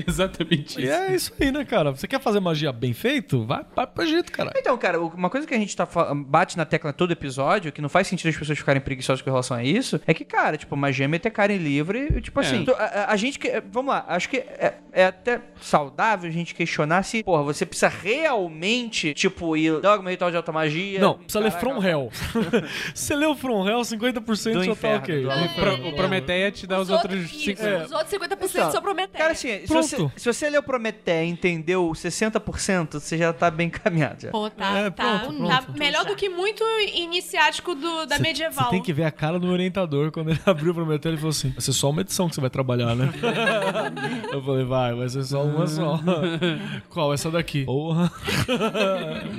Exatamente E isso. é isso aí, né, cara? Você quer fazer magia bem feito? Vai, vai pro Egito, cara. Então, cara, o- uma coisa que a gente tá fa- bate na tecla todo episódio, que não faz sentido as pessoas ficarem preguiçosas com relação a isso, é que, cara, tipo, magia é meter cara em livro e, tipo É. assim, tu- a- a, a gente, que- é, vamos lá, acho que é, é até saudável a gente questionar se, porra, você precisa realmente, tipo, ir dogma, ritual de alta magia... Não, precisa ler caraca, From Hell. Você leu From Hell, 50% Do já tá inferno, ok. do O, Pro- o Prometeia te dá os, outros isso, cinco. Os outros 50% só prometem. Cara, assim, se Pronto. você, se você leu Prometé e entendeu 60%, você já tá bem encaminhado. Já. Pô, tá, É, tá, pronto, tá pronto. melhor do que muito iniciático do, da medieval. Você tem que ver a cara do meu orientador quando ele abriu o Prometeu. Ele falou assim: vai ser só uma edição que você vai trabalhar, né? Eu falei: vai, vai ser só uma só. Qual? Essa daqui. Porra.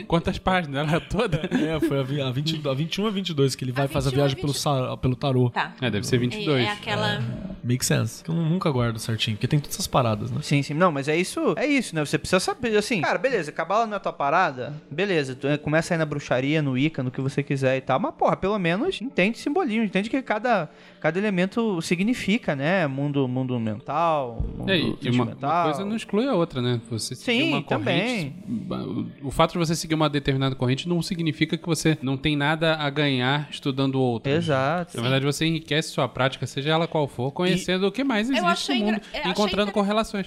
Quantas páginas? Ela é toda? É, foi a, vi- a, 20, a 21 e 22 que ele vai fazer a 21 viagem pelo, sa- pelo tarô. Tá. É, deve ser É, 22. é aquela. Make sense. Que eu nunca guardo certinho, porque tem todas essas paradas, né? Sim, sim. Não, mas é isso, é isso, né? Você precisa saber, assim, cara, beleza, cabala não é tua parada, beleza, tu eh, começa aí na bruxaria, no Ica, no que você quiser e tal, mas, porra, pelo menos entende simbolismo, entende que cada, cada elemento significa, né? Mundo, mundo mental, mundo É, E aí, e uma, uma sentimental. coisa não exclui a outra, né? Você seguir tá. Sim, uma corrente. tá O fato de você seguir uma determinada corrente não significa que você não tem nada a ganhar estudando outra. Exato. Na É verdade, você enriquece sua prática, seja ela qual for, conhecendo o que mais existe achei no mundo, engra- eu achei encontrando inter- correlações.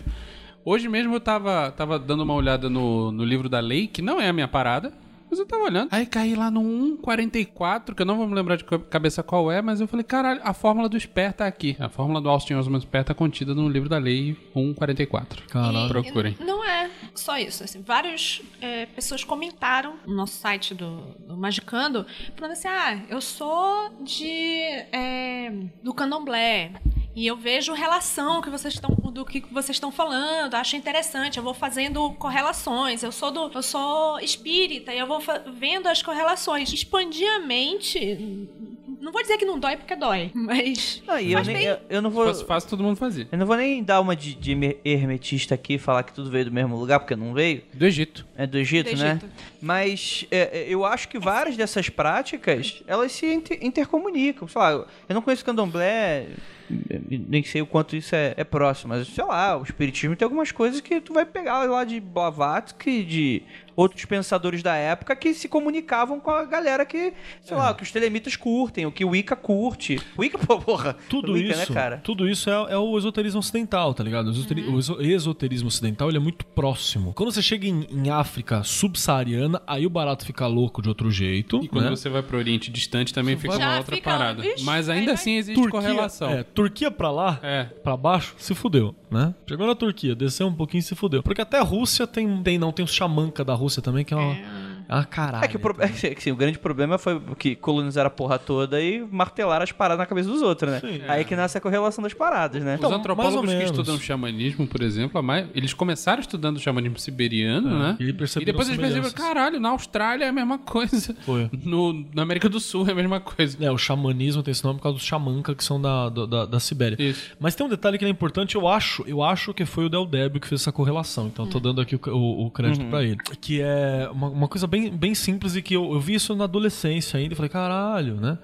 Hoje mesmo eu tava, tava dando uma olhada no, no livro da lei, que não é a minha parada, mas eu tava olhando. Aí caí lá no 1,44, que eu não vou me lembrar de ca- cabeça qual é, mas eu falei, caralho, a fórmula do Sper tá aqui. A fórmula do Austin Osman Sper tá contida no livro da lei 1,44. Caralho. Procurem. Não é só isso. Assim, várias é, pessoas comentaram no nosso site do, do Magicando, falando assim: ah, eu sou de é, do candomblé. E eu vejo relação que vocês estão do que vocês estão falando, acho interessante, eu vou fazendo correlações. Eu sou do eu sou espírita e eu vou fa- vendo as correlações. Expandir a mente, não vou dizer que não dói porque dói, mas Não, e eu, nem, eu, eu não vou. Se fosse fácil, todo mundo fazia. Eu não vou nem dar uma de, de me- hermetista aqui e falar que tudo veio do mesmo lugar, porque não veio. Do Egito. É do Egito, Do né? Egito. Mas é, é, eu acho que várias dessas práticas, elas se inter- intercomunicam. Sei lá, eu eu não conheço candomblé, nem sei o quanto isso é, é próximo, mas sei lá, o espiritismo tem algumas coisas que tu vai pegar lá de Blavatsky, de outros pensadores da época que se comunicavam com a galera que, É. sei lá, que os telemitas curtem, o que o Wicca curte. O Wicca, pô, porra, Tudo o Wicca, isso, né, cara? tudo isso é, é o esoterismo ocidental, tá ligado? O, esoteri- o exo- esoterismo ocidental ele é muito próximo. Quando você chega em, em África subsaariana, aí o barato fica louco de outro jeito. E quando né? você vai pro Oriente Distante também fica vai- uma Já outra fica- parada. Ixi, Mas aí ainda vai- assim existe correlação. É, Turquia pra lá, É. pra baixo, se fudeu, né? Chegou na Turquia, desceu um pouquinho se fudeu. Porque até a Rússia tem, tem não, tem os xamanca da Rússia também, que é uma, é uma caralho. É que o, pro... é que, assim, o grande problema foi que colonizaram a porra toda e martelaram as paradas na cabeça dos outros, né? Aí que nasce a correlação das paradas, né? Os antropólogos Então, mais ou que menos. estudam xamanismo, por exemplo, a mai- eles começaram estudando xamanismo siberiano, né? É, e perceberam depois eles perceberam, semelhanças. caralho, na Austrália é a mesma coisa. Foi. No, na América do Sul é a mesma coisa. É, o xamanismo tem esse nome por causa dos xamanca que são da, do- da, da Sibéria. Isso. Mas tem um detalhe que é importante, eu acho, eu acho que foi o Del Débio que fez essa correlação. Então eu tô dando aqui o, c- o- o crédito pra ele. Que é uma, uma coisa bem, bem simples e que eu, eu vi isso na adolescência ainda e falei, caralho, né?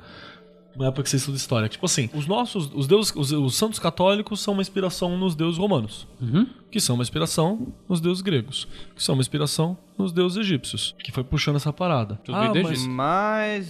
Na época que você estuda história. Tipo assim, os nossos, os deuses, os, os santos católicos são uma inspiração nos deuses romanos. Que são uma inspiração nos deuses gregos. Que são uma inspiração nos deuses egípcios. Que foi puxando essa parada. Ah, Tudo bem do mas- Egito.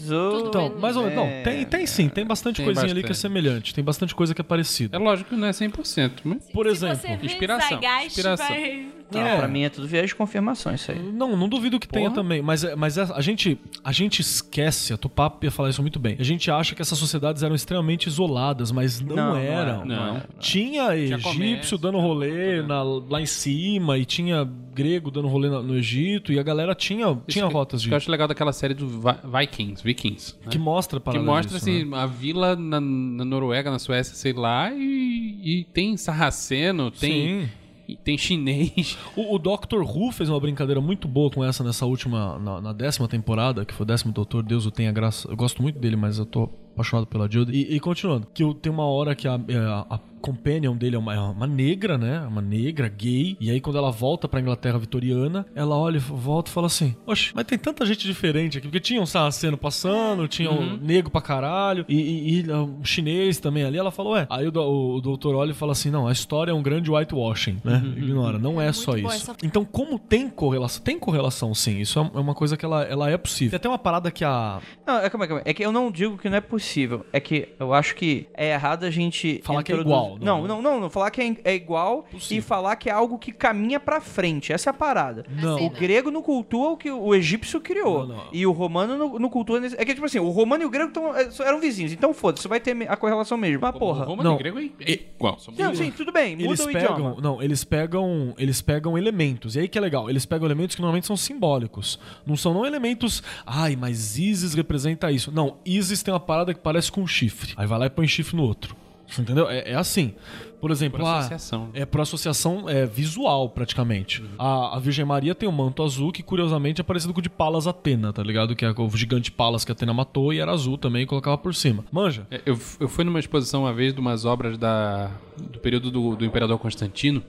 Mas o. então, mais ou menos. Não, tem, tem sim, tem bastante Tem coisinha ali que é bastante. semelhante. Tem bastante coisa que é É parecida. lógico que não é 100%, mas... Por exemplo, se você vê inspiração, Zeitgeist, inspiração. vai- Não, é. pra mim é tudo viés de confirmação isso aí. Não, não duvido que tenha também, mas, é- mas é- a, gente, a gente esquece, a Tupac ia falar isso muito bem. A gente acha que essas sociedades eram extremamente isoladas, mas não, é. Não, não eram. eram, não eram. Tinha egípcio é. comércio, né? dando rolê na, lá em cima e tinha grego dando rolê no, no Egito e a galera tinha, tinha Isso que- rotas isso de, que eu acho legal daquela série do Vi- Vikings, Vikings. né? que mostra Que para mostra disso, assim, né? a vila na, na Noruega, na Suécia, sei lá, e, e tem sarraceno, tem, Sim. e tem chinês. O, o Dr. Who fez uma brincadeira muito boa com essa nessa última, na, na décima temporada, que foi o décimo doutor, Deus o tenha graça. Eu gosto muito dele, mas eu tô apaixonado pela Judy. E, e continuando, que eu- tem uma hora que a, é, a, a companion dele é uma, é uma negra, né? Uma negra, gay. E aí quando ela volta pra Inglaterra vitoriana, ela olha, e volta e fala assim, oxe, mas tem tanta gente diferente aqui, porque tinha um sarraceno passando, tinha um negro pra caralho, e, e- e, uh, um chinês também ali. Ela fala, ué, aí o, do- o, doutor olha e fala assim, não, a história é um grande whitewashing, né? Ignora, não é, só boa isso. essa Então, como tem correlação, tem correlação sim, isso é uma coisa que ela, ela é possível. Tem até uma parada que a... Não, é, calma, aí, calma. aí. É que eu não digo que não é possível. É que eu acho que é errado a gente. Falar que é introduz- igual, não, Não, não, não, não. Falar que é, é igual Possível. e falar que é algo que caminha pra frente. Essa é a parada. Não. O grego não cultua o que o egípcio criou. Não, não. E o romano não, não cultua. nesse- É que, tipo assim, o romano e o grego tão- é, só eram vizinhos. Então foda-se, vai ter me- a correlação mesmo. Mas porra. Roma não. e grego é é igual. são Não, muito- sim, tudo bem. Muda Eles o pegam, idioma. não, eles pegam, eles pegam elementos. E aí que é legal, eles pegam elementos que normalmente são simbólicos. Não são não elementos, ai, mas Isis representa isso. Não, Isis tem uma parada que parece com um chifre. Aí vai lá e põe chifre no outro. Entendeu? É, é assim. Por exemplo, Por ah, associação. Uhum. é por associação é, visual, praticamente. A, a Virgem Maria tem um manto azul que, curiosamente, é parecido com o de Palas Atena, tá ligado? Que é o gigante Palas que Atena matou e era azul também e colocava por cima. Manja? É, Eu, eu fui numa exposição uma vez de umas obras da, do período do, do Imperador Constantino.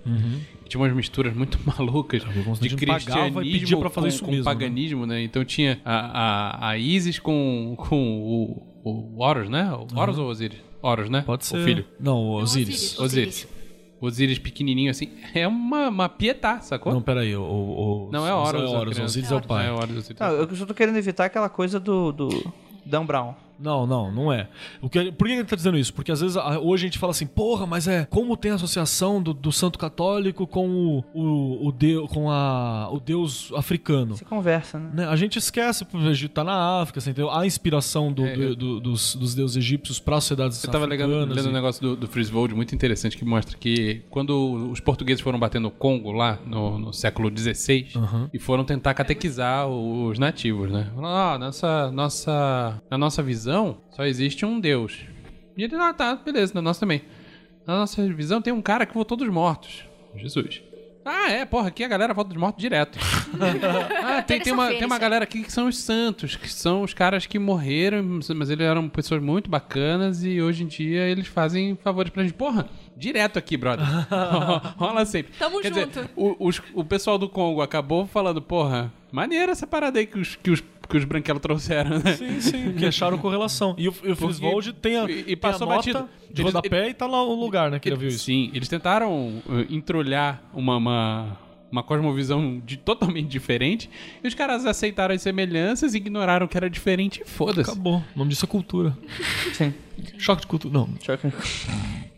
que Tinha umas misturas muito malucas O de Uhum. Constantino cristianismo pagava e pedia pra fazer com, isso com mesmo, né? paganismo, né? Então tinha a, a, a Isis com, com o, o Horus, né? O Horus ou Osiris? Horus, né? Uhum. Pode ser. O filho. Não, o Osiris. Osiris. Osiris pequenininho assim. É uma, uma pietá, sacou? Não, peraí, o, o, o- Não é Horus. Não é a Horus, criança. Osiris é o pai. Não é Horus, Osiris. Não, eu só tô querendo evitar aquela coisa do. do Dan Brown. Não, não, não é. O que, por que ele tá dizendo isso? Porque às vezes a- hoje a gente fala assim, porra, mas é como tem a associação do, do santo católico com o, o, o deu- com a, o deus africano. Se conversa, né? Né, A gente esquece, pô, o Egito tá na África, você entendeu? A inspiração do- É, do- eu- do- dos, dos deuses egípcios para as sociedades Eu tava africanas. lendo, lendo um negócio do, do Friswold muito interessante que mostra que quando os portugueses foram bater no Congo lá no, no século XVI e foram tentar catequizar os nativos, né? Falaram, ah, nossa, nossa, na nossa visão só existe um Deus. E ele, ah, tá, beleza, na nossa também. Na nossa visão tem um cara que voltou dos mortos, Jesus. Ah, é, porra, aqui a galera volta dos mortos direto. ah, tem, tem, uma, Terça-feira, tem uma isso galera aqui que são os santos, que são os caras que morreram, mas eles eram pessoas muito bacanas e hoje em dia eles fazem favores pra gente. Porra, direto aqui, brother. Rola sempre. Tamo Quer junto. Dizer, o, os- o pessoal do Congo acabou falando, porra, maneira essa parada aí que os, que os, que os branquelos trouxeram, né? Sim, sim, que acharam correlação. E o, e o Friswold tem a, e- e tem a passou nota batido. de Eles- rodapé e tá lá o lugar, né, que ele viu isso. Sim, eles tentaram eh, entrolhar uma, uma, uma cosmovisão de, totalmente diferente e os caras aceitaram as semelhanças, ignoraram que era diferente e foda-se. Acabou. O nome disso é cultura. Sim. Choque de cultura. Não. Choque.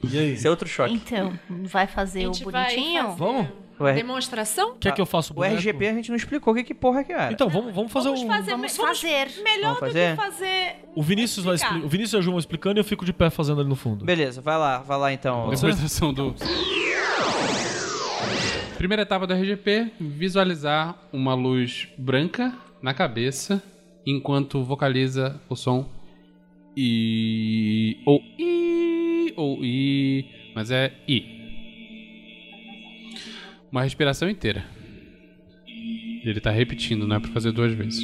E aí? Esse é outro choque. Então, vai fazer o gente vai bonitinho? fazer- Vamos? Ué. Demonstração? Quer que eu faça O o boneco? RGP a gente não explicou o que, que porra que era. Então, vamos, vamos fazer Vamos um... fazer, Vamos vamos fazer. Melhor Vamos fazer? do que fazer. O Vinícius vai Explicar. expli- O Vinícius e a Ju vão explicando e eu fico de pé fazendo ali no fundo. Beleza, vai lá, vai lá então. Pode ser? Depois da ação do. Primeira etapa do RGP: visualizar uma luz branca na cabeça enquanto vocaliza o som I. Ou I. Ou I. Mas é I. Uma respiração inteira. Ele tá repetindo, não é pra fazer duas vezes.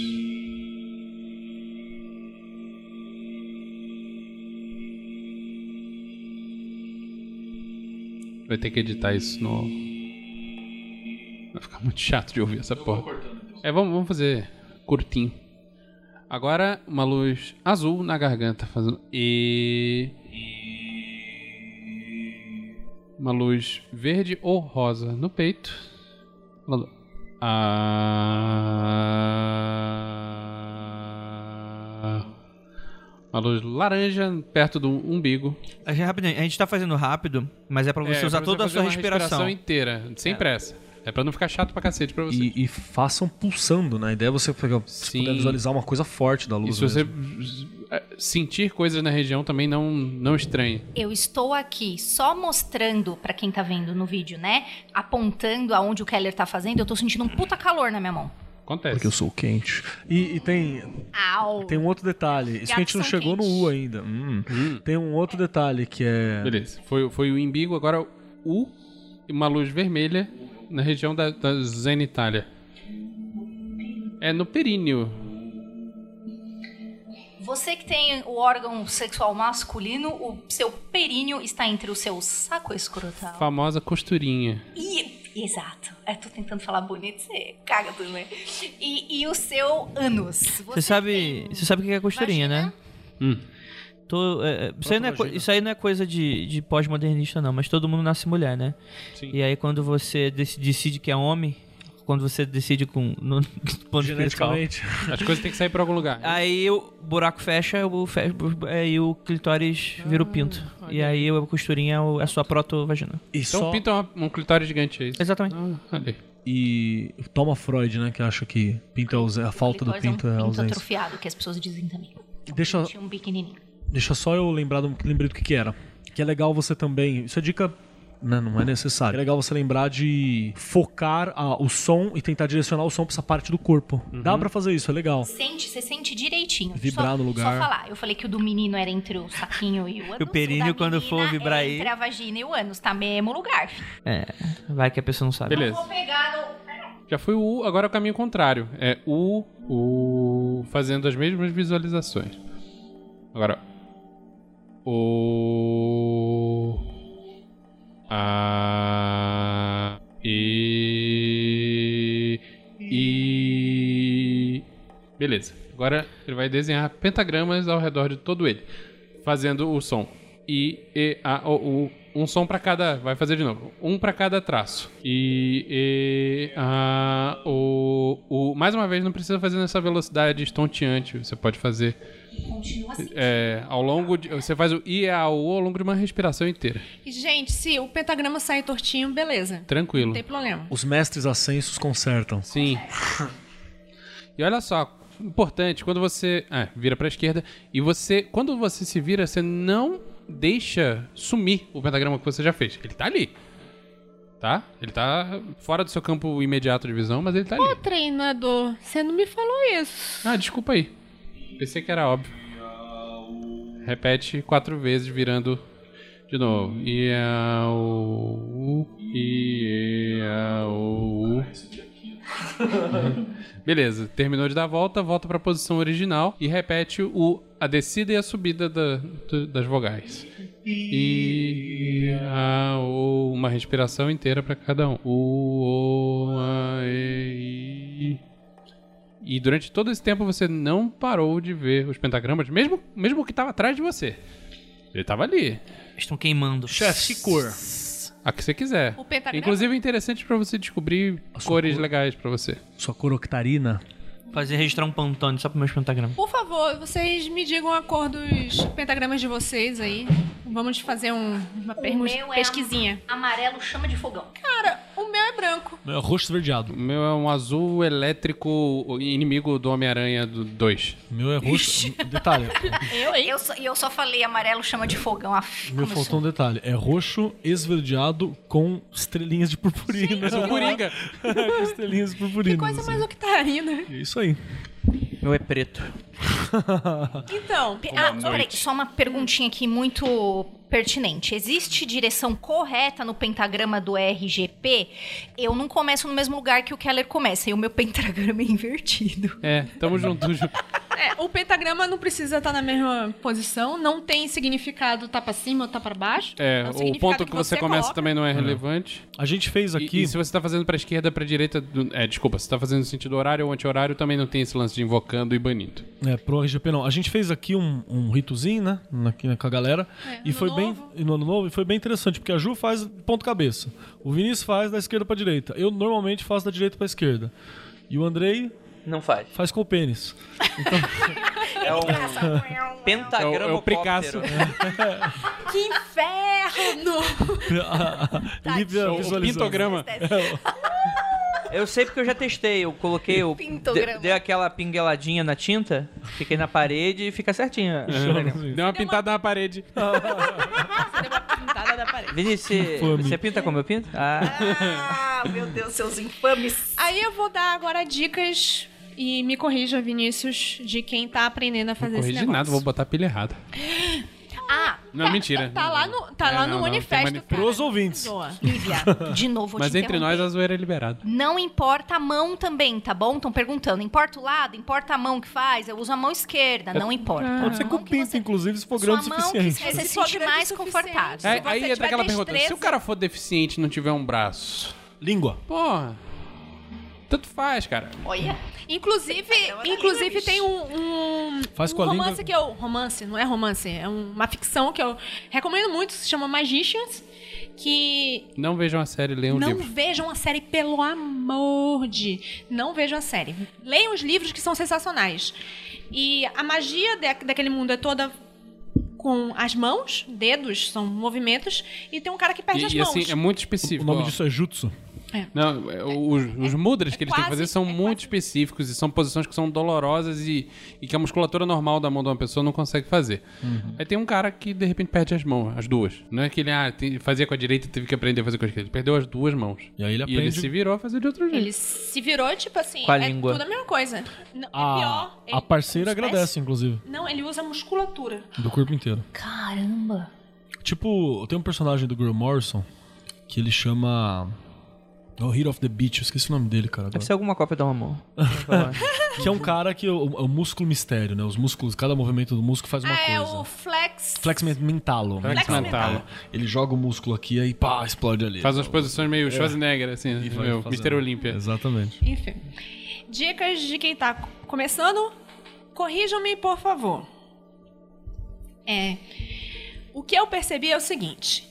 Vai ter que editar isso no. Vai ficar muito chato de ouvir essa porra. É, vamos, vamos fazer curtinho. Agora, uma luz azul na garganta, fazendo. E. Uma luz verde ou rosa no peito. Falando. Ah. Uma luz laranja perto do umbigo. A gente, rapidinho, a gente tá fazendo rápido, mas é pra você É, usar pra toda a fazer sua uma respiração. inteira, sem pressa. É pra não ficar chato pra cacete pra você. E, e façam pulsando, né? A ideia é você pegar, se Sim. puder visualizar uma coisa forte da E luz. se você mesmo. eh, sentir coisas na região também não, não estranhe. Eu estou aqui só mostrando pra quem tá vendo no vídeo, né? Apontando aonde o Keller tá fazendo, eu tô sentindo um puta calor na minha mão. Acontece. Porque eu sou quente. E, e tem, Au! tem um outro detalhe. Isso que a gente não Gatos são chegou no U ainda. Hum. Tem um outro detalhe que é. Beleza. Foi, foi o imbigo, agora U e uma luz vermelha na região da, da zenitália. É no períneo. Você que tem o órgão sexual masculino, o seu períneo está entre o seu saco escrotal. Famosa costurinha. E, exato. Eu tô tentando falar bonito, você caga tudo, né? E, e o seu ânus. Você sabe, você sabe o que é costurinha, né? Hum. Tô, é, é, isso, aí não é, co- isso aí não é coisa de, de pós-modernista, não, mas todo mundo nasce mulher, né? Sim. E aí quando você dec- decide que é homem, quando você decide com no, no plano espiritual, Geneticamente. As coisas têm que sair pra algum lugar. aí o buraco fecha, o fe- é, e o clitóris vira o pinto. E aí a costurinha é o- é a sua proto-vagina. E, então só, pinta uma- um clitóris gigante aí. Exatamente. Ah, olha aí. e toma Freud, né? Que acha que pinto é aus- a falta do Clitóris é um pinto é a pinto ausência. atrofiado, que as pessoas dizem também. Deixa, Tinha um pequenininho. Deixa só eu lembrar do, lembrei do que, que era. Que é legal você também. Isso é dica. né, não é necessário. É legal você lembrar de focar a- o som e tentar direcionar o som pra essa parte do corpo. Dá pra fazer isso, é legal. Sente, você sente direitinho. Vibrar Só- no lugar. Só falar. Eu falei que o do menino era entre o saquinho e o ânus. O períneo, da quando for menina vibrar é aí- Entre a vagina e o ânus, tá mesmo lugar. filho. Vai que a pessoa não sabe. Beleza. Vou pegar no... Já foi o U, agora é o caminho contrário. É U, U, fazendo as mesmas visualizações. Agora, O, A, E, E. Beleza. Agora ele vai desenhar pentagramas ao redor de todo ele, fazendo o som. I, E, A, O, U. Um som pra cada. Vai fazer de novo. Um pra cada traço. I, E, A, O, U. Mais uma vez, não precisa fazer nessa velocidade estonteante. Você pode fazer Continua assim. é, ao longo de. Você faz o I, A, O ao longo de uma respiração inteira. E, Gente, se o pentagrama sair tortinho, beleza. Tranquilo. Não tem problema. Os mestres ascensos consertam. Sim. E olha só, importante, quando você. Ah, vira pra esquerda. E você. Quando você se vira, você não deixa sumir o pentagrama que você já fez. Ele tá ali. Tá? Ele tá fora do seu campo imediato de visão, mas ele tá ali. Treinador, você não me falou isso. Ah, desculpa aí. Pensei que era óbvio. Repete quatro vezes, virando de novo. Iau, iau. Beleza, terminou de dar a volta, volta pra posição original e repete o, a descida e a subida da- do- das vogais. I, a, o, uma respiração inteira pra cada um. U, o, a, e, i. E durante todo esse tempo você não parou de ver os pentagramas, mesmo, mesmo o que estava atrás de você. Ele tava ali. Estão queimando. Chefe, que cor? A que você quiser. O pentagrama? Inclusive é interessante pra você descobrir cores legais pra você. Sua cor octarina. Fazer registrar um pantone só pro meu pentagrama. Por favor, vocês me digam a cor dos pentagramas de vocês aí. Vamos fazer um- uma pergu- meu é pesquisinha. Amarelo chama de fogão. Cara, o meu é branco. É roxo esverdeado. O meu é um azul elétrico inimigo do Homem-Aranha 2. O meu é roxo. detalhe. Eu, hein? Eu só, e eu só falei amarelo chama de fogão. Ah, o Meu começou. faltou um detalhe. É roxo esverdeado com estrelinhas de purpurina. Mas o Coringa. com estrelinhas de purpurina. assim. Que coisa mais octarina. É isso aí. Meu é preto. Então, Pe- Ah, peraí, só uma perguntinha aqui muito pertinente. Existe direção correta no pentagrama do RGP? Eu não começo no mesmo lugar que o Keller começa, e o meu pentagrama é invertido. É, tamo junto. Ju. é, o pentagrama não precisa estar na mesma posição, não tem significado tá pra cima ou tá pra baixo. É, um o significado ponto que, você começa coloca. também não é relevante. A gente fez E- aqui. E, se você tá fazendo pra esquerda, pra direita. do- É, desculpa, se tá fazendo no sentido horário ou anti-horário, também não tem esse lance de invocando e banindo. É, pro RGP não. A gente fez aqui um, um ritozinho, né? Aqui né, com a galera. e ano foi bem. novo. e No ano novo, e foi bem interessante, porque a Ju faz ponto-cabeça. O Vinícius faz da esquerda pra direita. Eu normalmente faço da direita pra esquerda. E o Andrei Não faz. faz com o pênis. É um pentagrama. É o- é o Picasso. Que inferno! Ele O visualizando. pintograma. Eu sei porque eu já testei. Eu coloquei, eu Pintograma. de- dei aquela pingueladinha na tinta, fiquei na parede e fica certinho. Deu uma pintada na parede. Pintada da parede. Vinícius, você, Infame. você pinta como eu pinto? Ah, Ah, meu Deus, seus infames. Aí eu vou dar agora dicas e me corrija, Vinícius, de quem tá aprendendo a fazer esse Corrigi negócio. nada, vou botar a pilha errada. Ah, Não, mentira. Tá lá no, tá É, lá não, no não, tem manifesto. manif- cara. Pros ouvintes. Zoa. Lívia, de novo, vou Mas te entre nós, interromper. a zoeira é liberada. Não importa a mão também, tá bom? Estão perguntando. Importa o lado? Importa a mão que faz? Eu uso a mão esquerda, É não importa. Pode ser A com mão que pinta, você- inclusive, se for Sua grande o mão que suficiente. você se for sente grande mais o suficiente. confortável. Aí, Se É, aí você entra tiver aquela pergunta: se destreza- o cara for deficiente e não tiver um braço, Língua. porra. Tanto faz, cara. Olha, Inclusive, inclusive tem um, um, Faz um com a língua. romance que eu. Romance, não é romance, é um- uma ficção que eu recomendo muito, se chama Magicians, que Não vejam a série, leiam o não um livro. vejam a série, pelo amor de. Não vejam a série. Leiam os livros que são sensacionais. E a magia da- daquele mundo é toda com as mãos, dedos, são movimentos, e tem um cara que perde as E, e mãos. assim, é muito O específico. nome ó. disso é jutsu. Não, é, os, os mudras que eles têm que quase- fazer são é muito específicos e são posições que são dolorosas e, e que a musculatura normal da mão de uma pessoa não consegue fazer. Uhum. Aí tem um cara que de repente perde as mãos, as duas. Não é que ele ah, tem- fazia com a direita e teve que aprender a fazer com a esquerda. Ele perdeu as duas mãos. E aí ele E ele aprende- se virou a fazer de outro jeito. Ele se virou, tipo assim, Com a é língua. tudo a mesma coisa. Não, é A, pior. a ele- parceira os pés- agradece, inclusive, Não, ele usa a musculatura. do corpo inteiro. caramba. Tipo, tem um personagem do Graham Morrison que ele chama. é O Hero of the Beach, eu esqueci o nome dele, cara. agora. deve ser alguma cópia do Ramon. Que é um cara que é o, é o músculo mistério, né? Os músculos, cada movimento do músculo faz uma ah, é o coisa. flex. Flex men- mentalo. Flex mentalo. mentalo. Ele joga o músculo aqui aí pá, explode ali. Faz umas posições meio Schwarzenegger, assim, É. E vai meu, fazendo. Mr. Olímpia. Exatamente. Enfim. Dicas de quem tá começando. Corrijam-me, por favor. É. O que eu percebi é o seguinte.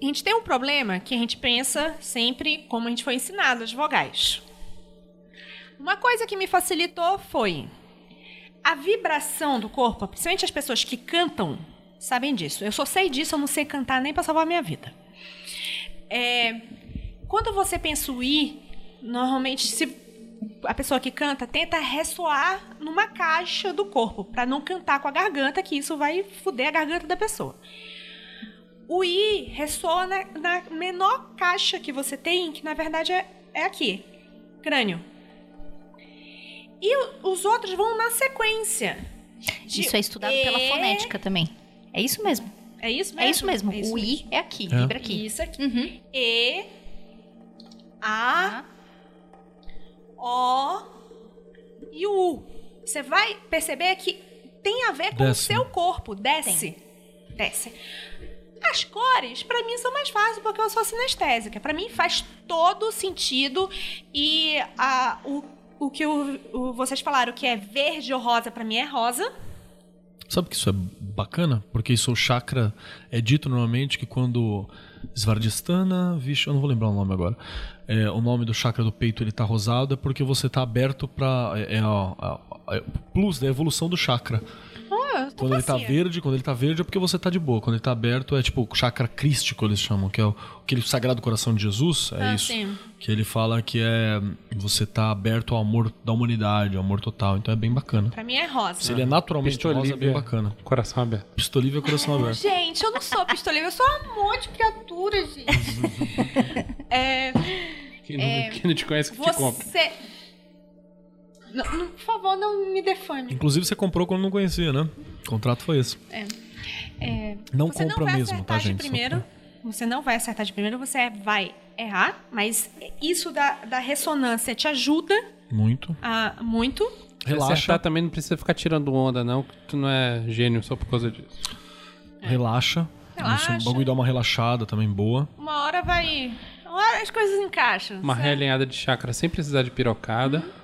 A gente tem um problema que a gente pensa sempre como a gente foi ensinado, as vogais. Uma coisa que me facilitou foi a vibração do corpo, principalmente as pessoas que cantam, sabem disso. Eu só sei disso, eu não sei cantar nem para salvar a minha vida. É, quando você pensa o i, normalmente se a pessoa que canta tenta ressoar numa caixa do corpo, para não cantar com a garganta, que isso vai foder a garganta da pessoa. O i ressoa na, na menor caixa que você tem, que na verdade é, é aqui, crânio. E o- os outros vão na sequência. De- Isso é estudado pela E- fonética também. É isso mesmo. É isso mesmo? É isso mesmo. É o I é aqui, É. vibra aqui. Isso aqui. Uhum. E A O e o U. Você vai perceber que tem a ver com Desce. o seu corpo. Desce. Desce. As cores, pra mim, são mais fáceis porque eu sou sinestésica. Pra mim faz todo sentido. E a, o, o que o- o- vocês falaram que é verde ou rosa, pra mim é rosa. Sabe que isso é bacana? Porque isso o chakra é dito normalmente que quando Svardhisthana, vixe, eu não vou lembrar o nome agora. é, o nome do chakra do peito ele tá rosado é porque você tá aberto para é, é, ó, a- a- é o plus da evolução do chakra. Quando ele tá verde, quando ele tá verde é porque você tá de boa. Quando ele tá aberto é tipo o chakra crístico, eles chamam, que é o, aquele sagrado coração de Jesus, é Ah, isso. sim. Que ele fala que é você tá aberto ao amor da humanidade, ao amor total. Então é bem bacana. Pra mim é rosa. Se ele é naturalmente rosa, é bem Pistolívia. bacana. Coração aberto. Pistolívia É. coração aberto. Gente, eu não sou pistoleiro, eu sou um monte de criatura, gente. É, Quem não, quem não te conhece, que te compra. Você. Não, não, por favor, não me defame. Inclusive, você comprou quando não conhecia, né? O contrato foi esse. É. Não É. você não compra vai mesmo, tá, acertar de gente? Só primeiro. Você não vai acertar de primeiro, você vai errar, mas isso da, da ressonância te ajuda pra- Muito. a, muito. Relaxa. Relaxa, também não precisa ficar tirando onda, não, que tu não é gênio só por causa disso. relaxa. É. Relaxa. O bagulho dá uma relaxada também boa. Uma hora vai. Uma hora as coisas encaixam. Uma Se realinhada de chácara sem precisar de pirocada.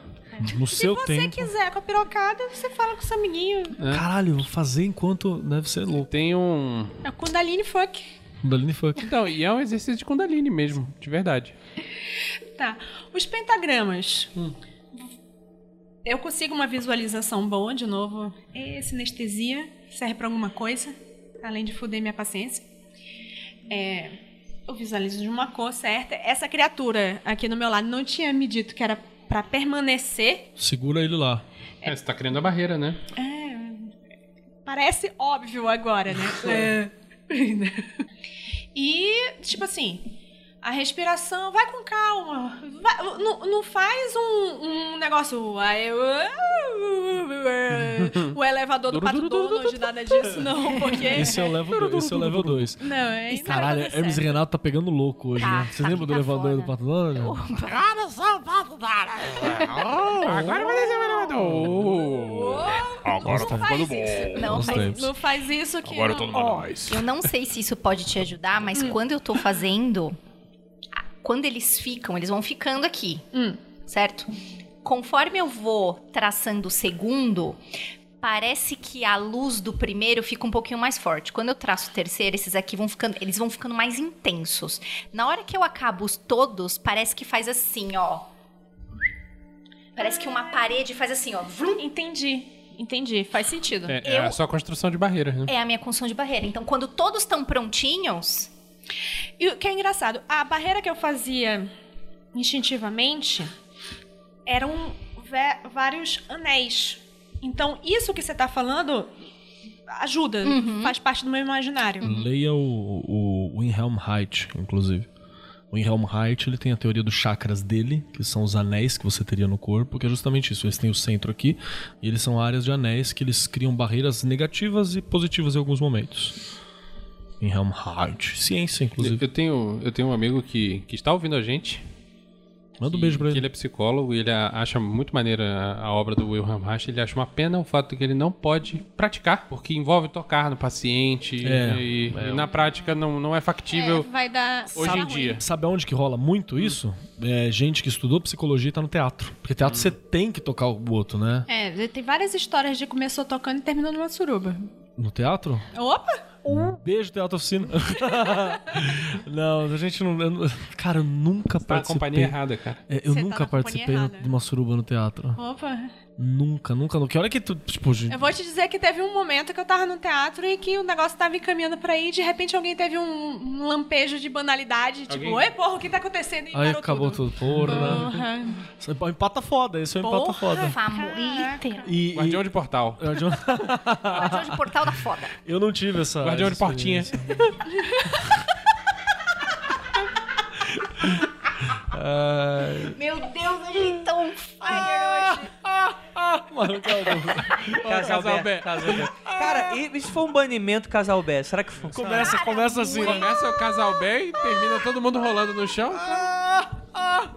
No seu você tempo. quiser com a pirocada, você fala com o seu amiguinho. Caralho, vou fazer enquanto deve ser louco. Tem um. É Kundalini Funk. Daline Funk. Então, e é um exercício de Kundalini mesmo, de verdade. Tá. Os pentagramas. Eu consigo uma visualização boa, de novo. É sinestesia. Serve pra alguma coisa. Além de fuder minha paciência. É, eu visualizo de uma cor certa. Essa criatura aqui no meu lado não tinha me dito que era pra permanecer. Segura ele lá. É, você tá criando a barreira, né? Parece óbvio agora, né? É. E, tipo assim, a respiração, vai com calma. Vai- não, não faz um, um negócio. ah, eu- uh, O elevador do pato Donald, nada disso, não, porque. Esse é o level 2. Esse é o level 2. Não, é isso. Caralho, Hermes e Renato tá pegando louco hoje, Tá, né? Vocês tá, lembram do tá elevador foda. do Pato Donald? Agora vai descer o elevador. Agora tá ficando bom. Não, Bons mas tempos. Não faz isso que. não- Ó, eu não sei se isso pode te ajudar, mas Hum. quando eu tô fazendo, a- quando eles ficam, eles vão ficando aqui, Hum. certo? Conforme eu vou traçando o segundo, parece que a luz do primeiro fica um pouquinho mais forte. Quando eu traço o terceiro, esses aqui vão ficando, eles vão ficando mais intensos. Na hora que eu acabo os todos, parece que faz assim, ó. Parece que uma parede faz assim, ó. Vrum, Entendi. Entendi. Faz sentido. É, é a sua construção de barreira, né? é a minha construção de barreira. Então, quando todos estão prontinhos, E o que é engraçado, a barreira que eu fazia instintivamente eram vé- vários anéis. Então, isso que você tá falando ajuda, faz parte do meu imaginário. Uhum. Leia o, o Wilhelm Height, inclusive. O Wilhelm Height, ele tem a teoria dos chakras dele, que são os anéis que você teria no corpo, que é justamente isso. Eles têm o centro aqui, e eles são áreas de anéis que eles criam barreiras negativas e positivas em alguns momentos. Wilhelm Height. Ciência, inclusive. Eu tenho, eu tenho um amigo que, que está ouvindo a gente. Manda um que- beijo pra que ele. Ele é psicólogo e ele a- acha muito maneira a, a obra do Wilhelm Reich. Ele acha uma pena o fato que ele não pode praticar, porque envolve tocar no paciente É, e, é. e na prática não, não é factível vai dar. hoje em dia. Sabe aonde que rola muito isso? É gente que estudou psicologia e tá no teatro. Porque teatro você tem que tocar o outro, né? É, tem várias histórias de começou tocando e terminou numa suruba. No teatro? Opa! Beijo, Teatro Oficina. não, a gente não. eu não- cara, eu Tá nunca na participei. companhia errada, cara. É, eu Você tá nunca na companhia participei no- errada. de uma suruba no teatro. Opa! Nunca, nunca. nunca. Que hora que tu. Tipo, gente, Eu vou te dizer que teve um momento que eu tava no teatro e que o negócio tava encaminhando pra aí e de repente alguém teve um, um lampejo de banalidade, Alguém? tipo, oi porra, o que tá acontecendo? E aí parou acabou tudo. Porra. Porra. Isso é um Empata foda, isso é um empata Porra. foda. famo, Hum. Caraca. literal. E. e- Guardião de portal. Guardião- Guardião de portal da foda. Eu não tive essa. Guardião de essa portinha. experiência. Ai, Meu Deus, a gente tá on fire hoje. mano, cara, Casal, Casal B, B. Casal B. Cara, e e se for um banimento casal B? Será que foi? começa, começa assim. né? Começa o casal bem e termina todo mundo rolando no chão. Ah,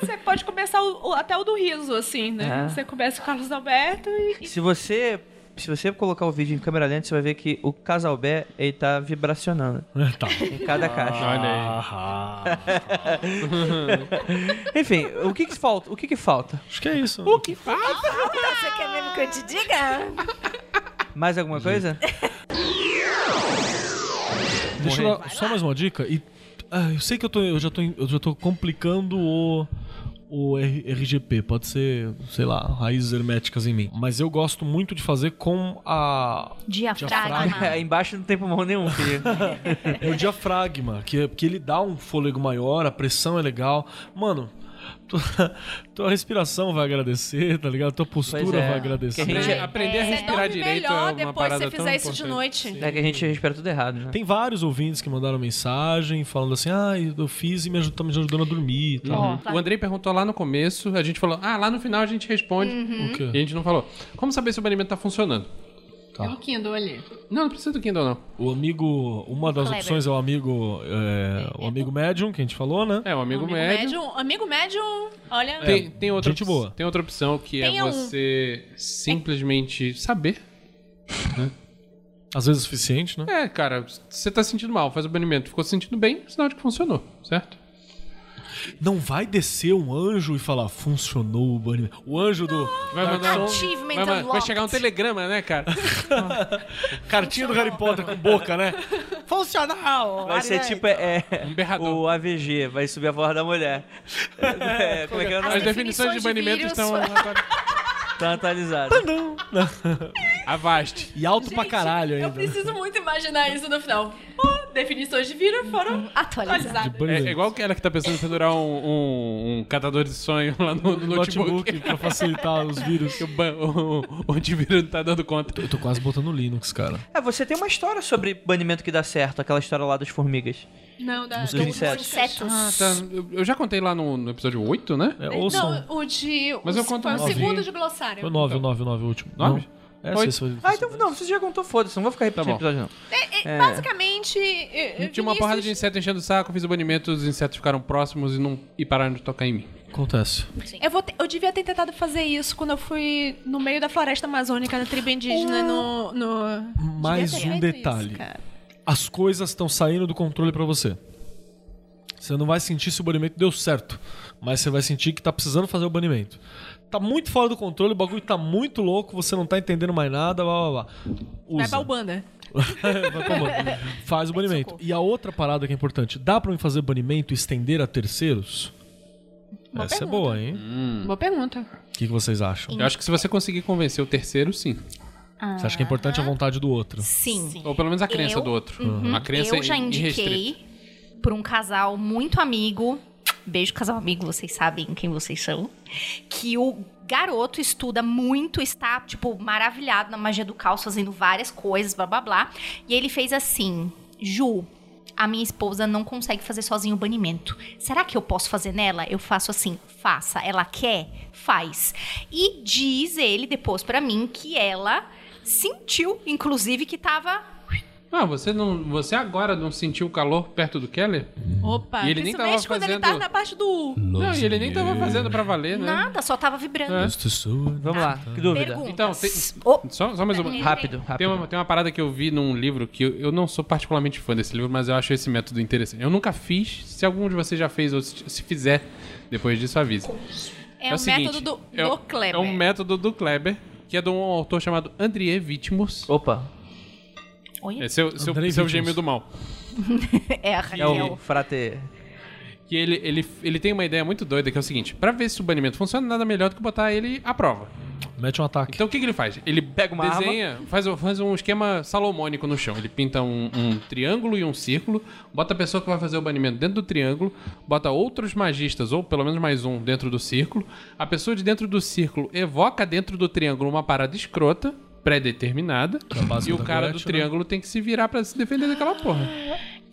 Você pode começar o- o- até o do riso, assim, né? É. Você começa com o Carlos Alberto e. Se você, se você colocar o vídeo em câmera lenta, você vai ver que o casal B, ele tá vibracionando Tá. Ah, em Ah. cada caixa. Olha aí. Aham. Enfim, o que que falta? O que que falta? Acho que é isso. Você quer mesmo que eu te diga? Mais alguma coisa? Deixa eu dar só mais uma dica. E, ah, eu sei que eu, tô, eu, já tô, eu já tô complicando o, o R- RGP. Pode ser, sei lá, raízes herméticas em mim. Mas eu gosto muito de fazer com a, Diafragma. É, Embaixo não tem pulmão nenhum, filho. é o diafragma, que, é- que ele dá um fôlego maior, a pressão é legal. Mano, tua, tua respiração vai agradecer, tá ligado? Tua postura é. vai Que a agradecer. gente- Apre- Aprender a Você respirar dorme direito é melhor uma depois se parada você tão fizer isso de importante. noite. É que a gente respira tudo errado, né? Tem vários ouvintes que mandaram mensagem falando assim: ah, eu fiz e me ajudou, tá me ajudando a dormir e tal. tá. Uhum. O Andrei perguntou lá no começo, a gente falou, ah, lá no final a gente responde. Uhum. O quê? E a gente não falou. Como saber se o banimento tá funcionando? Tá. Um Kindle ali. Não, não precisa do Kindle, não. O amigo. Uma das Kleber. opções é o amigo. é, o amigo médium, que a gente falou, né? É, o amigo, Um Amigo médio. médium. Amigo médium, olha. Tem, tem outra gente op- boa. Tem outra opção que Tem é um- você simplesmente saber. Às vezes o suficiente, né? É, cara, você tá sentindo mal, faz o banimento. Ficou se sentindo bem, sinal de que funcionou, certo? Não vai descer um anjo e falar, funcionou o banimento. O anjo do. Vai mandar um. Achievement Vai, ma- vai unlocked. chegar um telegrama, né, cara? Cartinha do Harry Potter com boca, né? Funcional! Vai ser tipo é, Um berrador. o AVG, vai subir a voz da mulher. É, como é que é o As nome? definições de definições de banimento vírus. estão. Tá atualizado. Avaste. E alto pra caralho Eu ainda. preciso muito imaginar isso no final. Oh, definições de vida foram Atualizado. atualizadas. É, é igual aquela que tá pensando em pendurar um, um- um catador de sonho lá no, no notebook. notebook pra facilitar os vírus. Que o, ban- o, o antivírus não tá dando conta. Eu tô quase botando Linux, cara. É, você tem uma história sobre banimento que dá certo, aquela história lá das formigas. Não, da, Dos insetos. Insetos. Ah, tá. Eu, eu já contei lá no, no episódio 8, né? É, ouçam. Não, o de. Mas o, eu conto foi o novinho. segundo de glossário. Foi 9, 9, 9, o último. Nove? Não. É, Oito. esse foi- Ah, então não, você já contou, foda-se, não vou ficar repetindo Tá o bom. episódio não. É, Basicamente. é, é, Tinha uma Vinícius- porrada de inseto enchendo o saco, fiz o banimento, os insetos ficaram próximos e, não, e pararam de tocar em mim. Acontece. Eu, vou te- eu devia ter tentado fazer isso quando eu fui no meio da floresta amazônica, na tribo indígena, no. no... Mais Devia ter um feito detalhe. isso, cara. As coisas estão saindo do controle pra você. Você não vai sentir se o banimento deu certo, mas você vai sentir que tá precisando fazer o banimento. Tá muito fora do controle, o bagulho tá muito louco, você não tá entendendo mais nada, blá blá blá. Vai Usa. pra Ubanda. Vai pra Ubanda. Faz o banimento. E a outra parada que é importante, dá pra eu fazer banimento e estender a terceiros? Boa Essa pergunta. é boa, hein? Boa pergunta. O que, que vocês acham? Eu acho que se você conseguir convencer o terceiro, sim. Ah. Você acha que é importante a vontade do outro? Sim. Ou pelo menos a crença Eu- Uhum. do outro. A crença Eu já ir- irrestrita. indiquei por um casal muito amigo. Beijo, casal amigo, vocês sabem quem vocês são. Que o garoto estuda muito, está, tipo, maravilhado na magia do caos, fazendo várias coisas, blá blá blá. E ele fez assim: Ju, a minha esposa não consegue fazer sozinho o banimento. Será que eu posso fazer nela? Eu faço assim: faça. Ela quer? Faz. E diz ele depois pra mim que ela sentiu, inclusive, que tava Ah, você, não, você agora não sentiu o calor perto do Keller? Opa, E ele nem tava principalmente quando ele tá fazendo- na parte do U. não, e ele nem tava fazendo pra valer, né? nada, só tava vibrando. Vamos lá, que dúvida? Perguntas. Então, tem- Oh, Só, só mais uma. Rápido, Tem rápido. uma, tem uma parada que eu vi num livro que eu, eu não sou particularmente fã desse livro, mas eu acho esse método interessante. Eu nunca fiz, se algum de vocês já fez ou se, se fizer, depois disso avise. É, o, seguinte, método do, é, do o- Kleber. É um método do Kleber, que é de um autor chamado André Vitmus. Opa, É seu, seu, André seu Wittmus. gêmeo do mal. é a é o Raquel. frate. Que ele, ele, ele tem uma ideia muito doida, que é o seguinte: pra ver se o banimento funciona, nada melhor do que botar ele à prova. Mete um ataque. Então o que, que ele faz? Ele Pega uma desenha, faz, um- faz um esquema salomônico no chão. Ele pinta um, um triângulo e um círculo, bota a pessoa que vai fazer o banimento dentro do triângulo, bota outros magistas, ou pelo menos mais um, dentro do círculo. A pessoa de dentro do círculo evoca dentro do triângulo uma parada escrota, pré-determinada, Na base e o do cara do Gretchen, né? triângulo tem que se virar pra se defender daquela porra.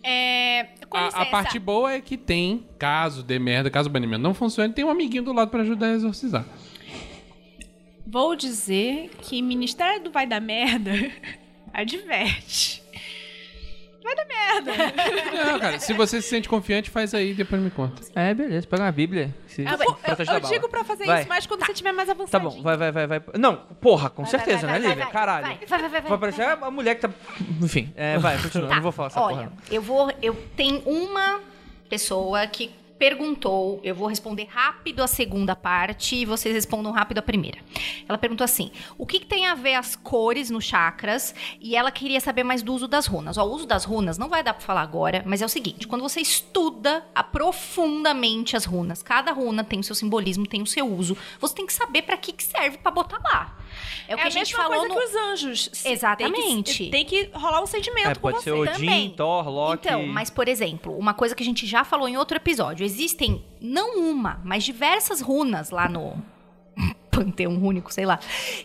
É, com A- A, licença, parte boa é que tem, caso dê merda, caso o banimento não funcione, tem um amiguinho do lado pra ajudar a exorcizar. Vou dizer que Ministério do Vai da Merda adverte. Não, É, cara, se você se sente confiante, faz aí, depois me conta. É, beleza, pega uma bíblia. Se Ah, Eu, eu- protege eu da bala. digo pra fazer Vai. isso, mas quando você tiver mais Tá avançado. bom, vai, vai, vai, vai. Não, porra, com certeza, um vai, né, vai, Lívia? vai, Caralho. vai, vai, vai, vai, Vai vai. parecer a mulher que tá. Enfim, é, vai, continua, Tá, não vou falar essa Olha, porra. eu vou. Eu tenho uma pessoa que perguntou. Eu vou responder rápido a segunda parte e vocês respondam rápido a primeira. Ela perguntou assim: o que, que tem a ver as cores nos chakras? E ela queria saber mais do uso das runas. Ó, o uso das runas não vai dar pra falar agora, mas é o seguinte: quando você estuda a- profundamente as runas, cada runa tem o seu simbolismo, tem o seu uso. Você tem que saber pra que, que serve pra botar lá. É o É que a, a gente mesma falou coisa no. que os anjos. Se- Exatamente. Tem que, tem que rolar um sentimento É, com pode você. ser Odin, também. Thor, Loki. Então, mas por exemplo, uma coisa que a gente já falou em outro episódio, existem não uma, mas diversas runas lá no panteão único, sei lá,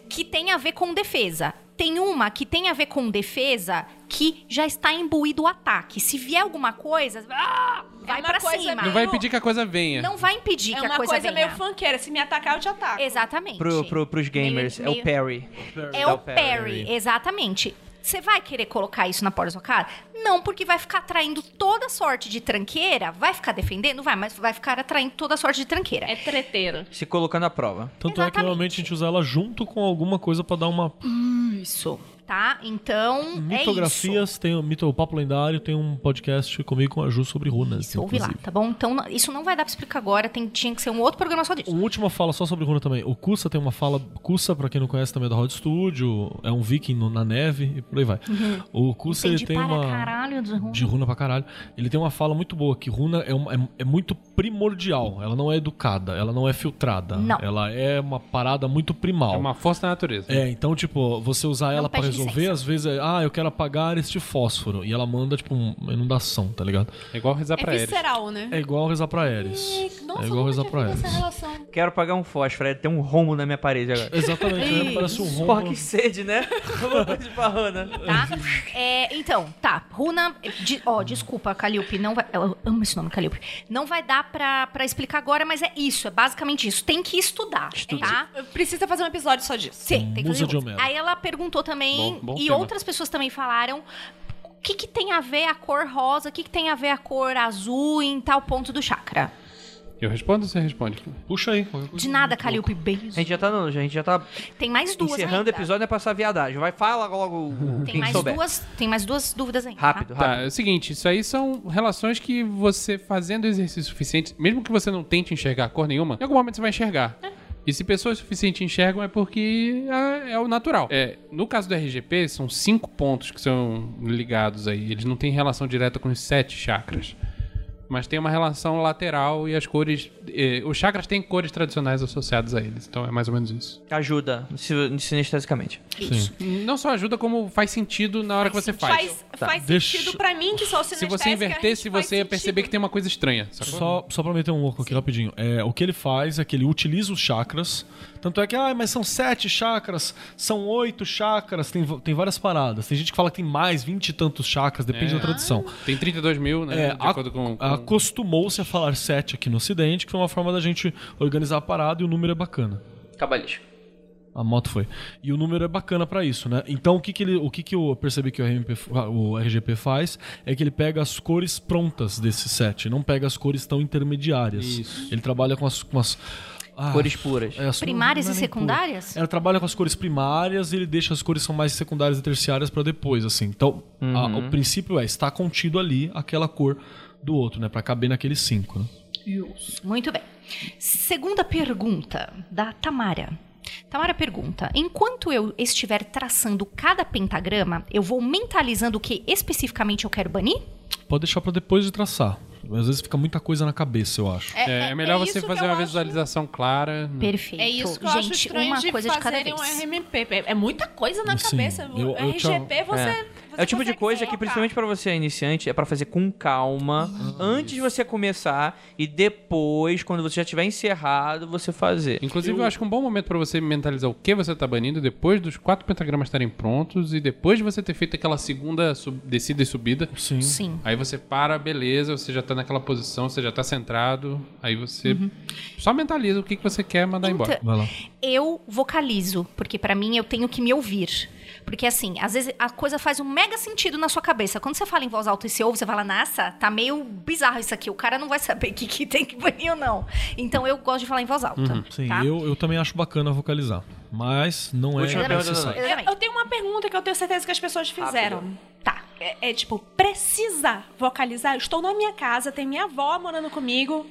que tem a ver com defesa. Tem uma que tem a ver com defesa que já está imbuído o ataque. Se vier alguma coisa, ah, vai É uma pra coisa cima. Não meio- vai impedir que a coisa venha. Não vai impedir É que a uma coisa, coisa venha. meio funkeira. Se me atacar, eu te ataco. Exatamente. Pro, pro, pros gamers, Meio- é o parry. É Dá o parry, exatamente. Você vai querer colocar isso na porta da sua cara? Não, porque vai ficar atraindo toda sorte de tranqueira. Vai ficar defendendo? Vai, mas vai ficar atraindo toda sorte de tranqueira. É treteiro. Se colocando à prova. Então, Tanto é que normalmente a gente usa ela junto com alguma coisa pra dar uma Isso. Tá? Então, é isso. Mitografias, tem o mito, o Papo Lendário, tem um podcast comigo com a Ju sobre runas. Isso, ouve lá, inclusive. tá bom? Então, não- isso não vai dar pra explicar agora. tem- tinha que ser um outro programa só disso. Uma última fala só sobre runa também. O Kusa tem uma fala. Kusa, pra quem não conhece, também é da Rod Studio, é um viking no- na neve e por aí vai. Uhum. O Kusa, ele Entendi tem é para uma. caralho de De ruim. runa pra caralho. Ele tem uma fala muito boa, que runa é, uma- é- é muito primordial. Ela não é educada, ela não é filtrada. Não. Ela é uma parada muito primal. É uma força da natureza. É, então, tipo, você usar ela pra pede resolver, licença. às vezes é, ah, eu quero apagar este fósforo. E ela manda, tipo, uma inundação, tá ligado? É igual rezar pra É eles. visceral, né? É igual rezar pra Ares. Nossa, é eu igual nunca rezar tinha pra feito Ares. essa relação. Quero apagar um fósforo, é, tem um rombo na minha parede agora. Exatamente, né? parece um Porra, rombo. que sede, né? Rombo de né? barrona. tá? É, então, tá. Runa. de- Ó, desculpa, Calliope. Não vai, eu amo esse nome, Calliope. Não vai dar pra, pra explicar agora, mas é isso. É basicamente isso. Tem que estudar, tá? Precisa fazer um episódio só disso. Sim, tem que Musa fazer de isso. Homero. Aí ela perguntou também, Bom- bom e tema. outras pessoas também falaram. O que, que tem a ver a cor rosa? O que, que tem a ver a cor azul em tal ponto do chakra? Eu respondo ou você responde? Puxa aí. qualquer coisa. De nada, Calliope. A Beijo. gente já tá, no, a gente já tá Tem mais duas encerrando o ainda. episódio, é passar viadagem. Vai, fala logo o- Tem quem mais, souber. duas, tem mais duas dúvidas ainda. tá? Rápido, Tá, rápido. é o seguinte, isso aí são relações que você fazendo exercício suficiente, mesmo que você não tente enxergar cor nenhuma, em algum momento você vai enxergar. É. E se pessoas suficientes enxergam é porque é, é o natural. É, no caso do RGP, são cinco pontos que são ligados aí. Eles não têm relação direta com os sete chakras. Mas tem uma relação lateral e as cores. eh, os chakras têm cores tradicionais associadas a eles. Então é mais ou menos isso. Ajuda, sin- sinestesicamente. Isso. Não só ajuda, como faz sentido na hora que você faz. Faz, faz Deixa- sentido pra mim que sou Se sinestésica. você invertesse, a gente faz você ia perceber que sentido. tem uma coisa estranha. Sacou? Só, só pra meter um louco aqui rapidinho. É, o que ele faz é que ele utiliza os chakras. Tanto é que, ah, mas são sete chakras, são oito chakras, tem, v- tem várias paradas. Tem gente que fala que tem mais vinte e tantos chakras, depende da tradução. Tem 32 mil, né? É, de a- acordo com. com- Acostumou-se a falar sete aqui no Ocidente, que foi uma forma da gente organizar a parada e o número é bacana. Cabalístico. A moto foi. E o número é bacana pra isso, né? Então o que que ele, o que que eu percebi que o, RMP, f- ah, o RGP faz é que ele pega as cores prontas desse set, não pega as cores tão intermediárias. Isso. Ele trabalha com as, com as ah, Cores puras. é, as- Primárias não é e nem pura. secundárias? Ela trabalha com as cores primárias e ele deixa as cores que são mais secundárias e terciárias pra depois, assim. Então, a- o princípio é está contido ali aquela cor do outro, né, Pra caber naqueles cinco. Né? Muito bem. Segunda pergunta da Tamara. Tamara pergunta: Enquanto eu estiver traçando cada pentagrama, eu vou mentalizando o que especificamente eu quero banir? Pode deixar pra depois de traçar. Às vezes fica muita coisa na cabeça, eu acho. É, é melhor você isso que fazer eu uma acho- visualização clara. né? Perfeito. É isso que eu acho Gente, estranho uma de coisa de cada fazerem vez. um RMP. É, é muita coisa na Sim, cabeça. eu- O eu te- RGP, você, É. você É o tipo de consegue coisa que, colocar. principalmente pra você iniciante, é pra fazer com calma, antes de você começar e depois, quando você já tiver encerrado, você fazer. Inclusive, eu... acho que um bom momento pra você mentalizar o que você tá banindo depois dos quatro pentagramas estarem prontos e depois de você ter feito aquela segunda sub- descida e subida. Sim. Sim. Aí você para, beleza, você já tá naquela posição, você já tá centrado. Aí você Uhum. só mentaliza o que, que você quer mandar Então, ah, embora. Vai lá. Eu vocalizo, porque pra mim eu tenho que me ouvir. Porque assim, às vezes a coisa faz um mega sentido na sua cabeça. Quando você fala em voz alta e se ouve, você fala, nossa, tá meio bizarro isso aqui. O cara não vai saber o que, que tem que banir ou não. Então eu gosto de falar em voz alta. Uhum, Sim, tá? eu, eu também acho bacana vocalizar. Mas não é Última pergunta da necessário. Exatamente. Eu, eu tenho uma pergunta que eu tenho certeza que as pessoas fizeram. Tá. É, é tipo, precisa vocalizar? Eu estou na minha casa, tem minha avó morando comigo,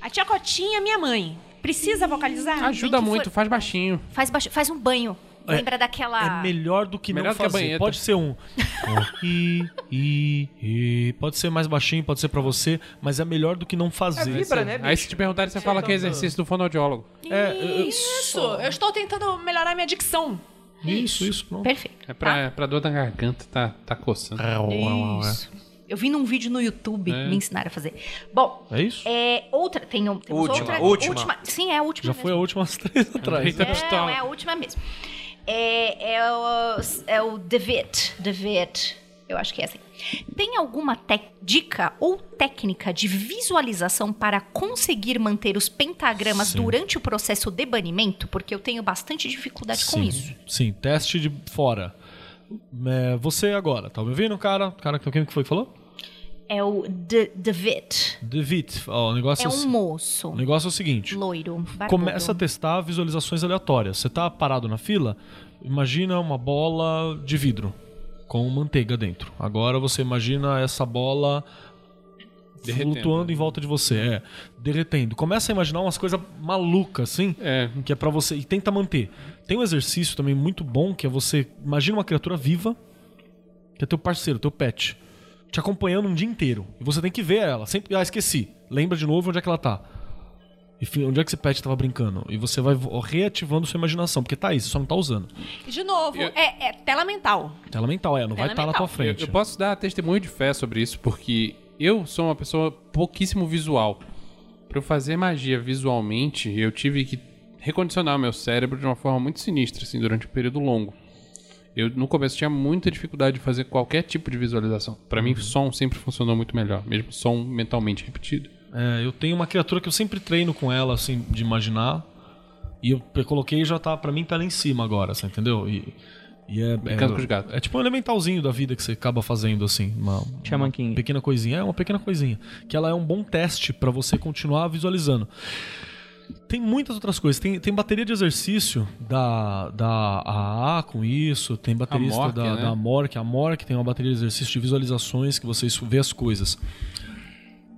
a tia Cotinha, minha mãe. Precisa vocalizar? Ajuda que muito, for- faz baixinho. Faz, baixo- faz um banho. É- Lembra daquela. É melhor do que Melhor não do que a fazer. banheta. pode ser um. um i, i, i. Pode ser mais baixinho, pode ser pra você, mas é melhor do que não É fazer. vibra, né, Aí se te perguntarem, você fala que é exercício do fonoaudiólogo. Isso! Eu estou tentando melhorar minha dicção. É Isso, isso, pronto. É, Perfeito. Tá. É pra, pra dor da garganta, tá, tá coçando. Isso. Eu vi num vídeo no YouTube me ensinaram a fazer. Bom, É isso? é outra. Tem um- temos Última, outra. última. Sim, é a última. Já mesmo. foi a última às três atrás. né? Eita, É, pistola. Não, é a última mesmo. É, é o, é o Devet. Devet. Eu acho que é assim. Tem alguma tec- dica ou técnica de visualização para conseguir manter os pentagramas Sim. durante o processo de banimento? Porque eu tenho bastante dificuldade com sim, isso. Sim, teste de fora. É, você agora, tá me ouvindo, cara? Cara, quem que foi que falou? É o De- Devet. David, ó, o negócio É um assim- moço. O negócio é o seguinte. Loiro. barbudo. Começa a testar visualizações aleatórias. Você tá parado na fila, imagina uma bola de vidro com manteiga dentro. Agora você imagina essa bola Derretendo. flutuando em volta de você, é, derretendo. Começa a imaginar umas coisas malucas assim, É. que é pra você e tenta manter. Tem um exercício também muito bom que é você imagina uma criatura viva, que é teu parceiro, teu pet, te acompanhando um dia inteiro. E você tem que ver ela, sempre, ah, esqueci. lembra de novo onde é que ela tá. Enfim, onde é que esse pet tava brincando? E você vai vo- reativando sua imaginação, porque tá aí, você só não tá usando. De novo, Eu- é, é tela mental. Tela mental, é, não vai Tela estar tá na mental. tua Eu, frente. eu posso dar testemunho de fé sobre isso, porque eu sou uma pessoa pouquíssimo visual. Pra eu fazer magia visualmente, eu tive que recondicionar o meu cérebro de uma forma muito sinistra, assim, durante um período longo. Eu, no começo, tinha muita dificuldade de fazer qualquer tipo de visualização. Pra mim, som sempre funcionou muito melhor, mesmo som mentalmente repetido. É, eu tenho uma criatura que eu sempre treino com ela, assim, de imaginar. E eu pe- coloquei e já tá, pra mim tá lá em cima agora, você entendeu? E, e é, Brincando é, com os gatos. é tipo um elementalzinho da vida que você acaba fazendo, assim. Uma, Shaman uma King. pequena coisinha. É uma pequena coisinha. Que ela é um bom teste pra você continuar visualizando. Tem muitas outras coisas. Tem, tem bateria de exercício da, da AA com isso, tem baterista Mork, da, né? da Mork. A Mork tem uma bateria de exercício de visualizações que você vê as coisas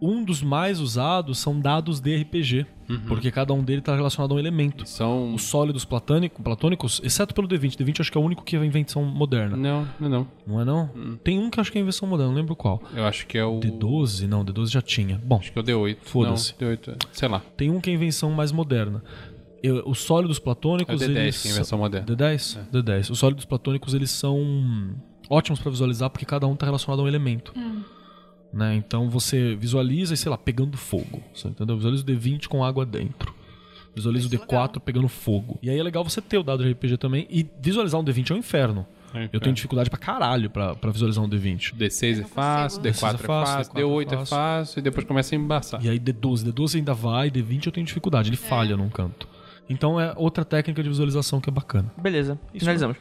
um dos mais usados são dados de RPG, porque cada um dele está relacionado a um elemento. São. Os sólidos platânico- platônicos, exceto pelo D20. D20 eu acho que é o único que é a invenção moderna. Não, não, não. Não é não? Tem um que eu acho que é a invenção moderna, não lembro qual. Eu acho que é o. D12? Não, D12 já tinha. Bom, Acho que é o D8. Foda-se. Não, D8. é- Sei lá. tem um que é a invenção mais moderna. Eu- os sólidos É o platônicos, D10 eles... que é a invenção moderna. É. D10? D10. Os sólidos platônicos, eles são ótimos pra visualizar porque cada um tá relacionado a um elemento. Né? Então você visualiza e, sei lá, pegando fogo. Você entendeu? Visualiza o D20 com água dentro. Visualiza o D4 pegando fogo. E aí é legal você ter o dado de RPG também. E visualizar um D20 é um inferno. É, Eu cara. tenho dificuldade pra caralho pra, pra visualizar um D20. D6 é fácil, D6 é D4 é fácil, fácil, D4 é D8 é fácil. fácil, e depois começa a embaçar. E aí D12, D12 ainda vai, D20 eu tenho dificuldade. Ele falha num canto. Então é outra técnica de visualização que é bacana. Beleza, finalizamos.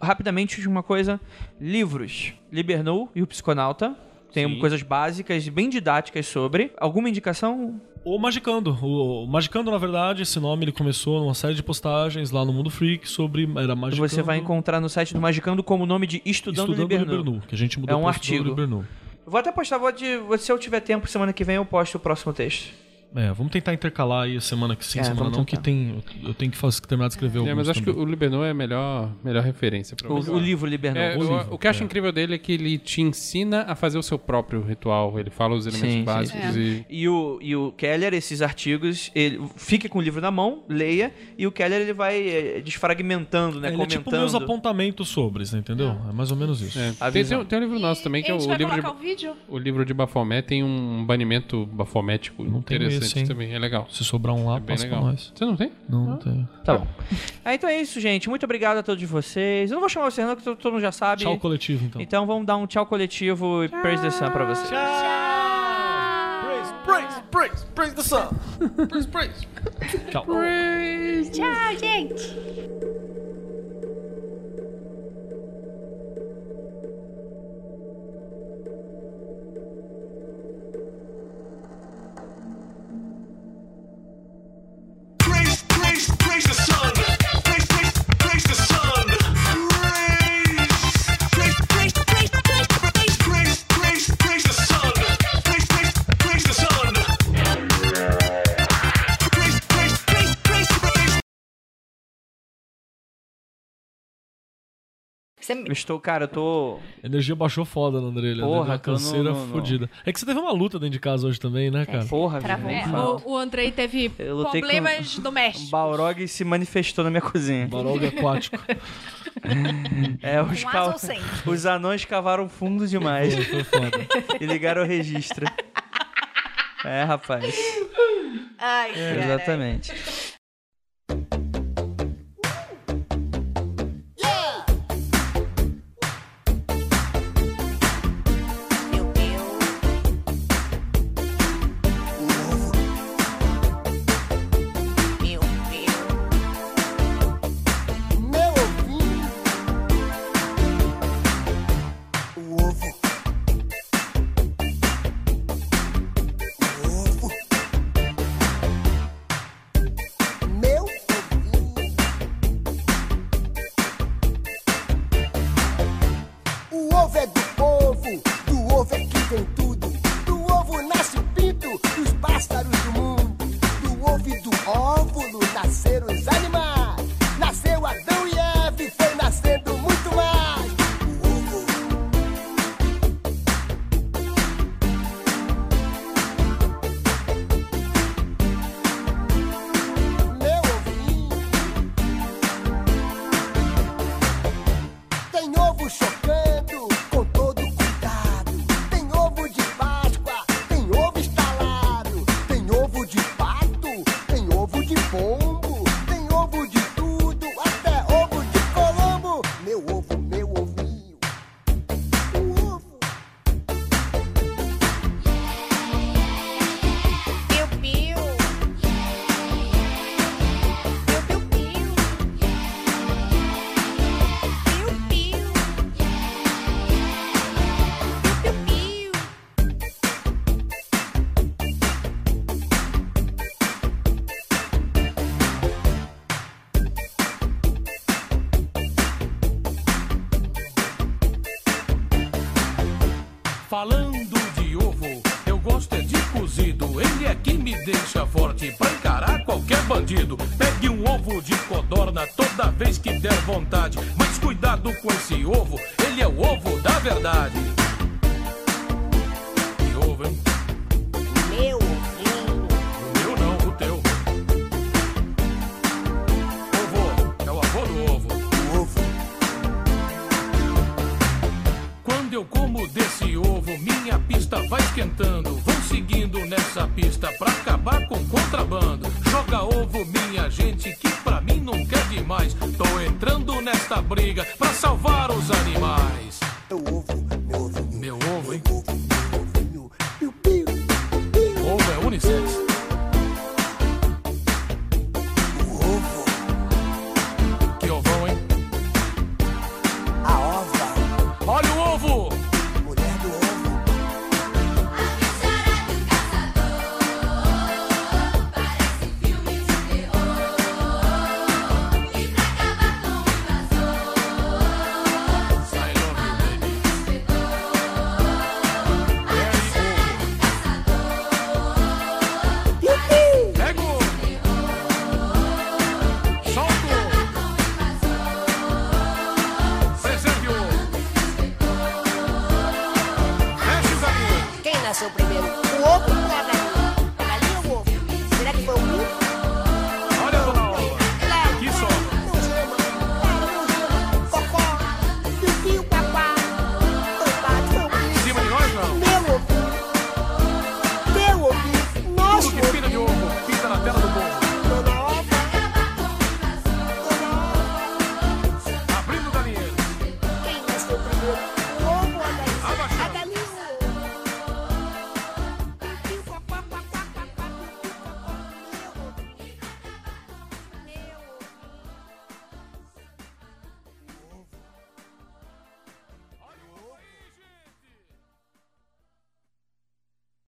Rapidamente, uma coisa: livros. Libernou e o Psiconauta. Tem coisas básicas, bem didáticas sobre. Alguma indicação? O Magicando. O o Magicando, na verdade, esse nome ele começou numa série de postagens lá no Mundo Freak sobre. Era Magicando. Você vai encontrar no site do Magicando como o nome de Estudando, Estudando Libernou. Libernou, que a gente mudou É um pra Estudando artigo. Libernou. Vou até postar, vou de, se eu tiver tempo, semana que vem eu posto o próximo texto. É, vamos tentar intercalar aí semana que sim, É, semana vamos não, tentar. que tem. Eu eu tenho que fazer, terminar de escrever É, alguns mas acho também. que o Libernou é a melhor, melhor referência pra O, você. o livro Libernou. É, o o, livro, o que eu acho incrível dele é que ele te ensina a fazer o seu próprio ritual. Ele fala os elementos Sim, sim, básicos e. E o, e o Keller, esses artigos, ele fica com o livro na mão, leia, e o Keller ele vai eh, desfragmentando, né? Ele é comentando. tipo meus apontamentos sobre, você entendeu? É mais ou menos isso. É, tem, Avisa. tem um- tem um livro nosso também, que a é gente o vai livro, de, colocar o vídeo? o livro de Baphomet. Tem um banimento bafomético Não tenho interessante esse, hein? também. É legal. Se sobrar um lá, É bem passa legal. pra nós. Você não tem? Não, não tem. Tá bom. Ah, então é isso, gente. Muito obrigado a todos vocês. Eu não vou chamar vocês, não, que todo todo mundo já sabe. Tchau, coletivo, então. Então vamos dar um tchau coletivo e praise the sun pra vocês. Praise, praise, praise the sun. Tchau. Tchau, gente! Praise, praise, praise the sun. Praise, praise, praise the sun. Praise, praise, praise, praise, praise, praise, praise, praise the sun. Praise, praise, praise the sun. Praise, praise, praise, praise, praise. Você me Eu estou, cara, eu tô. A energia baixou foda na Andrelha. Porra, Uma tô no- canseira no- É no- fodida. É que você teve uma luta dentro de casa hoje também, né, cara? Porra, um velho. Travou. nem É, fala. O, o Andrei teve Eu lutei com- um problemas O domésticos. Balrog se manifestou na minha cozinha. Barulho aquático. É, os, Com ca- asa ou sem? os anões cavaram fundo demais Foi foda. e ligaram o registro. É, rapaz. É, Ai, Exatamente. meu Deus! Meu Deus! Meu ovinho. O ovo. O ovo. Meu ovinho. O ovo é do povo, do ovo é que vem tudo. Do ovo nasce o pinto, dos pássaros do mundo. Do ovo e do óvulo nasceram os animais. Nasceu Adão e Eva e foi nascendo muito mais. O ovo. Falando de ovo, eu gosto é de cozido. Ele é que me deixa forte pra encarar qualquer bandido. Pegue um ovo de codorna toda vez que der vontade. Mas cuidado com esse ovo, ele é o ovo da verdade. Que ovo, hein? Meu filho. O meu não, o teu. Ovo, é o avô do ovo. ovo, Quando eu como desse ovo, minha pista vai esquentando. Vão seguindo nessa pista pra acabar com o contrabando. Joga ovo, minha gente, que pra mim não quer demais. Tô entrando nesta briga pra salvar os animais. Meu ovo, meu ovinho. Meu ovo, hein? Ovo, meu ovinho. Piu, piu, piu. Ovo é unissex. O ovo, Que ovão, hein? a ova, Olha o ovo! mulher do ovo. I love you, baby. Piu, piu. Pego! Solto! Preserve o Feche o galinho! Quem nasceu primeiro? O ovo ou a